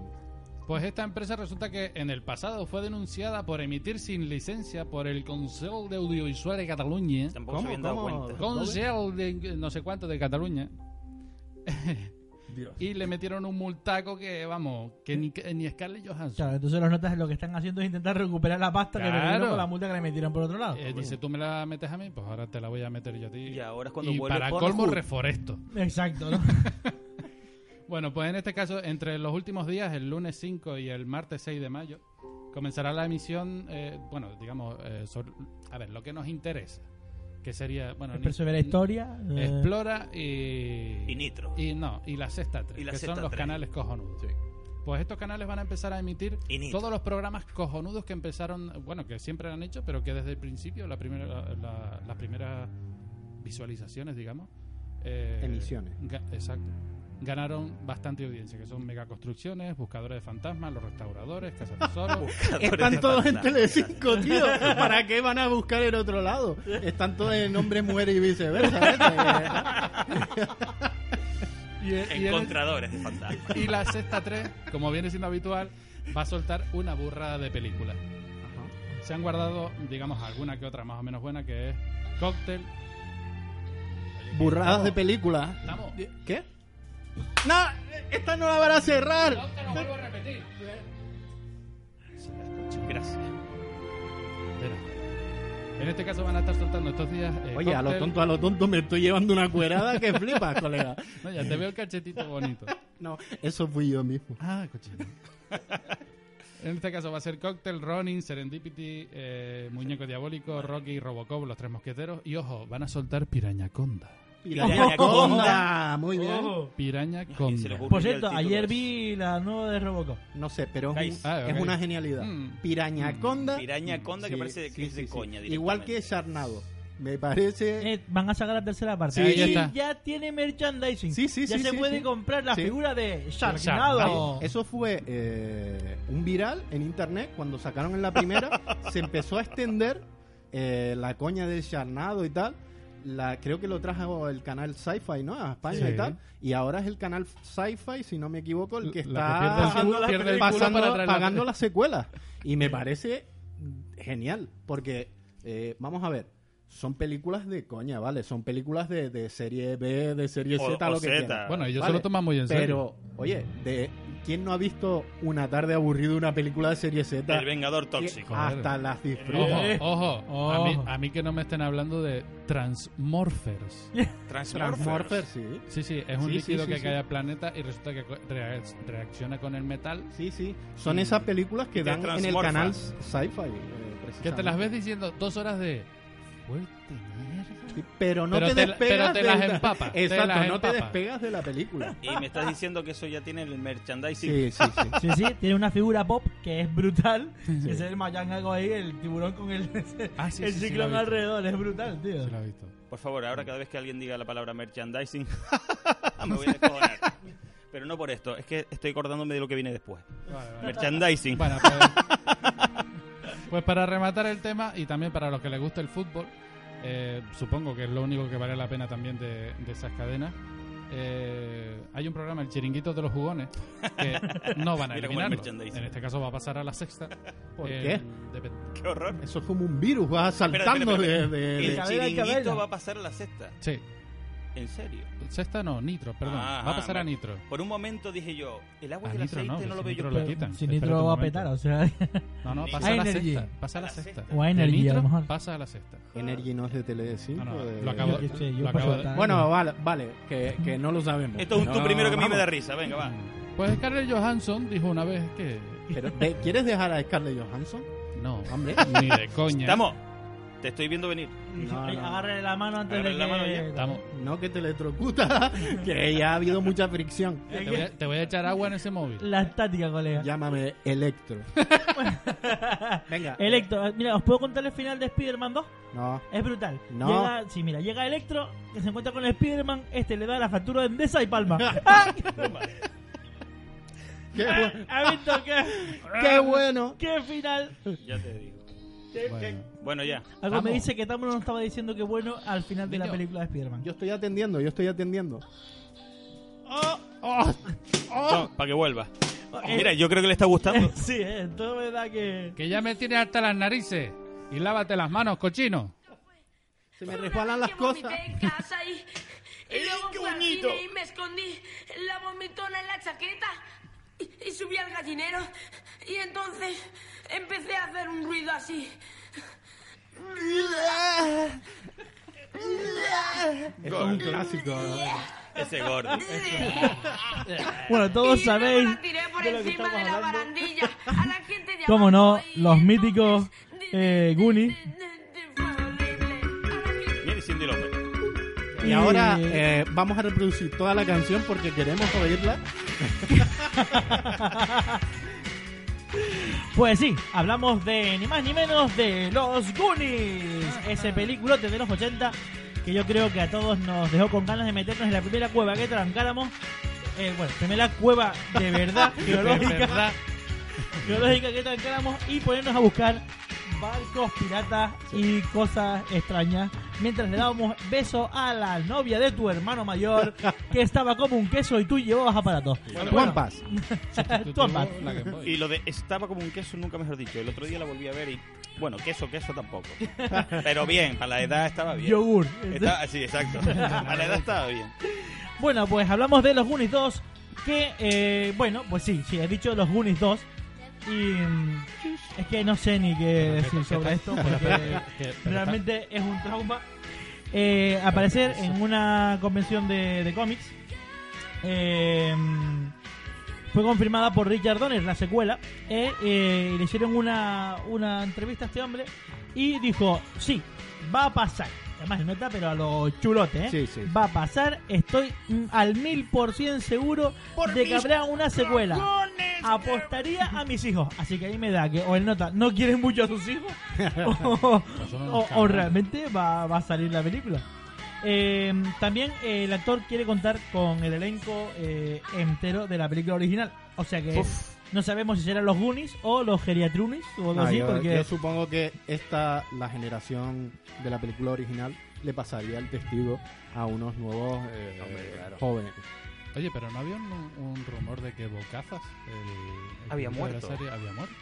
[SPEAKER 4] Pues esta empresa resulta que en el pasado fue denunciada por emitir sin licencia por el Consejo de Audiovisual de Cataluña.
[SPEAKER 2] Tampoco se
[SPEAKER 3] ¿Cómo,
[SPEAKER 2] habían dado
[SPEAKER 3] cómo?
[SPEAKER 2] cuenta.
[SPEAKER 4] Consejo de no sé cuánto de Cataluña. Y le metieron un multaco que, vamos, que ni, que ni Scarlett Johansson.
[SPEAKER 1] Claro, entonces los notas lo que están haciendo es intentar recuperar la pasta que
[SPEAKER 4] Claro.
[SPEAKER 1] perdieron con la multa que le metieron por otro lado.
[SPEAKER 4] Eh, dice, tú me la metes a mí, pues ahora te la voy a meter yo a ti.
[SPEAKER 2] Y ahora es cuando
[SPEAKER 4] Y
[SPEAKER 2] vuelve
[SPEAKER 4] para
[SPEAKER 2] Pornhub.
[SPEAKER 4] colmo reforesto.
[SPEAKER 1] Exacto, ¿no?
[SPEAKER 4] Bueno, pues en este caso, entre los últimos días, el lunes 5 y el martes 6 de mayo, comenzará la emisión, eh, bueno, digamos, eh, sobre- a ver, lo que nos interesa, que sería, bueno, ni-
[SPEAKER 1] Persevera Historia. eh,
[SPEAKER 4] Explora y...
[SPEAKER 2] Y Nitro.
[SPEAKER 4] y no, y la Sexta 3,
[SPEAKER 2] Y la
[SPEAKER 4] que
[SPEAKER 2] Sexta
[SPEAKER 4] son los
[SPEAKER 2] tres.
[SPEAKER 4] canales cojonudos. Pues estos canales van a empezar a emitir
[SPEAKER 2] Y Nitro.
[SPEAKER 4] todos los programas cojonudos que empezaron, bueno, que siempre han hecho, pero que desde el principio, la primera, la- las primeras visualizaciones, digamos. eh,
[SPEAKER 3] Emisiones.
[SPEAKER 4] ga- exacto. Ganaron bastante audiencia, que son megaconstrucciones, buscadores de fantasmas, los restauradores, cazatesoros.
[SPEAKER 2] este
[SPEAKER 3] Están todos en
[SPEAKER 2] televisión
[SPEAKER 3] Telecinco, tío. ¿Para qué van a buscar el otro lado? Están todos en hombres, mujeres y viceversa. ¿eh? ¿ves?
[SPEAKER 4] y, y en el-
[SPEAKER 2] Encontradores de fantasmas.
[SPEAKER 4] y la sexta 3, como viene siendo habitual, va a soltar una burrada de películas. Se han guardado, digamos, alguna que otra más o menos buena, que es Cóctel.
[SPEAKER 3] Burradas de películas.
[SPEAKER 4] Estamos.
[SPEAKER 3] ¿Qué? No, esta no la van a cerrar.
[SPEAKER 4] te lo vuelvo a repetir.
[SPEAKER 2] Gracias.
[SPEAKER 4] En este caso van a estar soltando estos días. eh,
[SPEAKER 3] Oye, a lo
[SPEAKER 4] Cóctel.
[SPEAKER 3] tonto, a lo tonto me estoy llevando una cuerada que flipas, colega.
[SPEAKER 4] No, ya te veo el cachetito bonito.
[SPEAKER 3] No, eso fui yo mismo.
[SPEAKER 4] Ah, cochino. En este caso va a ser Cóctel, Ronin, Serendipity, eh, Muñeco Diabólico, Rocky y Robocop, Los Tres Mosqueteros. Y ojo, van a soltar Piraña Conda.
[SPEAKER 3] Anaconda, muy bien.
[SPEAKER 2] Oh.
[SPEAKER 1] ojo.
[SPEAKER 4] Piraña
[SPEAKER 2] quién se le
[SPEAKER 4] Conda.
[SPEAKER 2] ocurre?
[SPEAKER 1] Por cierto,
[SPEAKER 2] Ocurriría el
[SPEAKER 1] ayer
[SPEAKER 2] título
[SPEAKER 1] vi la nueva de Robocop.
[SPEAKER 3] No sé, pero es, un-
[SPEAKER 4] Ah,
[SPEAKER 3] es
[SPEAKER 4] ok.
[SPEAKER 3] una genialidad.
[SPEAKER 4] Mm.
[SPEAKER 3] Pirañaconda.
[SPEAKER 2] Piraña Conda que
[SPEAKER 3] Sí,
[SPEAKER 2] parece
[SPEAKER 3] sí,
[SPEAKER 2] que es
[SPEAKER 3] sí,
[SPEAKER 2] de
[SPEAKER 3] sí.
[SPEAKER 2] coña.
[SPEAKER 3] Igual que
[SPEAKER 2] directamente.
[SPEAKER 3] Sarnado. Me parece.
[SPEAKER 1] Eh, van a sacar la tercera parte.
[SPEAKER 4] Sí, ahí está.
[SPEAKER 1] ya tiene merchandising.
[SPEAKER 3] Sí, sí,
[SPEAKER 1] ya
[SPEAKER 3] sí,
[SPEAKER 1] se
[SPEAKER 3] sí,
[SPEAKER 1] puede
[SPEAKER 3] sí.
[SPEAKER 1] comprar la
[SPEAKER 3] Sí.
[SPEAKER 1] figura de
[SPEAKER 3] Ah,
[SPEAKER 1] Sharknado.
[SPEAKER 3] Eso fue eh, un viral en internet cuando sacaron en la primera. se empezó a extender eh, la coña del charnado y tal. La, creo que lo trajo el canal Sci-Fi, ¿no? A España
[SPEAKER 4] Sí.
[SPEAKER 3] y tal. Y ahora es el canal Sci-Fi, si no me equivoco, el que
[SPEAKER 4] La que
[SPEAKER 3] está
[SPEAKER 4] pierde el
[SPEAKER 3] pagando
[SPEAKER 4] culo-
[SPEAKER 3] las
[SPEAKER 4] pierde el
[SPEAKER 3] películas,
[SPEAKER 4] culo para
[SPEAKER 3] pasando-
[SPEAKER 4] traer la-
[SPEAKER 3] pagando las secuelas. Y me parece genial, porque eh, vamos a ver. Son películas de coña, ¿vale? Son películas de, de serie B, de serie
[SPEAKER 2] O-
[SPEAKER 3] Z,
[SPEAKER 2] o
[SPEAKER 3] lo que
[SPEAKER 2] Z.
[SPEAKER 3] quieran.
[SPEAKER 4] Bueno, ellos se
[SPEAKER 3] Vale,
[SPEAKER 4] lo toman muy en serio.
[SPEAKER 3] Pero, oye, de ¿quién no ha visto una tarde aburrida una película de serie Z?
[SPEAKER 2] El Vengador Tóxico.
[SPEAKER 3] Hasta las disfruto.
[SPEAKER 4] Ojo, ojo. A,
[SPEAKER 1] Ojo.
[SPEAKER 4] mí, a mí que no me estén hablando de Transmorphers.
[SPEAKER 3] Transmorphers, sí.
[SPEAKER 4] Sí, sí, es un
[SPEAKER 3] Sí, sí,
[SPEAKER 4] líquido
[SPEAKER 3] sí,
[SPEAKER 4] que
[SPEAKER 3] sí.
[SPEAKER 4] cae al planeta y resulta que co- rea- reacciona con el metal.
[SPEAKER 3] Sí, sí.
[SPEAKER 4] Mm.
[SPEAKER 3] Son esas películas que
[SPEAKER 2] De
[SPEAKER 3] dan en el
[SPEAKER 2] Transmorphers.
[SPEAKER 3] canal Sci-Fi. eh,
[SPEAKER 4] Que te las
[SPEAKER 3] precisamente.
[SPEAKER 4] ves diciendo dos horas de... Fuerte mierda.
[SPEAKER 3] Sí, Pero no
[SPEAKER 4] Pero
[SPEAKER 3] te,
[SPEAKER 4] te-
[SPEAKER 3] despegas
[SPEAKER 4] pero te
[SPEAKER 3] de
[SPEAKER 4] las
[SPEAKER 3] la-
[SPEAKER 4] empapas, te
[SPEAKER 3] Exacto,
[SPEAKER 4] las
[SPEAKER 3] no te
[SPEAKER 4] empapas.
[SPEAKER 3] despegas de la película.
[SPEAKER 2] Y me estás diciendo que eso ya tiene el merchandising.
[SPEAKER 3] Sí, sí,
[SPEAKER 1] Sí,
[SPEAKER 3] sí.
[SPEAKER 1] sí, tiene una figura pop que es brutal. Ese es el mayangago ahí, el tiburón con el,
[SPEAKER 4] Ah, sí,
[SPEAKER 1] el
[SPEAKER 4] sí, sí,
[SPEAKER 1] ciclón
[SPEAKER 4] lo he visto.
[SPEAKER 1] alrededor. Es brutal, tío.
[SPEAKER 4] Sí, lo he visto.
[SPEAKER 2] Por favor, ahora cada vez que alguien diga la palabra merchandising, me voy a descojonar. Pero no por esto, es que estoy acordándome de lo que viene después.
[SPEAKER 4] Vale, vale.
[SPEAKER 2] Merchandising.
[SPEAKER 4] Bueno, pues, pues para rematar el tema y también para los que les gusta el fútbol, eh, supongo que es lo único que vale la pena también de, de esas cadenas. eh, hay un programa, el Chiringuito de los Jugones, que no van a
[SPEAKER 2] Mira cómo el
[SPEAKER 4] eliminarlo.
[SPEAKER 2] merchandising.
[SPEAKER 4] En este caso va a pasar a la sexta.
[SPEAKER 3] ¿Por
[SPEAKER 4] Eh,
[SPEAKER 3] qué?
[SPEAKER 4] dep-
[SPEAKER 2] Qué horror.
[SPEAKER 3] Eso es como un virus, vas saltando
[SPEAKER 2] Espera, espera, espera.
[SPEAKER 3] de... de-
[SPEAKER 2] El
[SPEAKER 1] Hay que verla, hay que
[SPEAKER 2] chiringuito
[SPEAKER 1] verla.
[SPEAKER 2] va a pasar a la sexta.
[SPEAKER 4] sí.
[SPEAKER 2] ¿En serio?
[SPEAKER 4] Sexta no, Nitro, perdón.
[SPEAKER 2] Ah,
[SPEAKER 4] va a pasar a
[SPEAKER 2] vale.
[SPEAKER 4] Nitro.
[SPEAKER 2] Por un momento dije yo, el agua
[SPEAKER 4] A
[SPEAKER 2] del
[SPEAKER 4] Nitro
[SPEAKER 2] aceite no,
[SPEAKER 4] no, que
[SPEAKER 2] lo
[SPEAKER 4] si
[SPEAKER 2] veo yo.
[SPEAKER 4] Nitro
[SPEAKER 2] pero-
[SPEAKER 4] lo quitan.
[SPEAKER 1] Sin
[SPEAKER 4] Espérate
[SPEAKER 1] nitro
[SPEAKER 4] un
[SPEAKER 1] va a
[SPEAKER 4] momento.
[SPEAKER 1] petar, o sea.
[SPEAKER 4] No, no,
[SPEAKER 2] A
[SPEAKER 4] pasa a la
[SPEAKER 1] Energy.
[SPEAKER 4] sexta. Pasa a la
[SPEAKER 2] A la
[SPEAKER 4] sexta.
[SPEAKER 2] sexta.
[SPEAKER 1] O a
[SPEAKER 4] De
[SPEAKER 1] Energy, a lo
[SPEAKER 4] Nitro,
[SPEAKER 1] mejor.
[SPEAKER 4] Pasa a la sexta.
[SPEAKER 3] Energy no es de Tele5.
[SPEAKER 4] No, no,
[SPEAKER 3] de-
[SPEAKER 4] lo acabo,
[SPEAKER 1] Yo qué sé, yo
[SPEAKER 4] lo
[SPEAKER 1] paso
[SPEAKER 4] acabo de-
[SPEAKER 1] tal.
[SPEAKER 3] Bueno, vale, vale, que, que no lo sabemos.
[SPEAKER 2] Esto es un tú
[SPEAKER 3] No,
[SPEAKER 2] primero que a mí me
[SPEAKER 3] vamos.
[SPEAKER 2] da risa, venga, va.
[SPEAKER 4] Pues Scarlett Johansson dijo una vez que
[SPEAKER 3] Pero, ve, ¿Quieres dejar a Scarlett Johansson?
[SPEAKER 4] no,
[SPEAKER 3] Hombre.
[SPEAKER 4] ni de coña.
[SPEAKER 2] Estamos, te estoy viendo venir.
[SPEAKER 3] No, no.
[SPEAKER 1] Agarre la mano antes
[SPEAKER 2] Agarre
[SPEAKER 1] de
[SPEAKER 2] la
[SPEAKER 1] que...
[SPEAKER 2] mano y ya.
[SPEAKER 4] Estamos.
[SPEAKER 3] No que te electrocuta, que ya ha habido mucha fricción.
[SPEAKER 4] Te voy, a, te voy a echar agua en ese móvil.
[SPEAKER 1] La estática, colega.
[SPEAKER 3] Llámame Electro. Venga.
[SPEAKER 1] Electro, eh, mira, ¿os puedo contar el final de Spider-Man 2?
[SPEAKER 3] No.
[SPEAKER 1] Es brutal.
[SPEAKER 3] No.
[SPEAKER 1] Llega, sí, mira, llega Electro, que se encuentra con el Spider-Man, este le da la factura de Endesa y palma. ¡Ah!
[SPEAKER 3] Qué, bu-
[SPEAKER 1] ¿Has visto qué?
[SPEAKER 3] qué bueno.
[SPEAKER 1] ¿Qué final?
[SPEAKER 2] Ya te digo.
[SPEAKER 4] Bueno,
[SPEAKER 2] Bueno, ya.
[SPEAKER 1] Algo me
[SPEAKER 4] Vamos.
[SPEAKER 1] dice que Tamo no estaba diciendo que bueno al final de la
[SPEAKER 4] Niño.
[SPEAKER 1] película de Spider-Man.
[SPEAKER 3] Yo estoy atendiendo, yo estoy atendiendo.
[SPEAKER 2] para que vuelva.
[SPEAKER 1] Oh, Eh,
[SPEAKER 2] Mira, yo creo que le está gustando.
[SPEAKER 1] sí, eh, entonces me da que...
[SPEAKER 4] que ya me tienes hasta las narices. Y lávate las manos, cochino.
[SPEAKER 3] Se me resbalan las cosas.
[SPEAKER 8] en casa y, y luego
[SPEAKER 2] qué
[SPEAKER 8] fui al
[SPEAKER 2] bonito!
[SPEAKER 8] cine y me escondí la vomitona en la chaqueta y, y subí al gallinero y entonces empecé a hacer un ruido así.
[SPEAKER 9] Esto es un clásico.
[SPEAKER 2] Ese gordo.
[SPEAKER 1] Bueno, todos
[SPEAKER 8] y luego
[SPEAKER 1] sabéis
[SPEAKER 8] la tiré por
[SPEAKER 1] de lo que
[SPEAKER 8] encima
[SPEAKER 1] estamos
[SPEAKER 8] de la
[SPEAKER 1] hablando.
[SPEAKER 8] barandilla a la gente de
[SPEAKER 1] Cómo no,
[SPEAKER 8] abajo y
[SPEAKER 1] los
[SPEAKER 8] entonces,
[SPEAKER 1] míticos,
[SPEAKER 8] de-
[SPEAKER 1] eh,
[SPEAKER 8] de-
[SPEAKER 1] Goonies.
[SPEAKER 8] de- de- de- fue horrible. A la gente-
[SPEAKER 2] Mira, Cindy López.
[SPEAKER 3] Y ahora eh, vamos a reproducir toda la canción porque queremos oírla.
[SPEAKER 1] Pues sí, hablamos de ni más ni menos de Los Goonies, ese peliculote de los 80 que yo creo que a todos nos dejó con ganas de meternos en la primera cueva que trancáramos. Eh, bueno, primera cueva de verdad,
[SPEAKER 4] De
[SPEAKER 1] geológica,
[SPEAKER 4] verdad.
[SPEAKER 1] geológica que trancáramos y ponernos a buscar barcos piratas y cosas extrañas mientras le dábamos beso a la novia de tu hermano mayor que estaba como un queso y tú llevabas aparatos.
[SPEAKER 3] Guampas.
[SPEAKER 1] Tú ambas.
[SPEAKER 4] La Game Boy.
[SPEAKER 2] Y lo de estaba como un queso, nunca mejor dicho. El otro día la volví a ver y. Bueno, queso, queso tampoco. Pero bien, para la edad estaba bien.
[SPEAKER 1] Yogur.
[SPEAKER 2] Está- sí, exacto. Para la edad estaba bien.
[SPEAKER 1] Bueno, pues hablamos de los Goonies 2. Que, eh, bueno, pues sí, sí, he dicho los Goonies 2. Y mm, es que no sé ni qué decir sobre esto, porque
[SPEAKER 4] Que- pero
[SPEAKER 1] realmente es un trauma. Eh, aparecer en una convención de, de cómics eh, fue confirmada por Richard Donner, la secuela. eh, eh, y le hicieron una, una entrevista a este hombre y dijo: Sí, va a pasar. Además, nota, pero a lo chulote, ¿eh?
[SPEAKER 3] Sí, sí, sí.
[SPEAKER 1] Va a pasar, estoy mm, al mil por cien seguro de que habrá una secuela. Apostaría a mis hijos. Así que ahí me da que o el nota no quiere mucho a sus hijos o,
[SPEAKER 4] Eso no nos
[SPEAKER 1] o-
[SPEAKER 4] escapa.
[SPEAKER 1] o realmente va, va a salir la película. Eh, también eh, el actor quiere contar con el elenco eh, entero de la película original. O sea que no sabemos si serán los Goonies o los Geriatrunis o algo
[SPEAKER 3] Ah,
[SPEAKER 1] así,
[SPEAKER 3] yo,
[SPEAKER 1] porque
[SPEAKER 3] yo supongo que esta, la generación de la película original, le pasaría el testigo a unos nuevos eh, jóvenes.
[SPEAKER 4] Oye, pero no había un, un rumor de que Bocazas, el, el
[SPEAKER 2] Había
[SPEAKER 4] de la
[SPEAKER 2] muerto.
[SPEAKER 4] serie, había muerto.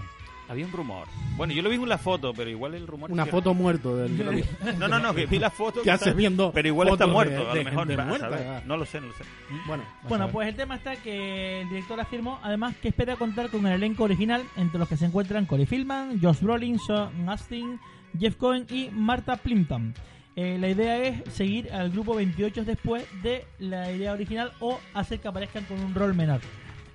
[SPEAKER 2] Había un rumor. Bueno, yo lo vi en la foto, pero igual el rumor.
[SPEAKER 3] Una
[SPEAKER 2] es
[SPEAKER 3] foto muerto del
[SPEAKER 2] que- No, no, no, que vi la foto.
[SPEAKER 3] que hace viendo.
[SPEAKER 2] Pero igual está
[SPEAKER 3] fotos
[SPEAKER 2] muerto,
[SPEAKER 3] de-
[SPEAKER 2] a
[SPEAKER 3] de
[SPEAKER 2] lo mejor.
[SPEAKER 3] gente
[SPEAKER 2] vas a
[SPEAKER 3] muerta,
[SPEAKER 2] saber.
[SPEAKER 3] ¿verdad?
[SPEAKER 2] no lo sé, no lo sé.
[SPEAKER 3] Bueno,
[SPEAKER 4] Vas a
[SPEAKER 1] Bueno,
[SPEAKER 4] ver.
[SPEAKER 1] pues el tema está que el director afirmó, además, que espera contar con el elenco original, entre los que se encuentran Corey Feldman, Josh Brolin, Sean Astin, Jeff Cohen y Martha Plimpton. Eh, la idea es seguir al grupo 28 después de la idea original o hacer que aparezcan con un rol menor.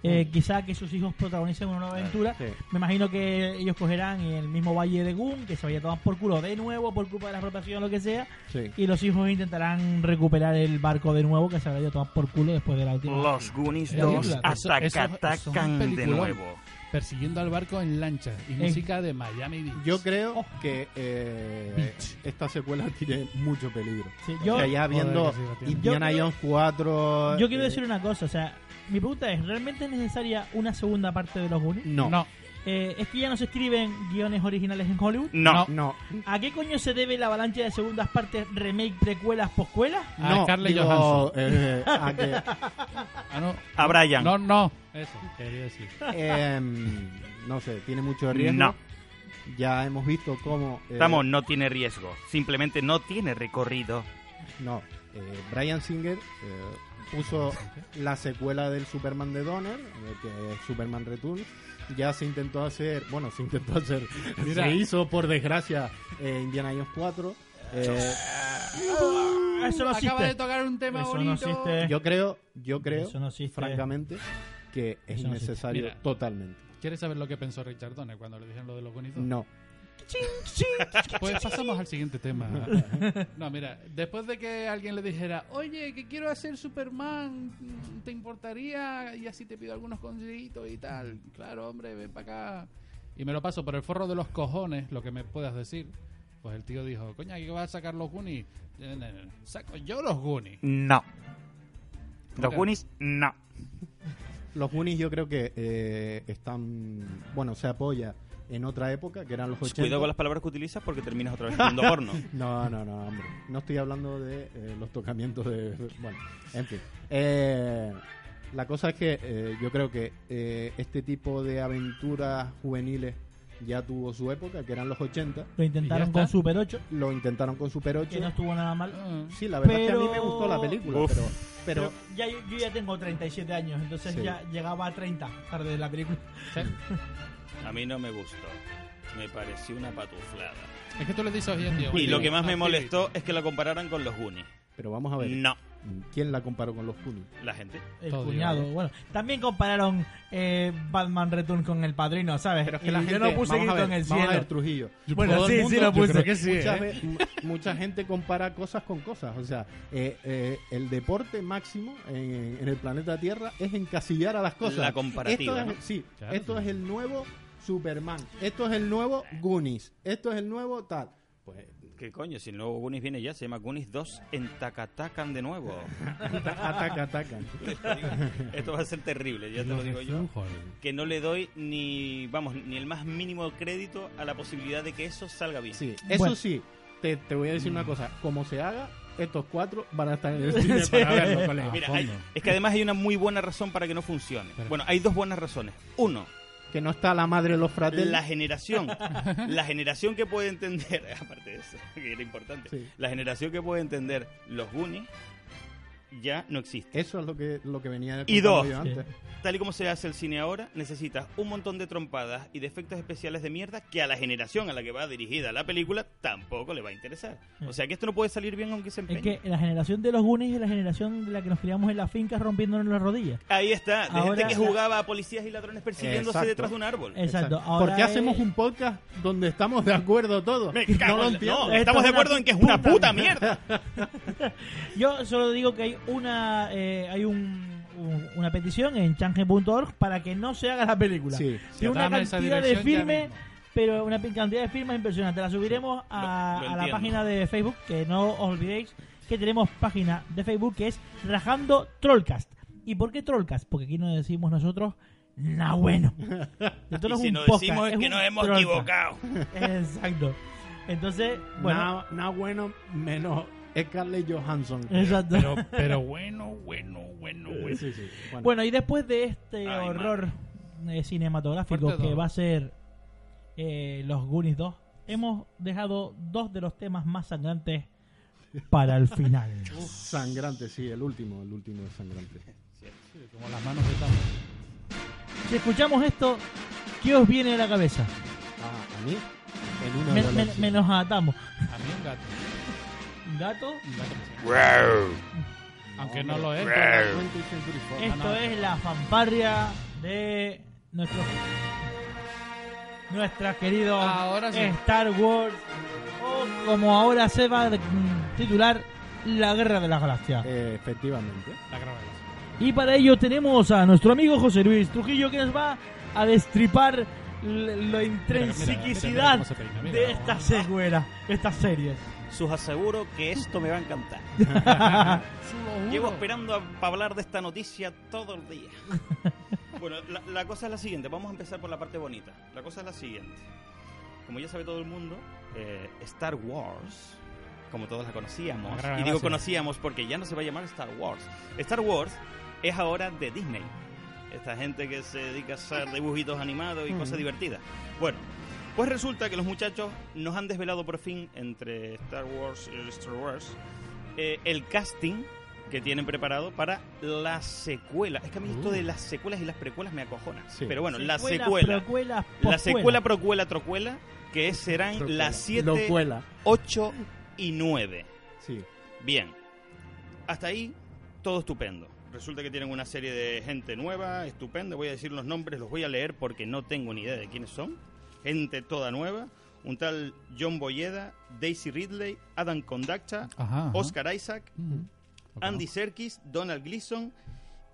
[SPEAKER 1] Eh, Quizá que sus hijos protagonicen una nueva aventura.
[SPEAKER 3] sí.
[SPEAKER 1] Me imagino que ellos cogerán el mismo Valle de Goon, que se vaya tomar por culo de nuevo por culpa de la expropiación o lo que sea.
[SPEAKER 3] sí.
[SPEAKER 1] Y los hijos intentarán recuperar el barco de nuevo que se habrá ido a tomar por culo después de la última.
[SPEAKER 2] Los Goonies
[SPEAKER 1] Eso-
[SPEAKER 2] 2
[SPEAKER 1] eso-
[SPEAKER 2] hasta
[SPEAKER 4] eso-
[SPEAKER 2] atacan
[SPEAKER 4] eso es un
[SPEAKER 2] de
[SPEAKER 4] peliculón.
[SPEAKER 2] nuevo.
[SPEAKER 4] Persiguiendo al barco en lancha y música de Miami Beach.
[SPEAKER 3] Yo creo que eh, esta secuela tiene mucho peligro.
[SPEAKER 1] Sí,
[SPEAKER 3] O
[SPEAKER 1] yo,
[SPEAKER 3] sea, ya viendo
[SPEAKER 4] Joder, que sí la tiene.
[SPEAKER 3] Indiana
[SPEAKER 1] Yo creo-
[SPEAKER 3] Jones 4.
[SPEAKER 1] yo quiero
[SPEAKER 3] eh,
[SPEAKER 1] decir una cosa, o sea, mi pregunta es, ¿realmente es necesaria una segunda parte de los Goonies?
[SPEAKER 3] No, no,
[SPEAKER 4] no.
[SPEAKER 1] Eh, ¿Es que ya no se escriben guiones originales en Hollywood?
[SPEAKER 2] No.
[SPEAKER 4] No.
[SPEAKER 3] no.
[SPEAKER 1] ¿A qué coño se debe la avalancha de segundas partes, remake, precuelas, poscuelas?
[SPEAKER 4] A Scarlett
[SPEAKER 3] digo,
[SPEAKER 4] Johansson.
[SPEAKER 3] eh, a que,
[SPEAKER 4] Ah, no.
[SPEAKER 2] A Brian.
[SPEAKER 4] No, no. Eso, quería decir.
[SPEAKER 3] em, no sé, tiene mucho riesgo.
[SPEAKER 2] No.
[SPEAKER 3] Ya hemos visto cómo. eh,
[SPEAKER 2] Estamos, no tiene riesgo. Simplemente no tiene recorrido.
[SPEAKER 3] No. eh, Brian Singer eh, puso la secuela del Superman de Donner, eh, que es Superman Returns. Ya se intentó hacer, bueno, se intentó hacer,
[SPEAKER 4] Mira.
[SPEAKER 3] se hizo por desgracia eh, Indiana Jones 4. Eh,
[SPEAKER 1] Ah, Eso no
[SPEAKER 4] Mm, Acaba de
[SPEAKER 1] existe.
[SPEAKER 4] tocar un tema
[SPEAKER 1] Eso no
[SPEAKER 4] bonito.
[SPEAKER 1] existe.
[SPEAKER 3] yo creo, yo creo,
[SPEAKER 1] Eso no existe.
[SPEAKER 3] francamente, que es
[SPEAKER 1] Eso no existe.
[SPEAKER 3] necesario
[SPEAKER 4] Mira.
[SPEAKER 3] totalmente.
[SPEAKER 4] ¿Quieres saber lo que pensó Richard Donner cuando le dijeron lo de los bonitos?
[SPEAKER 3] No.
[SPEAKER 4] Pues pasamos al siguiente tema. No, mira, después de que alguien le dijera, oye, que quiero hacer Superman, ¿te importaría? Y así te pido algunos consejitos y tal. Claro, hombre, ven para acá. Y me lo paso por el forro de los cojones, lo que me puedas decir. Pues el tío dijo, coña, ¿qué vas a sacar los Goonies? Eh, no, no, no. Saco yo los Goonies.
[SPEAKER 2] No. Los
[SPEAKER 4] Ok.
[SPEAKER 2] Goonies, no.
[SPEAKER 3] Los Goonies yo creo que eh, están, bueno, se apoya en otra época, que eran los 80.
[SPEAKER 2] Cuidado con las palabras que utilizas porque terminas otra vez viendo porno.
[SPEAKER 3] No, no, no, hombre. No estoy hablando de eh, los tocamientos de... Bueno, en fin. Eh, la cosa es que eh, yo creo que eh, este tipo de aventuras juveniles ya tuvo su época, que eran los 80.
[SPEAKER 1] Lo
[SPEAKER 4] ¿Y ya
[SPEAKER 1] intentaron
[SPEAKER 4] está?
[SPEAKER 1] con Super 8,
[SPEAKER 3] Lo intentaron con Super 8.
[SPEAKER 1] que no estuvo nada mal.
[SPEAKER 4] Ah,
[SPEAKER 3] Sí, la verdad es que a mí
[SPEAKER 1] Pero-
[SPEAKER 3] me gustó la película,
[SPEAKER 2] Uf.
[SPEAKER 3] pero... pero
[SPEAKER 1] ya, yo yo ya tengo 37 años, entonces
[SPEAKER 3] Sí.
[SPEAKER 1] ya llegaba a 30 tarde de la película.
[SPEAKER 4] sí.
[SPEAKER 2] A mí no me gustó. Me pareció una patuflada.
[SPEAKER 4] Es que tú le dices hoy en día.
[SPEAKER 2] Y
[SPEAKER 4] oye,
[SPEAKER 2] lo que más me
[SPEAKER 4] activity.
[SPEAKER 2] molestó es que la compararan con los Goonies.
[SPEAKER 3] pero vamos a ver.
[SPEAKER 2] No.
[SPEAKER 3] ¿Quién la comparó con los Goonies?
[SPEAKER 2] La gente.
[SPEAKER 1] El
[SPEAKER 4] Todo
[SPEAKER 1] cuñado,
[SPEAKER 4] igual.
[SPEAKER 1] bueno.
[SPEAKER 4] ¿eh?
[SPEAKER 1] También compararon eh, Batman Return con El Padrino, ¿sabes?
[SPEAKER 3] Pero es que
[SPEAKER 1] Y
[SPEAKER 3] la gente,
[SPEAKER 1] yo no puse
[SPEAKER 3] vamos a
[SPEAKER 1] grito
[SPEAKER 3] ver,
[SPEAKER 1] en el
[SPEAKER 3] vamos a
[SPEAKER 1] cielo.
[SPEAKER 3] ver Trujillo.
[SPEAKER 1] Bueno,
[SPEAKER 4] Todo el
[SPEAKER 1] sí, sí
[SPEAKER 4] mundo,
[SPEAKER 1] lo
[SPEAKER 4] yo
[SPEAKER 1] puse,
[SPEAKER 4] creo
[SPEAKER 1] que sí.
[SPEAKER 3] muchas
[SPEAKER 1] ¿eh?
[SPEAKER 3] ve- mu- mucha gente compara cosas con cosas. O sea, eh, eh, el deporte máximo en, en el planeta Tierra es encasillar a las cosas.
[SPEAKER 2] La comparativa,
[SPEAKER 3] Esto es,
[SPEAKER 2] ¿no?
[SPEAKER 3] Sí,
[SPEAKER 4] Claro,
[SPEAKER 3] esto
[SPEAKER 4] sí.
[SPEAKER 3] es el nuevo Superman. Esto es el nuevo Goonies. Esto es el nuevo tal. Pues
[SPEAKER 2] ¿Qué coño? Si el nuevo Goonies viene ya, se llama Goonies 2 en Tacatacan de nuevo.
[SPEAKER 3] ataca, ataca.
[SPEAKER 2] Esto va a ser terrible, ya te lo
[SPEAKER 4] Los
[SPEAKER 2] digo yo.
[SPEAKER 4] reflujos.
[SPEAKER 2] Que no le doy ni, vamos, ni el más mínimo crédito a la posibilidad de que eso salga bien.
[SPEAKER 3] Sí, eso
[SPEAKER 1] Bueno.
[SPEAKER 3] sí, te, te voy a decir una cosa. Como se haga, estos cuatro van a estar en el cine para verlo, colega.
[SPEAKER 2] Mira,
[SPEAKER 4] A
[SPEAKER 2] hay-
[SPEAKER 4] fondo.
[SPEAKER 2] es que además hay una muy buena razón para que no funcione. Bueno, hay dos buenas razones. Uno,
[SPEAKER 3] Que no está la madre de los fratelli.
[SPEAKER 2] la generación. la generación que puede entender, aparte de eso, que era importante,
[SPEAKER 3] Sí.
[SPEAKER 2] la generación que puede entender los Goonies ya no existe.
[SPEAKER 3] Eso es lo que, lo que venía
[SPEAKER 2] Y
[SPEAKER 3] contando
[SPEAKER 2] dos.
[SPEAKER 3] yo antes.
[SPEAKER 2] Tal y como se hace el cine ahora, necesitas un montón de trompadas y de efectos especiales de mierda que a la generación a la que va dirigida la película tampoco le va a interesar. O sea que esto no puede salir bien aunque se
[SPEAKER 1] Es
[SPEAKER 2] empeñe.
[SPEAKER 1] que la generación de los Goonies es la generación de la que nos criamos en las fincas rompiéndonos las rodillas.
[SPEAKER 2] Ahí está, de
[SPEAKER 1] Ahora-
[SPEAKER 2] gente que jugaba a policías y ladrones persiguiéndose
[SPEAKER 3] Exacto.
[SPEAKER 2] detrás de un árbol.
[SPEAKER 1] Exacto.
[SPEAKER 3] Exacto.
[SPEAKER 1] Ahora
[SPEAKER 3] ¿Por qué hacemos
[SPEAKER 1] es-
[SPEAKER 3] un podcast donde estamos de acuerdo todos?
[SPEAKER 2] Me cago
[SPEAKER 3] no lo
[SPEAKER 2] en la-
[SPEAKER 3] entiendo.
[SPEAKER 2] no,
[SPEAKER 1] Esto
[SPEAKER 2] estamos
[SPEAKER 1] es
[SPEAKER 2] de
[SPEAKER 1] una
[SPEAKER 2] acuerdo en que es una
[SPEAKER 1] puta
[SPEAKER 2] puta mierda.
[SPEAKER 1] Yo solo digo que hay una eh, hay un, un- una petición en change.org para que no se haga la película.
[SPEAKER 3] Sí,
[SPEAKER 4] Si
[SPEAKER 1] Tiene una
[SPEAKER 4] atame esa
[SPEAKER 1] cantidad de
[SPEAKER 4] dirección ya
[SPEAKER 1] firmes,
[SPEAKER 4] mismo.
[SPEAKER 1] pero una pi- cantidad de firmas impresionante. La subiremos a,
[SPEAKER 2] lo
[SPEAKER 1] a la
[SPEAKER 2] entiendo.
[SPEAKER 1] página de Facebook, que no os olvidéis que tenemos página de Facebook que es Rajando Trollcast. ¿Y por qué Trollcast? Porque aquí no decimos nosotros nada bueno. Esto no
[SPEAKER 2] Y
[SPEAKER 1] es
[SPEAKER 2] si
[SPEAKER 1] un
[SPEAKER 2] nos
[SPEAKER 1] podcast,
[SPEAKER 2] decimos es
[SPEAKER 1] es
[SPEAKER 2] que
[SPEAKER 1] un
[SPEAKER 2] nos hemos
[SPEAKER 1] Trollcast.
[SPEAKER 2] equivocado.
[SPEAKER 1] Exacto. Entonces, bueno,
[SPEAKER 3] Nada nada bueno menos Scarlett Johansson. Pues
[SPEAKER 1] exacto.
[SPEAKER 10] Pero, pero bueno, bueno, bueno, bueno.
[SPEAKER 3] Sí, sí. Bueno,
[SPEAKER 1] Bueno, y después de este
[SPEAKER 2] Ay,
[SPEAKER 1] horror eh, cinematográfico
[SPEAKER 4] Fuerte
[SPEAKER 1] que
[SPEAKER 4] dos.
[SPEAKER 1] va a ser eh, los Goonies 2, hemos dejado dos de los temas más sangrantes para el final.
[SPEAKER 3] sangrante, sí, el último, el último es sangrante.
[SPEAKER 4] Sí, Como las manos de Thanos.
[SPEAKER 1] si escuchamos esto, ¿qué os viene a la cabeza?
[SPEAKER 3] Ah, a mí, en una
[SPEAKER 1] Me, me-
[SPEAKER 3] evaluación.
[SPEAKER 1] me nos atamos.
[SPEAKER 4] A mí un gato.
[SPEAKER 1] ¿Gato?
[SPEAKER 4] Un gato que se-
[SPEAKER 3] No,
[SPEAKER 4] Aunque no
[SPEAKER 3] hombre.
[SPEAKER 4] lo es.
[SPEAKER 3] Era 20 Century Fox.
[SPEAKER 1] Esto
[SPEAKER 4] no.
[SPEAKER 1] es la fanfarria de nuestro... Nuestra querido
[SPEAKER 4] Ahora sí.
[SPEAKER 1] Star Wars, o como ahora se va a mm, titular, La Guerra de las Galaxias.
[SPEAKER 3] Eh, efectivamente.
[SPEAKER 4] La grabamos.
[SPEAKER 1] Y para ello tenemos a nuestro amigo José Luis Trujillo que nos va a destripar l- la
[SPEAKER 4] mira, mira
[SPEAKER 1] intrinsicidad
[SPEAKER 4] cómo se peina, mira,
[SPEAKER 1] de
[SPEAKER 4] vamos.
[SPEAKER 1] esta secuela, estas series.
[SPEAKER 2] Sus aseguro que esto me va a encantar. Llevo
[SPEAKER 4] Uh. Oh.
[SPEAKER 2] esperando a- para hablar de esta noticia todo el día. bueno, la, la cosa es la siguiente. Vamos a empezar por la parte bonita. La cosa es la siguiente. Como ya sabe todo el mundo, eh, Star Wars, como todos la conocíamos,
[SPEAKER 4] La gran
[SPEAKER 2] y digo
[SPEAKER 4] gracia.
[SPEAKER 2] conocíamos porque ya no se va a llamar Star Wars. Star Wars es ahora de Disney. Esta gente que se dedica a hacer dibujitos animados y cosas divertidas. Bueno, pues resulta que los muchachos nos han desvelado por fin entre Star Wars y Star Wars eh, el casting que tienen preparado para la secuela. Es que a mí esto de las secuelas y las precuelas me acojona.
[SPEAKER 11] Sí.
[SPEAKER 2] Pero bueno, la
[SPEAKER 1] Secuela,
[SPEAKER 2] secuela.
[SPEAKER 1] precuela, poscuela.
[SPEAKER 2] La secuela, procuela, trocuela, que serán las 7,
[SPEAKER 3] Locuela.
[SPEAKER 2] 8 y 9.
[SPEAKER 3] Sí.
[SPEAKER 2] Bien. Hasta ahí, todo estupendo. Resulta que tienen una serie de gente nueva, estupenda. Voy a decir los nombres, los voy a leer porque no tengo ni idea de quiénes son. Gente toda nueva. Un tal John Boyeda, Daisy Ridley, Adam Condacha,
[SPEAKER 4] Ajá, ajá.
[SPEAKER 2] Oscar Isaac,
[SPEAKER 4] Ujú.
[SPEAKER 2] Andy Serkis, Donald Gleason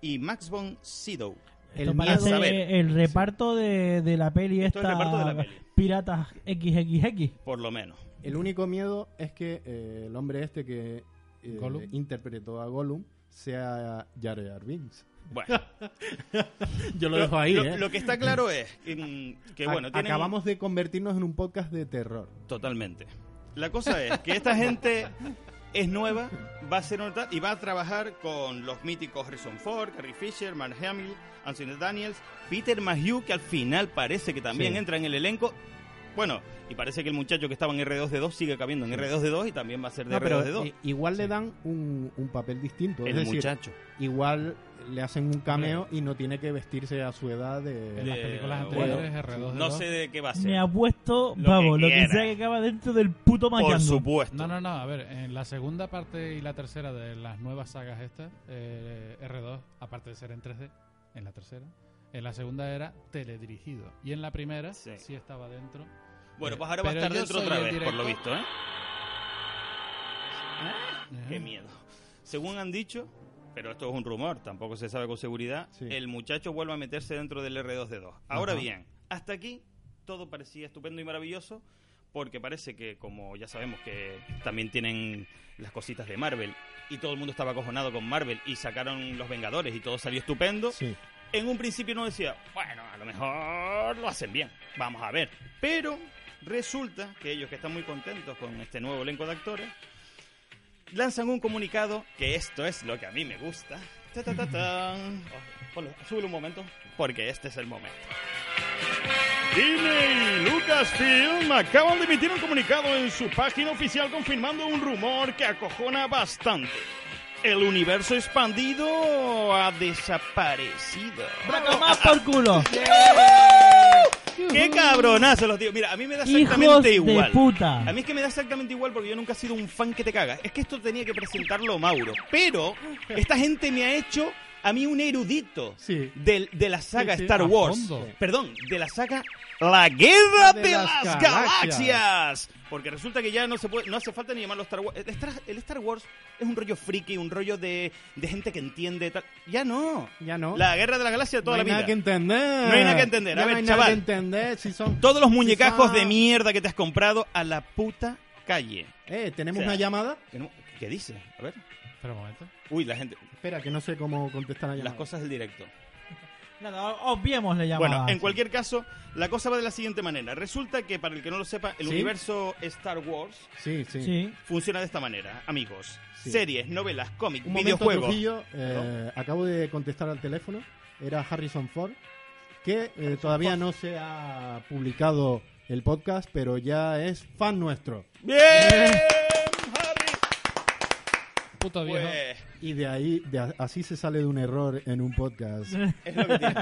[SPEAKER 2] y Max von Sydow.
[SPEAKER 1] Esto
[SPEAKER 2] El
[SPEAKER 1] parece
[SPEAKER 2] miedo.
[SPEAKER 1] el reparto de, de la peli
[SPEAKER 2] Esto
[SPEAKER 1] esta
[SPEAKER 2] es el reparto de la peli.
[SPEAKER 1] Piratas XXX.
[SPEAKER 2] Por lo menos.
[SPEAKER 3] El único miedo es que eh, el hombre este que eh,
[SPEAKER 4] Gollum.
[SPEAKER 3] interpretó a Gollum sea Jar Jar Binks.
[SPEAKER 2] Bueno,
[SPEAKER 3] Yo
[SPEAKER 2] lo, lo-
[SPEAKER 3] ¿eh?
[SPEAKER 2] lo que está claro es mm, que, bueno, tienen-
[SPEAKER 3] Acabamos de convertirnos en un podcast de terror.
[SPEAKER 2] Totalmente. La cosa es que esta gente es nueva, va a ser una ta- y va a trabajar con los míticos Harrison Ford, Carrie Fisher, Mark Hamill, Anthony Daniels, Peter Mayhew, que al final parece que también
[SPEAKER 3] Sí.
[SPEAKER 2] entra en el elenco. Bueno, y parece que el muchacho que estaba en R2D2 sigue cabiendo en R2D2 y también va a ser de
[SPEAKER 3] No, pero,
[SPEAKER 2] R2D2.
[SPEAKER 3] eh, igual le dan un, un papel distinto.
[SPEAKER 2] el
[SPEAKER 3] es decir,
[SPEAKER 2] muchacho.
[SPEAKER 3] igual le hacen un cameo y no tiene que vestirse a su edad de...
[SPEAKER 2] Le-
[SPEAKER 4] Las películas
[SPEAKER 2] Eh,
[SPEAKER 4] anteriores,
[SPEAKER 2] bueno,
[SPEAKER 4] R2D2.
[SPEAKER 2] No sé de qué va a
[SPEAKER 1] Me
[SPEAKER 2] ser.
[SPEAKER 1] ha puesto,
[SPEAKER 2] Lo
[SPEAKER 1] vamos,
[SPEAKER 2] que
[SPEAKER 1] lo que
[SPEAKER 2] quiera.
[SPEAKER 1] sea que acaba dentro del puto
[SPEAKER 2] Por
[SPEAKER 1] mayando.
[SPEAKER 2] supuesto.
[SPEAKER 4] No, no, no, a ver, en la segunda parte y la tercera de las nuevas sagas estas, eh, R2, aparte de ser en 3D, en la tercera, en la segunda era teledirigido. Y en la primera
[SPEAKER 2] Sí.
[SPEAKER 4] sí, estaba dentro.
[SPEAKER 2] Bueno, pues ahora va a
[SPEAKER 4] Pero
[SPEAKER 2] estar
[SPEAKER 4] yo
[SPEAKER 2] dentro
[SPEAKER 4] soy
[SPEAKER 2] otra
[SPEAKER 4] el
[SPEAKER 2] vez, por lo
[SPEAKER 4] director.
[SPEAKER 2] visto, ¿eh?
[SPEAKER 3] Ah.
[SPEAKER 2] Qué miedo. Según han dicho, pero esto es un rumor, tampoco se sabe con seguridad,
[SPEAKER 3] Sí.
[SPEAKER 2] el muchacho vuelve a meterse dentro del R2D2. Ahora bien, hasta aquí todo parecía estupendo y maravilloso, porque parece que, como ya sabemos que también tienen las cositas de Marvel, y todo el mundo estaba acojonado con Marvel, y sacaron Los Vengadores, y todo salió estupendo,
[SPEAKER 3] Sí.
[SPEAKER 2] en un principio no decía, bueno, a lo mejor lo hacen bien, vamos a ver. Pero resulta que ellos que están muy contentos con este nuevo elenco de actores, lanzan un comunicado, que esto es lo que a mí me gusta. Ta, ta, ta, tan. Oh, ponlo, súbelo un momento, porque este es el momento. Disney y Lucasfilm acaban de emitir un comunicado en su página oficial confirmando un rumor que acojona bastante. El universo expandido ha desaparecido.
[SPEAKER 1] Saca más por culo!
[SPEAKER 2] ¡Qué cabronazo los tíos! Mira, a mí me da exactamente
[SPEAKER 1] ¡Hijos de
[SPEAKER 2] igual.
[SPEAKER 1] puta!
[SPEAKER 2] A mí es que me da exactamente igual porque yo nunca he sido un fan que te caga. Es que esto tenía que presentarlo Mauro. Pero esta gente me ha hecho a mí un erudito
[SPEAKER 3] Sí.
[SPEAKER 2] del- de la saga
[SPEAKER 3] Sí, sí,
[SPEAKER 2] Star
[SPEAKER 3] a
[SPEAKER 2] Wars.
[SPEAKER 4] fondo.
[SPEAKER 2] Perdón, de la saga La Guerra de,
[SPEAKER 3] de
[SPEAKER 2] las,
[SPEAKER 3] las
[SPEAKER 2] galaxias.
[SPEAKER 3] Galaxias.
[SPEAKER 2] Porque resulta que ya no se puede, no hace falta ni llamarlo Star Wars. El Star, el Star Wars es un rollo friki, un rollo de, de gente que entiende. tal. Ya no.
[SPEAKER 3] Ya no.
[SPEAKER 2] La Guerra de las Galaxias
[SPEAKER 3] no
[SPEAKER 2] toda
[SPEAKER 3] hay
[SPEAKER 2] la vida.
[SPEAKER 3] nada que entender.
[SPEAKER 2] No hay nada que entender. A
[SPEAKER 3] Ya
[SPEAKER 2] ver,
[SPEAKER 3] no hay
[SPEAKER 2] chaval.
[SPEAKER 3] nada que entender. Si son...
[SPEAKER 2] Todos los
[SPEAKER 3] si
[SPEAKER 2] muñecajos
[SPEAKER 3] son-
[SPEAKER 2] de mierda que te has comprado a la puta calle.
[SPEAKER 3] Eh, ¿tenemos
[SPEAKER 2] O sea,
[SPEAKER 3] una llamada?
[SPEAKER 2] Que no- ¿Qué dice? A ver.
[SPEAKER 4] Espera un momento.
[SPEAKER 2] Uy, la gente.
[SPEAKER 3] Espera, que no sé cómo contestar la llamada.
[SPEAKER 2] Las cosas del directo.
[SPEAKER 1] Nada, obviemos la llamada.
[SPEAKER 2] Bueno, en cualquier caso, la cosa va de la siguiente manera. Resulta que, para el que no lo sepa, el
[SPEAKER 3] ¿Sí?
[SPEAKER 2] universo Star Wars
[SPEAKER 3] Sí, sí.
[SPEAKER 1] Sí.
[SPEAKER 2] funciona de esta manera, amigos.
[SPEAKER 3] Sí.
[SPEAKER 2] Series, novelas, cómics,
[SPEAKER 3] Un momento,
[SPEAKER 2] videojuegos.
[SPEAKER 3] Trujillo, eh, acabo de contestar al teléfono. Era Harrison Ford, que eh, todavía no se ha publicado el podcast, pero ya es fan nuestro.
[SPEAKER 2] ¡Bien!
[SPEAKER 3] Eh.
[SPEAKER 2] Harry!
[SPEAKER 4] Puto viejo.
[SPEAKER 2] Pues,
[SPEAKER 3] Y de ahí, de a- así se sale de un error en un podcast.
[SPEAKER 2] es lo que tiene.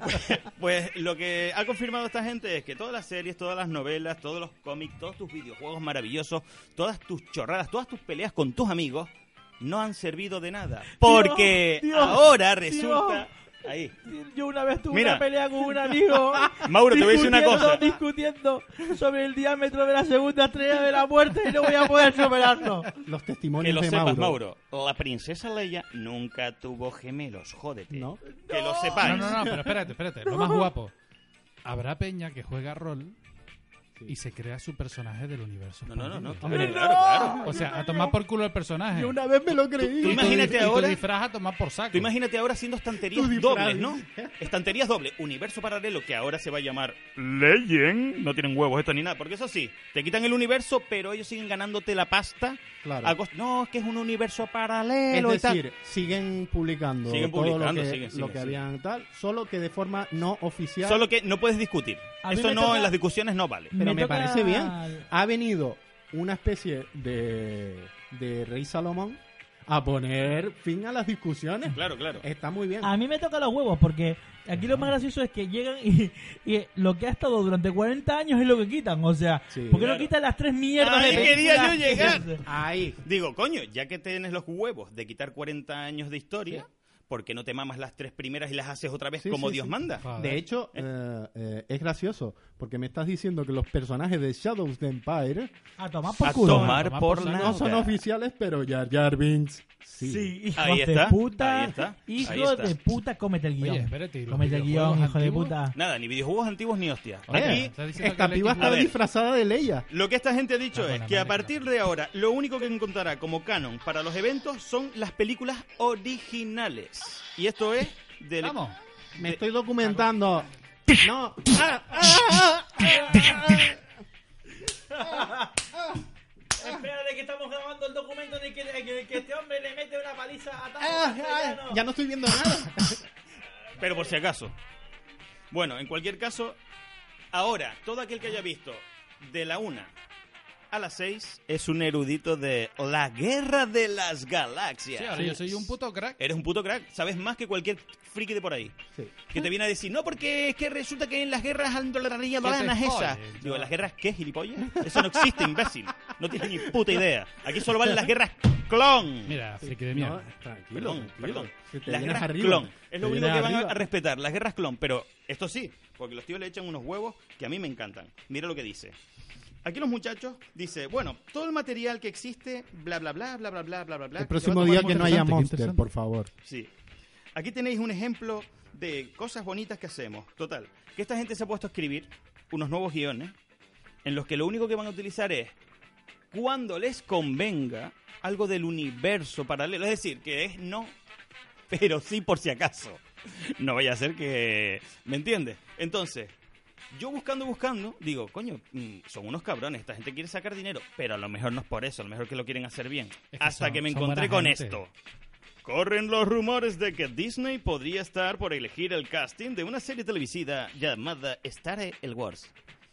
[SPEAKER 2] Pues- pues lo que ha confirmado esta gente es que todas las series, todas las novelas, todos los cómics, todos tus videojuegos maravillosos, todas tus chorradas, todas tus peleas con tus amigos, no han servido de nada. Porque
[SPEAKER 1] Dios,
[SPEAKER 2] ahora
[SPEAKER 1] Dios.
[SPEAKER 2] resulta... Ahí.
[SPEAKER 1] Yo una vez tuve
[SPEAKER 2] Mira.
[SPEAKER 1] una pelea con un amigo.
[SPEAKER 2] Mauro, te voy a decir una
[SPEAKER 1] discutiendo-
[SPEAKER 2] cosa.
[SPEAKER 1] Discutiendo sobre el diámetro de la segunda estrella de la muerte y no voy a poder superarlo.
[SPEAKER 3] Los
[SPEAKER 2] Que
[SPEAKER 3] testimonios
[SPEAKER 2] lo
[SPEAKER 3] de
[SPEAKER 2] sepas,
[SPEAKER 3] Mauro.
[SPEAKER 2] Mauro. La princesa Leia nunca tuvo gemelos, jódete.
[SPEAKER 3] ¿No?
[SPEAKER 2] Que lo sepáis.
[SPEAKER 4] No, no, no, pero espérate, espérate. Lo más guapo. Habrá Peña que juega rol y se crea su personaje del universo.
[SPEAKER 2] No, no, no, no,
[SPEAKER 4] expandido.
[SPEAKER 2] claro, claro.
[SPEAKER 4] O sea, a tomar por culo el personaje.
[SPEAKER 3] Yo una vez me lo creí.
[SPEAKER 2] Tú
[SPEAKER 4] Y tu
[SPEAKER 2] imagínate
[SPEAKER 4] dif- y tu
[SPEAKER 2] ahora-
[SPEAKER 4] disfraz a tomar por saco.
[SPEAKER 2] Tú imagínate ahora haciendo estanterías
[SPEAKER 3] Tu disfraz.
[SPEAKER 2] dobles, ¿no? Estanterías dobles. Universo paralelo que ahora se va a llamar Legend. No tienen huevos esto ni nada. Porque eso sí, te quitan el universo, pero ellos siguen ganándote la pasta.
[SPEAKER 3] Claro.
[SPEAKER 2] a cost- No, es que es un universo
[SPEAKER 3] Es
[SPEAKER 2] paralelo y tal.
[SPEAKER 3] decir, siguen publicando,
[SPEAKER 2] Siguen
[SPEAKER 3] todo
[SPEAKER 2] publicando,
[SPEAKER 3] lo que,
[SPEAKER 2] siguen, siguen,
[SPEAKER 3] lo que
[SPEAKER 2] siguen.
[SPEAKER 3] habían tal, solo que de forma no oficial.
[SPEAKER 2] Solo que no puedes discutir.
[SPEAKER 1] A mí
[SPEAKER 2] Eso
[SPEAKER 1] me
[SPEAKER 2] no,
[SPEAKER 1] toca-
[SPEAKER 2] en las discusiones no vale.
[SPEAKER 3] Pero me
[SPEAKER 1] toca-
[SPEAKER 3] parece bien. Ha venido una especie de, de Rey Salomón a poner fin a las discusiones.
[SPEAKER 2] Claro, Ah, claro.
[SPEAKER 3] Está muy bien.
[SPEAKER 1] A mí me toca los huevos porque aquí lo más gracioso es que llegan y, y lo que ha estado durante 40 años es lo que quitan. O sea,
[SPEAKER 3] Sí.
[SPEAKER 1] ¿por qué no
[SPEAKER 2] Claro.
[SPEAKER 1] quitan las tres mierdas
[SPEAKER 2] Ahí
[SPEAKER 1] de
[SPEAKER 2] quería yo
[SPEAKER 1] películas?
[SPEAKER 2] llegar.
[SPEAKER 3] Ahí.
[SPEAKER 2] Digo, coño, ya que tienes los huevos de quitar 40 años de historia, ¿por qué no te mamas las tres primeras y las haces otra vez
[SPEAKER 3] Sí,
[SPEAKER 2] como
[SPEAKER 3] sí,
[SPEAKER 2] Dios
[SPEAKER 3] sí.
[SPEAKER 2] manda?
[SPEAKER 3] De hecho, eh, eh, es gracioso porque me estás diciendo que los personajes de Shadows of the Empire
[SPEAKER 1] A tomar por
[SPEAKER 2] A
[SPEAKER 1] culo.
[SPEAKER 2] tomar por la
[SPEAKER 3] no son oficiales, pero Jar Jar Binks sí.
[SPEAKER 1] Sí, hijo
[SPEAKER 2] Ahí
[SPEAKER 1] de
[SPEAKER 2] está,
[SPEAKER 1] puta.
[SPEAKER 2] ahí está,
[SPEAKER 1] Hijo
[SPEAKER 2] ahí está.
[SPEAKER 1] de puta, cómete el guión.
[SPEAKER 4] Oye, espérate, ¿y los
[SPEAKER 1] cómete el guión,
[SPEAKER 4] videojuegos
[SPEAKER 1] hijo de
[SPEAKER 4] antiguos?
[SPEAKER 1] puta.
[SPEAKER 2] Nada, ni videojuegos antiguos ni hostia. Aquí,
[SPEAKER 3] Esta piba
[SPEAKER 2] A
[SPEAKER 3] está
[SPEAKER 2] ver.
[SPEAKER 3] disfrazada de Leia.
[SPEAKER 2] lo que esta gente ha dicho
[SPEAKER 4] Ah,
[SPEAKER 2] es
[SPEAKER 4] bueno,
[SPEAKER 2] que a
[SPEAKER 4] vale,
[SPEAKER 2] partir de ahora, lo único que encontrará como canon para los eventos son las películas originales. Y esto es del...
[SPEAKER 4] Vamos.
[SPEAKER 3] Me estoy documentando. No. ah,
[SPEAKER 1] Espérate que estamos grabando el documento en el que, este hombre le mete una paliza a
[SPEAKER 3] Ah, ah, ya no estoy viendo nada.
[SPEAKER 2] Pero por si acaso. Bueno, en cualquier caso, ahora, todo aquel que haya visto de la 1 a las 6 es un erudito de la guerra de las galaxias.
[SPEAKER 4] Sí, ahora yo soy un puto crack.
[SPEAKER 2] Eres un puto crack, sabes más que cualquier friki de por ahí.
[SPEAKER 3] Sí.
[SPEAKER 2] Que te viene a decir, no, porque es que resulta que en las guerras andolanas
[SPEAKER 4] Que te
[SPEAKER 2] esas.
[SPEAKER 4] follen,
[SPEAKER 2] Digo,
[SPEAKER 4] no.
[SPEAKER 2] ¿las guerras qué, gilipollas? Eso no existe, imbécil. No tienes ni puta idea. Aquí solo valen las guerras clon.
[SPEAKER 4] Mira, friki de
[SPEAKER 3] No,
[SPEAKER 4] mierda.
[SPEAKER 3] tranquilo,
[SPEAKER 2] Perdón,
[SPEAKER 3] tranquilo.
[SPEAKER 2] perdón.
[SPEAKER 3] Si te
[SPEAKER 2] Las
[SPEAKER 3] vienes
[SPEAKER 2] guerras
[SPEAKER 3] arriba,
[SPEAKER 2] clon. Es lo
[SPEAKER 3] te
[SPEAKER 2] único que
[SPEAKER 3] vienes
[SPEAKER 2] van a,
[SPEAKER 3] arriba.
[SPEAKER 2] a respetar, las guerras clon. Pero esto sí, porque los tíos le echan unos huevos que a mí me encantan. Mira lo que dice. Aquí los muchachos dice, bueno, todo el material que existe, bla bla bla bla bla bla bla bla. que se va
[SPEAKER 3] El
[SPEAKER 2] a
[SPEAKER 3] próximo
[SPEAKER 2] tomar
[SPEAKER 3] día
[SPEAKER 2] muy
[SPEAKER 3] que no haya
[SPEAKER 4] interesante, qué
[SPEAKER 3] Monster,
[SPEAKER 4] interesante.
[SPEAKER 3] por favor.
[SPEAKER 2] Sí. Aquí tenéis un ejemplo de cosas bonitas que hacemos. Total. Que esta gente se ha puesto a escribir unos nuevos guiones en los que lo único que van a utilizar es cuando les convenga algo del universo paralelo. Es decir, que es no, pero sí por si acaso. No vaya a ser que... ¿Me entiendes? Entonces, yo buscando, buscando, digo, coño, mm, son unos cabrones, esta gente quiere sacar dinero, pero a lo mejor no es por eso, a lo mejor que lo quieren hacer bien.
[SPEAKER 4] que
[SPEAKER 2] Hasta
[SPEAKER 4] son-
[SPEAKER 2] que me
[SPEAKER 4] son
[SPEAKER 2] encontré
[SPEAKER 4] buena
[SPEAKER 2] con
[SPEAKER 4] gente.
[SPEAKER 2] esto. Corren los rumores de que Disney podría estar por elegir el casting de una serie televisiva llamada Star El Wars.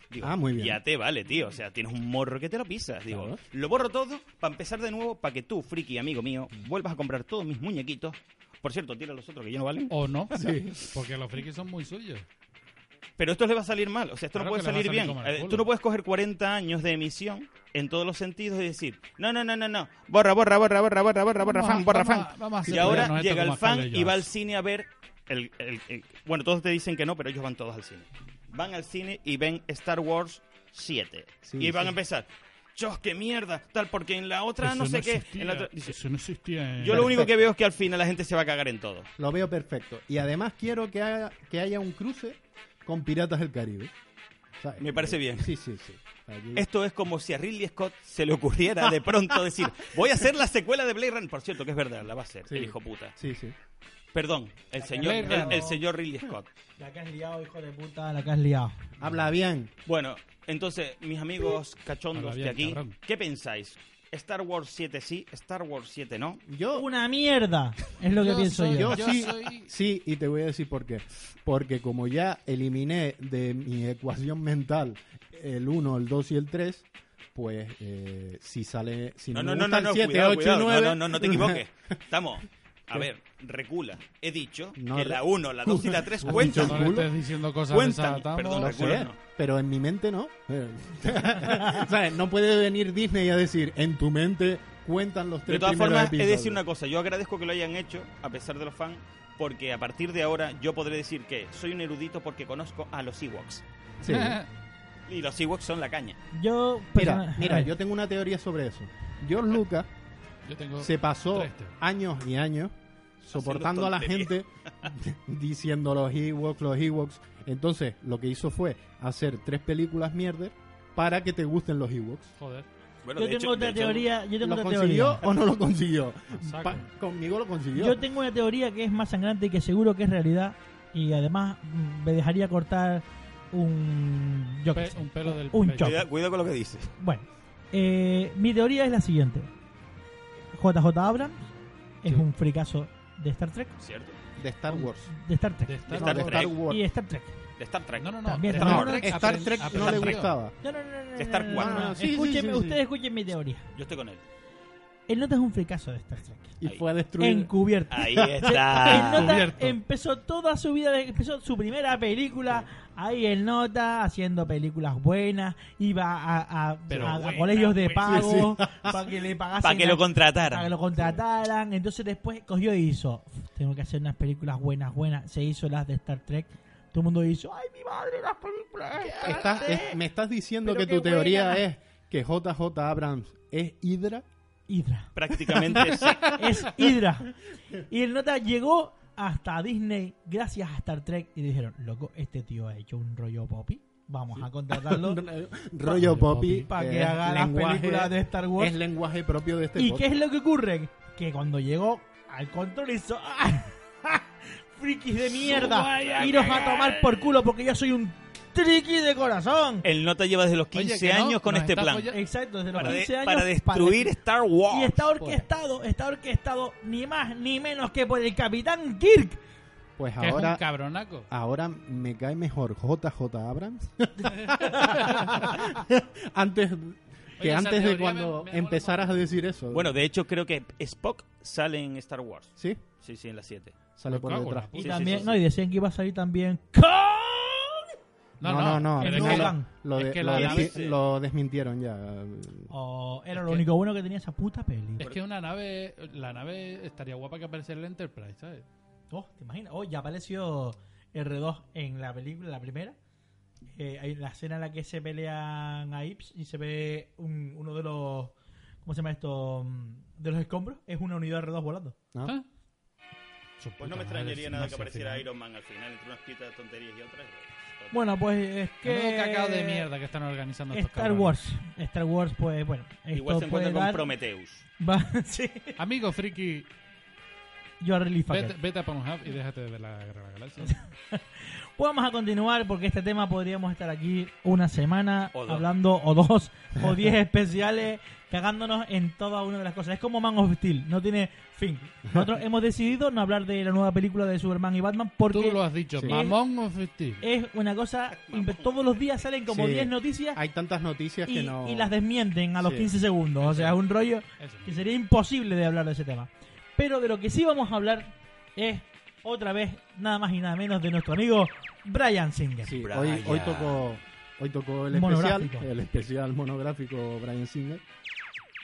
[SPEAKER 2] Digo,
[SPEAKER 3] Ah, muy bien.
[SPEAKER 2] Ya te vale, tío. O sea, tienes un morro que te lo pisas. Digo,
[SPEAKER 3] Claro.
[SPEAKER 2] lo borro todo para empezar de nuevo, para que tú, friki, amigo mío, vuelvas a comprar todos mis muñequitos. Por cierto, tira los otros que ya no valen.
[SPEAKER 4] O no, porque los frikis son muy suyos.
[SPEAKER 2] Pero esto le va a salir mal, o sea, esto
[SPEAKER 4] Claro
[SPEAKER 2] no puede
[SPEAKER 4] que le va a
[SPEAKER 2] salir
[SPEAKER 4] salir
[SPEAKER 2] bien.
[SPEAKER 4] como el
[SPEAKER 2] Eh,
[SPEAKER 4] culo.
[SPEAKER 2] tú no puedes coger 40 años de emisión en todos los sentidos y decir, no, no, no, no, no, borra, borra, borra, borra, borra, borra, borra,
[SPEAKER 4] Vamos a-
[SPEAKER 2] fan, borra,
[SPEAKER 4] vamos a-
[SPEAKER 2] fan.
[SPEAKER 4] vamos a hacer
[SPEAKER 2] y ahora
[SPEAKER 4] todavía, no, esto
[SPEAKER 2] llega
[SPEAKER 4] como
[SPEAKER 2] el fan
[SPEAKER 4] Scarlett
[SPEAKER 2] y va al
[SPEAKER 4] Johansson.
[SPEAKER 2] cine a ver, el, el- el- bueno, todos te dicen que no, pero ellos van todos al cine. Van al cine y ven Star Wars 7.
[SPEAKER 3] Sí,
[SPEAKER 2] y van
[SPEAKER 3] sí.
[SPEAKER 2] a empezar, chos, qué mierda, tal, porque en la otra
[SPEAKER 4] Eso
[SPEAKER 2] no sé qué.
[SPEAKER 4] existía,
[SPEAKER 2] en la otra- dice,
[SPEAKER 4] Eso no existía. en-
[SPEAKER 2] yo lo único que veo es que al final la gente se va a cagar en todo.
[SPEAKER 3] Lo veo perfecto. Y además quiero que haya, que haya un cruce con Piratas del Caribe. ¿Sabes?
[SPEAKER 2] Me parece bien.
[SPEAKER 3] Sí, sí, sí. Allí-
[SPEAKER 2] Esto es como si a Ridley Scott se le ocurriera de pronto decir, voy a hacer la secuela de Blade Runner. Por cierto, que es verdad, la va a hacer,
[SPEAKER 3] Sí.
[SPEAKER 2] el hijo puta.
[SPEAKER 3] Sí, sí.
[SPEAKER 2] Perdón, el señor,
[SPEAKER 4] Blade
[SPEAKER 2] el,
[SPEAKER 4] Runner.
[SPEAKER 2] el señor Ridley Scott.
[SPEAKER 1] La que has liado, hijo de puta, la que has liado.
[SPEAKER 3] Habla bien.
[SPEAKER 2] Bueno, entonces, mis amigos cachondos
[SPEAKER 4] Habla
[SPEAKER 2] de
[SPEAKER 4] bien,
[SPEAKER 2] aquí,
[SPEAKER 4] cabrón.
[SPEAKER 2] ¿qué pensáis? ¿Star Wars 7 sí? ¿Star Wars 7 no?
[SPEAKER 3] Yo,
[SPEAKER 1] Una mierda, es lo que
[SPEAKER 4] Yo
[SPEAKER 1] pienso
[SPEAKER 4] soy-
[SPEAKER 1] yo.
[SPEAKER 3] yo,
[SPEAKER 4] yo
[SPEAKER 3] sí,
[SPEAKER 4] soy-
[SPEAKER 3] sí, y te voy a decir por qué. Porque como ya eliminé de mi ecuación mental el 1, el 2 y el 3, pues eh, si sale, si
[SPEAKER 2] No,
[SPEAKER 3] no,
[SPEAKER 2] no,
[SPEAKER 3] me
[SPEAKER 2] no, no,
[SPEAKER 3] gustan
[SPEAKER 2] no,
[SPEAKER 3] 7,
[SPEAKER 2] cuidado,
[SPEAKER 3] 8
[SPEAKER 2] cuidado.
[SPEAKER 3] y
[SPEAKER 2] No,
[SPEAKER 3] 9...
[SPEAKER 2] no, no, no te equivoques. Estamos. A ver, recula. He dicho
[SPEAKER 3] No,
[SPEAKER 2] que
[SPEAKER 3] re-
[SPEAKER 2] la 1, la 2 y la 3
[SPEAKER 3] Has
[SPEAKER 2] cuentan.
[SPEAKER 4] No
[SPEAKER 3] dicho
[SPEAKER 4] le
[SPEAKER 3] culo.
[SPEAKER 4] estés diciendo cosas
[SPEAKER 2] Cuentan,
[SPEAKER 4] desatadas,
[SPEAKER 2] perdón,
[SPEAKER 4] ¿no?
[SPEAKER 3] Lo sé,
[SPEAKER 2] no.
[SPEAKER 3] pero en mi mente no. Eh, ¿Sabes? No puede venir Disney a decir, en tu mente cuentan los tres
[SPEAKER 2] De todas
[SPEAKER 3] primeros
[SPEAKER 2] formas, he de
[SPEAKER 3] episodios".
[SPEAKER 2] decir una cosa. Yo agradezco que lo hayan hecho, a pesar de los fans, porque a partir de ahora yo podré decir que soy un erudito porque conozco a los Ewoks.
[SPEAKER 3] Sí.
[SPEAKER 2] Y los Ewoks son la caña.
[SPEAKER 1] Yo,
[SPEAKER 3] Mira,
[SPEAKER 1] persona-
[SPEAKER 3] mira, yo tengo una teoría sobre eso. George Lucas
[SPEAKER 4] Yo tengo
[SPEAKER 3] se pasó
[SPEAKER 4] tres teorías.
[SPEAKER 3] años y años soportando a la gente
[SPEAKER 2] tonterías.
[SPEAKER 3] diciendo los Ewoks, los Ewoks. Entonces, lo que hizo fue hacer tres películas mierder para que te gusten los Ewoks.
[SPEAKER 4] Joder.
[SPEAKER 2] Bueno,
[SPEAKER 1] Yo
[SPEAKER 2] de
[SPEAKER 1] tengo
[SPEAKER 2] hecho- de
[SPEAKER 1] otra
[SPEAKER 2] hecho,
[SPEAKER 1] teoría, yo tengo
[SPEAKER 3] ¿Lo
[SPEAKER 1] otra
[SPEAKER 3] consiguió
[SPEAKER 1] teoría.
[SPEAKER 3] o no lo consiguió?
[SPEAKER 4] Saco.
[SPEAKER 3] Pa- conmigo lo consiguió.
[SPEAKER 1] Yo tengo una teoría que es más sangrante y que seguro que es realidad y además mm, me dejaría cortar un yo qué
[SPEAKER 4] Pe-
[SPEAKER 1] sé,
[SPEAKER 4] un pelo del
[SPEAKER 1] un
[SPEAKER 4] pecho.
[SPEAKER 1] chop.
[SPEAKER 2] Cuida, cuidado con lo que dices.
[SPEAKER 1] Bueno, eh, mi teoría es la siguiente. JJ Abrams es un fricazo de Star Trek,
[SPEAKER 2] ¿Cierto?
[SPEAKER 3] De Star Wars.
[SPEAKER 1] de Star Trek
[SPEAKER 4] De
[SPEAKER 3] No,
[SPEAKER 4] Star
[SPEAKER 2] Star
[SPEAKER 3] de
[SPEAKER 4] Wars.
[SPEAKER 3] Star
[SPEAKER 2] Trek.
[SPEAKER 3] Wars.
[SPEAKER 1] y Star Trek.
[SPEAKER 2] De Star Trek.
[SPEAKER 4] No, no, no.
[SPEAKER 1] También
[SPEAKER 3] No,
[SPEAKER 1] Star Trek.
[SPEAKER 3] Star Trek no le
[SPEAKER 2] aprendió.
[SPEAKER 3] gustaba.
[SPEAKER 1] No, no, no, no, no,
[SPEAKER 2] Star
[SPEAKER 1] no, no,
[SPEAKER 2] Wars.
[SPEAKER 1] no, no.
[SPEAKER 3] Ah, Sí, sí,
[SPEAKER 1] Escúcheme,
[SPEAKER 3] sí, sí.
[SPEAKER 1] ustedes escuchen mi teoría.
[SPEAKER 2] Yo estoy con él.
[SPEAKER 1] El Nota es un fricazo de Star Trek.
[SPEAKER 3] Y
[SPEAKER 2] Ahí.
[SPEAKER 3] fue a destruir.
[SPEAKER 1] Encubierto.
[SPEAKER 2] Ahí
[SPEAKER 1] El
[SPEAKER 2] está.
[SPEAKER 1] Nota
[SPEAKER 4] Encubierto.
[SPEAKER 1] empezó toda su vida, de- empezó su primera película. Ahí el Nota haciendo películas buenas, iba a, a-
[SPEAKER 4] Pero
[SPEAKER 1] a- a
[SPEAKER 4] buena,
[SPEAKER 1] colegios de
[SPEAKER 4] buena.
[SPEAKER 1] pago para que le pagasen.
[SPEAKER 2] Para que
[SPEAKER 1] la- para que
[SPEAKER 2] lo contrataran.
[SPEAKER 1] lo contrataran. Entonces después cogió y hizo, "Uf, tengo que hacer unas películas buenas, buenas. Se hizo las de Star Trek. Todo el mundo hizo, ay, mi madre, las películas. de Star
[SPEAKER 3] Estás-
[SPEAKER 1] Trek".
[SPEAKER 3] es- me estás diciendo
[SPEAKER 1] Pero
[SPEAKER 3] que tu
[SPEAKER 1] qué
[SPEAKER 3] teoría
[SPEAKER 1] buena.
[SPEAKER 3] es que JJ Abrams es Hydra.
[SPEAKER 1] Hydra.
[SPEAKER 2] Prácticamente sí.
[SPEAKER 1] Es Hydra. Y el nota llegó hasta Disney gracias a Star Trek y dijeron, loco, este tío ha hecho un rollo poppy. Vamos a contratarlo
[SPEAKER 3] Rollo Poppy.
[SPEAKER 1] para
[SPEAKER 3] eh,
[SPEAKER 1] que
[SPEAKER 3] es
[SPEAKER 1] haga las películas de Star Wars.
[SPEAKER 3] Es lenguaje propio de este
[SPEAKER 1] ¿Y qué
[SPEAKER 3] podcast.
[SPEAKER 1] es lo que ocurre? Que cuando llegó al control hizo... "Ah, ja, ¡Frikis de mierda! ¡Iros a tomar por culo porque yo soy un triqui de corazón!
[SPEAKER 2] El Nota lleva desde los 15
[SPEAKER 4] que no,
[SPEAKER 2] años con
[SPEAKER 4] nos
[SPEAKER 2] este
[SPEAKER 4] está
[SPEAKER 2] plan.
[SPEAKER 4] follando-
[SPEAKER 1] Exacto, desde los
[SPEAKER 2] Para, de-
[SPEAKER 1] 15 años...
[SPEAKER 2] para destruir Star Wars.
[SPEAKER 1] Y está orquestado, está orquestado ni más ni menos que por el Capitán Kirk.
[SPEAKER 3] Pues
[SPEAKER 4] Que es un
[SPEAKER 3] ahora,
[SPEAKER 4] cabronaco.
[SPEAKER 3] ahora me cae mejor JJ Abrams. antes que
[SPEAKER 4] Oye, esa
[SPEAKER 3] antes
[SPEAKER 4] teoría
[SPEAKER 3] de
[SPEAKER 4] me-
[SPEAKER 3] cuando
[SPEAKER 4] me mola
[SPEAKER 3] empezaras a decir eso.
[SPEAKER 2] Bueno, de hecho creo que Spock sale en Star Wars.
[SPEAKER 3] sí,
[SPEAKER 2] Sí, sí, en las 7.
[SPEAKER 3] sale por
[SPEAKER 4] Cago en la
[SPEAKER 3] detrás.
[SPEAKER 1] Y
[SPEAKER 2] Sí, sí,
[SPEAKER 1] también,
[SPEAKER 2] sí,
[SPEAKER 1] no,
[SPEAKER 2] sí.
[SPEAKER 1] y decían que iba a salir también.
[SPEAKER 3] No, no, no.
[SPEAKER 4] pero
[SPEAKER 1] no,
[SPEAKER 4] es que
[SPEAKER 1] Logan.
[SPEAKER 3] Lo,
[SPEAKER 4] Es
[SPEAKER 3] de-
[SPEAKER 4] que
[SPEAKER 3] lo
[SPEAKER 4] la
[SPEAKER 3] de-
[SPEAKER 2] nave-
[SPEAKER 3] lo desmintieron ya.
[SPEAKER 1] Oh, era
[SPEAKER 4] Es
[SPEAKER 1] lo
[SPEAKER 4] que-
[SPEAKER 1] único bueno que tenía esa puta peli.
[SPEAKER 4] Es que una nave, la nave estaría guapa que apareciera en la Enterprise, ¿sabes?
[SPEAKER 1] Oh, ¿te imaginas? Oh, ya apareció R2 en la película, la primera. Eh, hay la escena en la que se pelean a Ips y se ve un- uno de los. ¿Cómo se llama esto? Mm, De los escombros. Es una unidad R2 volando.
[SPEAKER 3] ¿Ah?
[SPEAKER 4] Ah.
[SPEAKER 2] Pues no me extrañaría nada que apareciera Iron Man al final, entre unas pitas tonterías y otras.
[SPEAKER 1] Bueno, pues es que.
[SPEAKER 3] Eh,
[SPEAKER 4] Qué cacao de mierda que están organizando estos
[SPEAKER 1] Star
[SPEAKER 4] cabrones.
[SPEAKER 1] Wars. Star Wars, pues bueno.
[SPEAKER 2] Igual
[SPEAKER 1] esto
[SPEAKER 2] se encuentra
[SPEAKER 1] puede
[SPEAKER 2] con
[SPEAKER 1] dar-
[SPEAKER 2] Prometheus.
[SPEAKER 1] Va- sí.
[SPEAKER 4] Amigo friki,
[SPEAKER 1] Yo a Relief
[SPEAKER 4] vete, vete a Pornhub y déjate de ver la Guerra de la Galaxia.
[SPEAKER 1] Pues vamos a continuar porque este tema podríamos estar aquí una semana
[SPEAKER 2] O dos.
[SPEAKER 1] hablando o dos o diez especiales cagándonos en toda una de las cosas. Es como Man of Steel, no tiene fin. Nosotros hemos decidido no hablar de la nueva película de Superman y Batman
[SPEAKER 4] Tú lo
[SPEAKER 1] porque
[SPEAKER 4] has dicho,
[SPEAKER 1] Sí.
[SPEAKER 4] mamón o festín.
[SPEAKER 3] Eh,
[SPEAKER 1] es una cosa... imp- Todos los días salen como
[SPEAKER 3] Ah, Sí.
[SPEAKER 1] 10 noticias
[SPEAKER 3] Hay tantas noticias
[SPEAKER 1] y,
[SPEAKER 3] que no.
[SPEAKER 1] y las desmienten a los
[SPEAKER 3] Sí.
[SPEAKER 1] 15 segundos. O sea, es un rollo
[SPEAKER 4] Eso.
[SPEAKER 1] que sería imposible de hablar de ese tema. Pero de lo que sí vamos a hablar es otra vez nada más y nada menos de nuestro amigo Brian Singer.
[SPEAKER 3] Sí,
[SPEAKER 2] Brian.
[SPEAKER 3] hoy, hoy tocó hoy tocó el especial,
[SPEAKER 1] Monográfico.
[SPEAKER 3] el especial monográfico Brian Singer.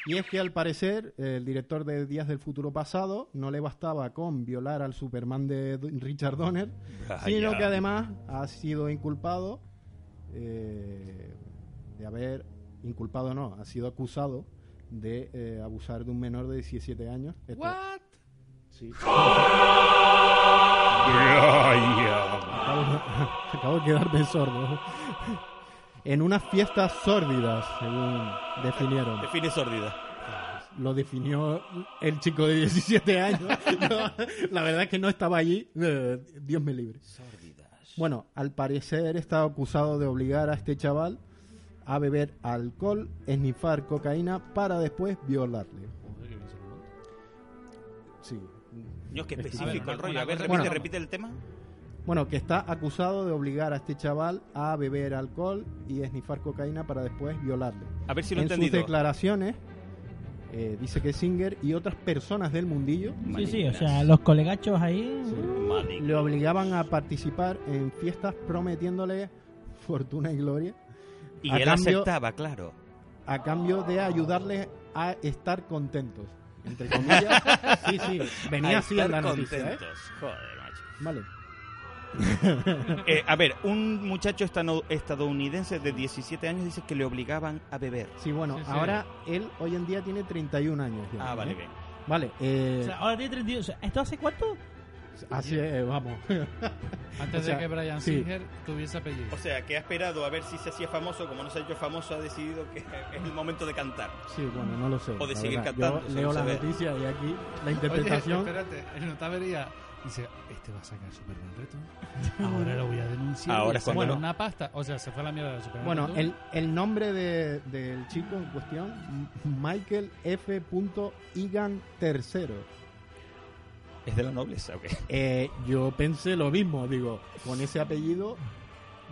[SPEAKER 3] Y es que al parecer el director de Días del Futuro Pasado no le bastaba con violar al Superman de D- Richard Donner,
[SPEAKER 2] Ah,
[SPEAKER 3] sino que además ha sido inculpado eh, de haber inculpado no, ha sido acusado de eh, abusar de un menor de 17 años. Esto-
[SPEAKER 4] What?
[SPEAKER 3] Sí. Acabo, acabo de quedarme sordo. En unas fiestas sórdidas, según definieron.
[SPEAKER 2] Define sórdida.
[SPEAKER 3] Lo definió el chico de 17 años. No, la verdad es que no estaba allí. Eh, Dios me libre. Bueno, al parecer está acusado de obligar a este chaval a beber alcohol, esnifar cocaína para después violarle. Sí.
[SPEAKER 2] Dios, qué
[SPEAKER 4] A ver,
[SPEAKER 2] específico
[SPEAKER 4] una-
[SPEAKER 2] el rollo.
[SPEAKER 4] una
[SPEAKER 2] A ver,
[SPEAKER 4] cosa-
[SPEAKER 2] repite,
[SPEAKER 3] Bueno.
[SPEAKER 2] repite el tema.
[SPEAKER 3] Bueno, que está acusado de obligar a este chaval a beber alcohol y esnifar cocaína para después violarle.
[SPEAKER 2] A ver si lo he
[SPEAKER 3] en sus
[SPEAKER 2] entendido.
[SPEAKER 3] declaraciones eh, dice que Singer y otras personas del mundillo
[SPEAKER 1] Sí, sí, o sea, los colegachos ahí.
[SPEAKER 2] Malignas.
[SPEAKER 3] le obligaban a participar en fiestas prometiéndole fortuna y gloria
[SPEAKER 2] Y
[SPEAKER 3] a
[SPEAKER 2] él
[SPEAKER 3] cambio-
[SPEAKER 2] aceptaba, claro.
[SPEAKER 3] a cambio de ayudarles a estar contentos. Entre comillas, sí, sí, venía
[SPEAKER 2] A
[SPEAKER 3] así en la
[SPEAKER 2] estar
[SPEAKER 3] noticia, ¿eh?
[SPEAKER 2] contentos. Joder, macho.
[SPEAKER 3] Vale.
[SPEAKER 2] Eh, a ver, un muchacho estano- estadounidense de 17 años dice que le obligaban a beber.
[SPEAKER 3] Sí, bueno,
[SPEAKER 4] Sí, sí.
[SPEAKER 3] ahora él hoy en día tiene 31 años. ya,
[SPEAKER 2] Ah,
[SPEAKER 3] ¿eh?
[SPEAKER 2] vale, bien.
[SPEAKER 3] Vale, eh,
[SPEAKER 1] O sea, ahora tiene 32. O sea, ¿Esto hace cuánto?
[SPEAKER 3] así es, vamos.
[SPEAKER 4] Antes
[SPEAKER 3] O sea,
[SPEAKER 4] de que Brian
[SPEAKER 3] sí.
[SPEAKER 4] Singer tuviese apellido.
[SPEAKER 2] O sea, que ha esperado a ver si se hacía famoso. Como no se ha hecho famoso, ha decidido que es el momento de cantar.
[SPEAKER 3] Sí, bueno, no lo sé.
[SPEAKER 2] O de
[SPEAKER 3] la
[SPEAKER 2] seguir
[SPEAKER 3] verdad.
[SPEAKER 2] cantando,
[SPEAKER 3] Yo
[SPEAKER 2] se
[SPEAKER 3] leo
[SPEAKER 2] lo
[SPEAKER 3] la
[SPEAKER 2] sabe.
[SPEAKER 3] noticia y aquí la
[SPEAKER 4] Oye,
[SPEAKER 3] interpretación.
[SPEAKER 4] espérate, el notavería dice, este va a sacar Superman Returns. Ahora lo voy a denunciar.
[SPEAKER 2] Ahora
[SPEAKER 4] Y
[SPEAKER 2] es cuando
[SPEAKER 4] sacaron
[SPEAKER 2] lo-
[SPEAKER 4] una pasta. O sea, se fue a la mierda de Superman
[SPEAKER 3] bueno,
[SPEAKER 4] Returns.
[SPEAKER 3] el, el nombre de- del chico en cuestión, M- Michael F. Egan III.
[SPEAKER 2] Es de la nobleza, ¿ok?
[SPEAKER 3] Eh, yo pensé lo mismo, digo, con ese apellido,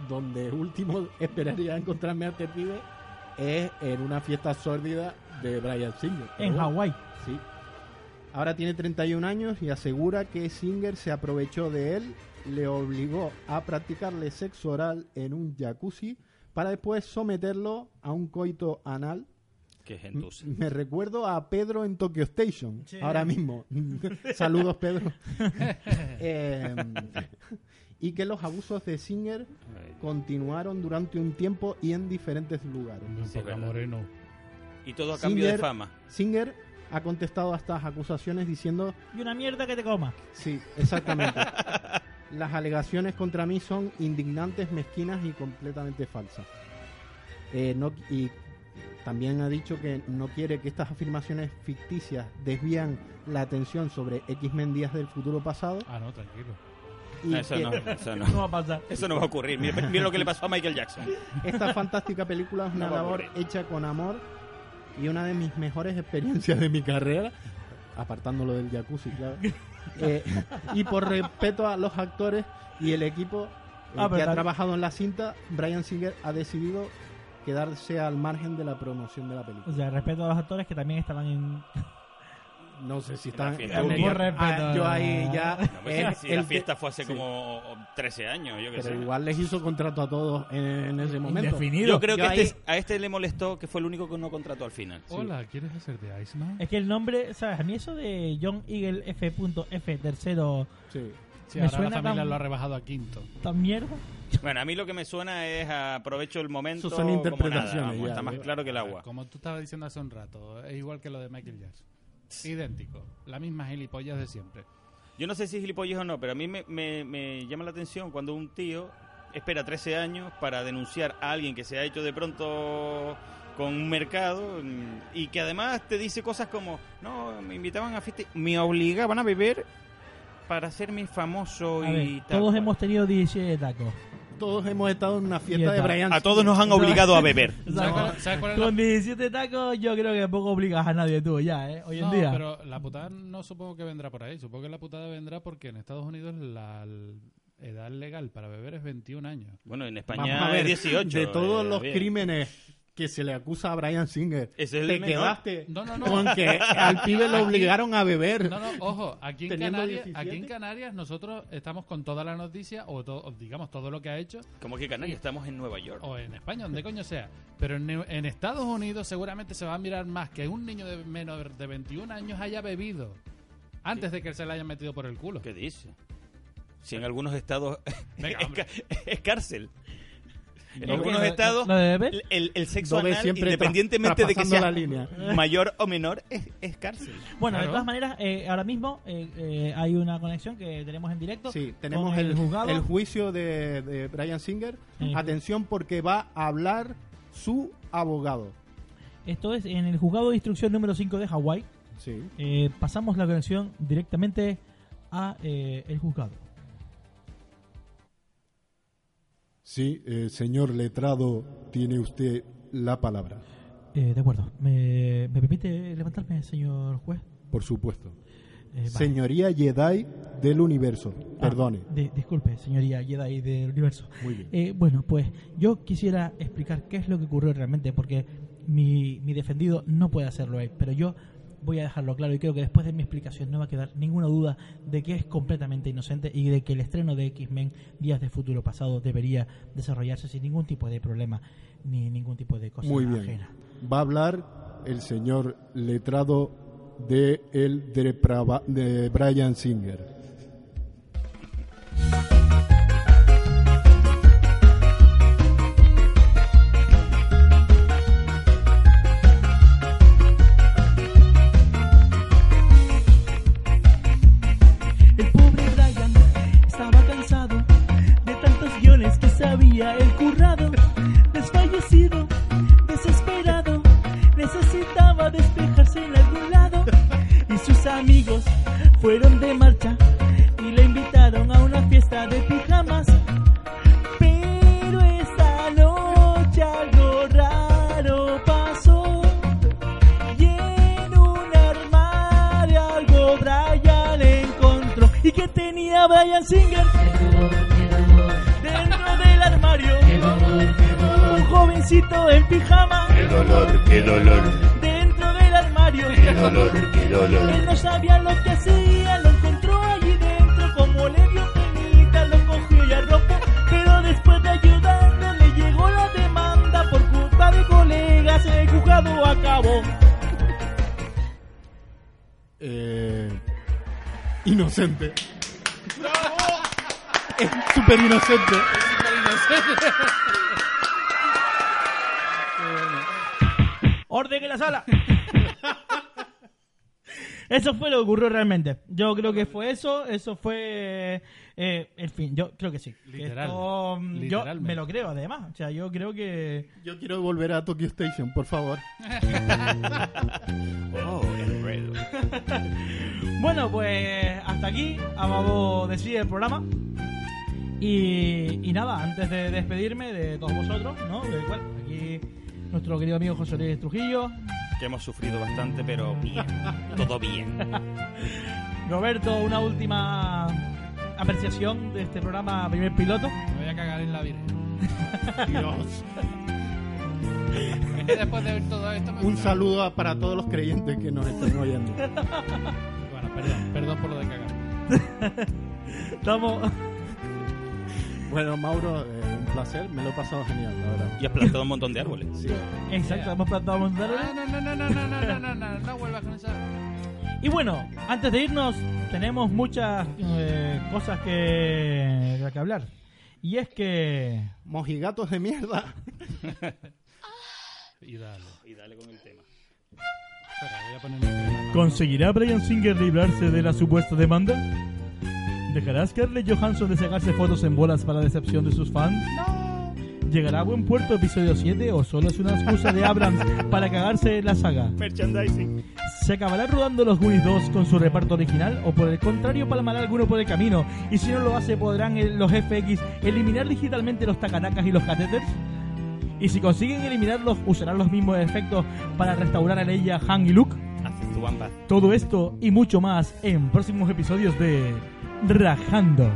[SPEAKER 3] donde último esperaría encontrarme a este pibe es en una fiesta sórdida de Brian Singer.
[SPEAKER 1] En
[SPEAKER 3] Pero bueno,
[SPEAKER 1] Hawái.
[SPEAKER 3] Sí. Ahora tiene 31 años y asegura que Singer se aprovechó de él, le obligó a practicarle sexo oral en un jacuzzi para después someterlo a un coito anal.
[SPEAKER 2] Que es
[SPEAKER 3] M-
[SPEAKER 2] entonces.
[SPEAKER 3] Me recuerdo a Pedro en Tokyo Station,
[SPEAKER 1] Sí.
[SPEAKER 3] ahora mismo. Saludos, Pedro. Eh, y que los abusos de Singer continuaron durante un tiempo y en diferentes lugares.
[SPEAKER 4] Un
[SPEAKER 2] Sí,
[SPEAKER 4] poco
[SPEAKER 2] verdad.
[SPEAKER 4] moreno.
[SPEAKER 2] Y todo a cambio de
[SPEAKER 3] Singer-
[SPEAKER 2] fama.
[SPEAKER 3] Singer ha contestado a estas acusaciones diciendo
[SPEAKER 1] Y una mierda que te coma.
[SPEAKER 3] Sí, exactamente. Las alegaciones contra mí son indignantes, mezquinas y completamente falsas. Eh, no, y también ha dicho que no quiere que estas afirmaciones ficticias desvían la atención sobre X-Men días del futuro pasado.
[SPEAKER 4] Ah, no, tranquilo.
[SPEAKER 3] Y
[SPEAKER 2] No, eso
[SPEAKER 3] que
[SPEAKER 2] Ah, no, eso no.
[SPEAKER 1] No va a pasar.
[SPEAKER 2] Eso no va a ocurrir. Mira, mira lo que le pasó a Michael Jackson.
[SPEAKER 3] esta fantástica película es una
[SPEAKER 2] No va a
[SPEAKER 3] labor
[SPEAKER 2] ocurrir.
[SPEAKER 3] hecha con amor y una de mis mejores experiencias de mi carrera. Apartándolo del jacuzzi, claro. Eh, y por respeto a los actores y el equipo eh,
[SPEAKER 1] Ah,
[SPEAKER 3] que
[SPEAKER 1] verdad.
[SPEAKER 3] ha trabajado en la cinta, Brian Singer ha decidido quedarse al margen de la promoción de la película.
[SPEAKER 1] O sea, respeto a los actores que también estaban en.
[SPEAKER 3] No sé si
[SPEAKER 2] La
[SPEAKER 3] están...
[SPEAKER 2] fiesta
[SPEAKER 3] yo-
[SPEAKER 2] Por
[SPEAKER 3] yo-
[SPEAKER 1] respeto,
[SPEAKER 3] ah, yo ahí ya...
[SPEAKER 2] No, pues,
[SPEAKER 3] es
[SPEAKER 2] si la
[SPEAKER 3] el que-
[SPEAKER 2] fiesta fue hace
[SPEAKER 3] sí.
[SPEAKER 2] como 13 años, yo qué sé.
[SPEAKER 3] Pero igual les hizo contrato a todos en, en ese momento.
[SPEAKER 2] Yo creo
[SPEAKER 3] Yo
[SPEAKER 2] que
[SPEAKER 3] ahí-
[SPEAKER 2] este- a este le molestó que fue el único que no contrató al final.
[SPEAKER 4] Hola, ¿quieres hacer de Iceman?
[SPEAKER 1] Es que el nombre, ¿sabes? A mí eso de John Eagle F.F. tercero
[SPEAKER 3] Sí.
[SPEAKER 4] Sí,
[SPEAKER 1] me
[SPEAKER 4] ahora la
[SPEAKER 1] suena
[SPEAKER 4] familia
[SPEAKER 1] tan-
[SPEAKER 4] lo ha rebajado a quinto.
[SPEAKER 1] tan mierda.
[SPEAKER 2] Bueno, a mí lo que me suena es aprovecho el momento.
[SPEAKER 3] Eso son
[SPEAKER 2] como
[SPEAKER 3] interpretaciones,
[SPEAKER 2] nada, vamos,
[SPEAKER 3] ya,
[SPEAKER 2] está más
[SPEAKER 3] ya.
[SPEAKER 2] claro que el agua.
[SPEAKER 4] Como tú estabas diciendo hace un rato, es igual que lo de Michael Jackson. Idéntico. La misma gilipollas de siempre.
[SPEAKER 2] Yo no sé si es gilipollas o no, pero a mí me, me- me llama la atención cuando un tío espera 13 años para denunciar a alguien que se ha hecho de pronto con un mercado mm, y que además te dice cosas como, no, me invitaban a fiesta, y me obligaban a beber para hacerme famoso
[SPEAKER 1] A
[SPEAKER 2] y
[SPEAKER 1] ver,
[SPEAKER 2] tal.
[SPEAKER 1] todos
[SPEAKER 2] cual".
[SPEAKER 1] hemos tenido 17 tacos.
[SPEAKER 3] Todos hemos estado en una fiesta de
[SPEAKER 1] Fiesta.
[SPEAKER 3] Brian
[SPEAKER 2] A todos nos han obligado a beber.
[SPEAKER 1] O sea,
[SPEAKER 4] ¿Sabes
[SPEAKER 1] con-
[SPEAKER 4] cuál- ¿Sabes cuál es la
[SPEAKER 1] Con 17 tacos yo creo que poco obligas a nadie tú ya, ¿eh? Hoy en
[SPEAKER 4] No,
[SPEAKER 1] día.
[SPEAKER 4] pero la putada no supongo que vendrá por ahí. Supongo que la putada vendrá porque en Estados Unidos la l- edad legal para beber es 21 años.
[SPEAKER 2] Bueno, en España
[SPEAKER 3] Vamos a ver,
[SPEAKER 2] es 18.
[SPEAKER 3] De todos
[SPEAKER 2] eh,
[SPEAKER 3] los
[SPEAKER 2] bien.
[SPEAKER 3] crímenes que se le acusa a Brian Singer,
[SPEAKER 2] Ese es el
[SPEAKER 3] te
[SPEAKER 2] menor.
[SPEAKER 3] quedaste
[SPEAKER 4] No, no, no.
[SPEAKER 3] con que al pibe lo obligaron a beber.
[SPEAKER 4] No, no, ojo, aquí en,
[SPEAKER 3] Teniendo
[SPEAKER 4] Canarias,
[SPEAKER 3] 17.
[SPEAKER 4] aquí en Canarias nosotros estamos con toda la noticia o, to- o digamos todo lo que ha hecho
[SPEAKER 2] Como que Canarias, estamos en Nueva York.
[SPEAKER 4] o en España, donde coño sea. Pero en, en Estados Unidos seguramente se va a mirar más que un niño de menos de 21 años haya bebido antes de que se le hayan metido por el culo.
[SPEAKER 2] ¿Qué dice? Si en algunos estados
[SPEAKER 4] Venga,
[SPEAKER 2] es,
[SPEAKER 4] hombre.
[SPEAKER 2] ca- es cárcel. En
[SPEAKER 1] Lo-
[SPEAKER 2] algunos
[SPEAKER 1] lo-
[SPEAKER 2] estados
[SPEAKER 1] lo de bebé.
[SPEAKER 2] el, el- el sexo
[SPEAKER 3] Dobe
[SPEAKER 2] anal,
[SPEAKER 3] siempre
[SPEAKER 2] independientemente
[SPEAKER 3] tra-
[SPEAKER 2] de que
[SPEAKER 3] traspasando
[SPEAKER 2] sea
[SPEAKER 3] la línea.
[SPEAKER 2] mayor o menor, es, es cárcel.
[SPEAKER 1] Bueno, de
[SPEAKER 4] Claro.
[SPEAKER 1] todas maneras, eh, ahora mismo eh, eh, hay una conexión que tenemos en directo.
[SPEAKER 3] Sí, tenemos
[SPEAKER 1] con
[SPEAKER 3] el,
[SPEAKER 1] juzgado.
[SPEAKER 3] el juicio de, de Brian Singer.
[SPEAKER 1] Sí.
[SPEAKER 3] Atención porque va a hablar su abogado.
[SPEAKER 1] Esto es en el juzgado de instrucción número 5 de Hawái.
[SPEAKER 3] Sí.
[SPEAKER 1] Eh, pasamos la conexión directamente a eh, el juzgado.
[SPEAKER 12] Sí, eh, señor letrado, tiene usted la palabra.
[SPEAKER 1] Eh, de acuerdo. ¿Me, me permite levantarme, señor juez?
[SPEAKER 12] Por supuesto.
[SPEAKER 1] Eh, vale.
[SPEAKER 12] Señoría Jedi del universo.
[SPEAKER 1] Ah,
[SPEAKER 12] Perdone.
[SPEAKER 1] di- disculpe, señoría Jedi del universo.
[SPEAKER 12] Muy bien.
[SPEAKER 1] Eh, bueno, pues yo quisiera explicar qué es lo que ocurrió realmente, porque mi, mi defendido no puede hacerlo él, pero yo voy a dejarlo claro y creo que después de mi explicación no va a quedar ninguna duda de que es completamente inocente y de que el estreno de X-Men Días de Futuro Pasado debería desarrollarse sin ningún tipo de problema ni ningún tipo de cosa
[SPEAKER 12] Muy bien.
[SPEAKER 1] ajena.
[SPEAKER 12] Va a hablar el señor letrado de el deprava- de Brian Singer.
[SPEAKER 1] El pobre Brian estaba cansado de tantos guiones que sabía el currado. Desfallecido, desesperado, necesitaba despejarse en algún lado. Y sus amigos fueron de marcha y le invitaron a una fiesta de pijamas. Pero esa noche algo raro pasó. Y en un armario algo Brian encontró. ¿Y que tenía Brian Singer? Dentro del armario, un jovencito en pijama. Dentro del armario. escenario y el dolor. Él no sabía lo que hacía, lo encontró allí dentro. Como le dio penita, lo cogió y arropó. Pero después de ayudarle, le llegó la demanda. Por culpa de colegas, el juzgado acabó.
[SPEAKER 3] Eh, inocente. Es súper inocente.
[SPEAKER 1] ¡Orden en la sala! Eso fue lo que ocurrió realmente. Yo creo que fue eso. Eso fue. eh, en fin, yo creo que sí. Que
[SPEAKER 4] Literal.
[SPEAKER 1] esto, mm, yo
[SPEAKER 4] Literalmente.
[SPEAKER 1] me lo creo, además. O sea, yo creo que.
[SPEAKER 3] Yo quiero volver a Tokyo Station, por favor.
[SPEAKER 2] Oh, enredo.
[SPEAKER 1] Bueno, pues hasta aquí. Amado decide el programa. Y, y nada, antes de despedirme de todos vosotros, ¿no? De igual, aquí nuestro querido amigo José Luis Trujillo,
[SPEAKER 2] Que hemos sufrido bastante, pero bien. Todo bien.
[SPEAKER 1] Roberto, una última apreciación de este programa primer piloto.
[SPEAKER 4] Me voy a cagar en la virgen. Dios. Después de ver todo esto, me
[SPEAKER 3] Un saludo a- para todos los creyentes que nos están oyendo.
[SPEAKER 4] Bueno, perdón, perdón por lo de cagar.
[SPEAKER 1] Estamos.
[SPEAKER 3] Bueno, Mauro, eh, un placer. Me lo he pasado genial, la verdad.
[SPEAKER 2] Y has plantado un montón de árboles.
[SPEAKER 1] Exacto, hemos plantado un árbol.
[SPEAKER 4] Ah, No, no, no, no, no, no, no, no, no vuelvas con esa.
[SPEAKER 1] Y bueno, antes de irnos, tenemos muchas eh, cosas que, de que hablar. Y es que.
[SPEAKER 3] Mojigatos de mierda.
[SPEAKER 4] Y dale.
[SPEAKER 2] Y dale con el tema.
[SPEAKER 4] Espera, voy a ponerme.
[SPEAKER 1] ¿Conseguirá Brian Singer librarse de la supuesta demanda? ¿Dejará a Scarlett Johansson de sacarse fotos en bolas para decepción de sus fans? ¿Llegará a buen puerto episodio 7 o solo es una excusa de Abrams para cagarse en la saga?
[SPEAKER 2] Merchandising.
[SPEAKER 1] ¿Se acabará rodando los Goonies 2 con su reparto original o por el contrario palmará alguno por el camino? Y si no lo hace, ¿podrán el- los FX eliminar digitalmente los tacanacas y los catéteres? Y si consiguen eliminarlos, ¿usarán los mismos efectos para restaurar a Leia, Han y Luke?
[SPEAKER 2] Haces tu bamba.
[SPEAKER 1] Todo esto y mucho más en próximos episodios de Rajando.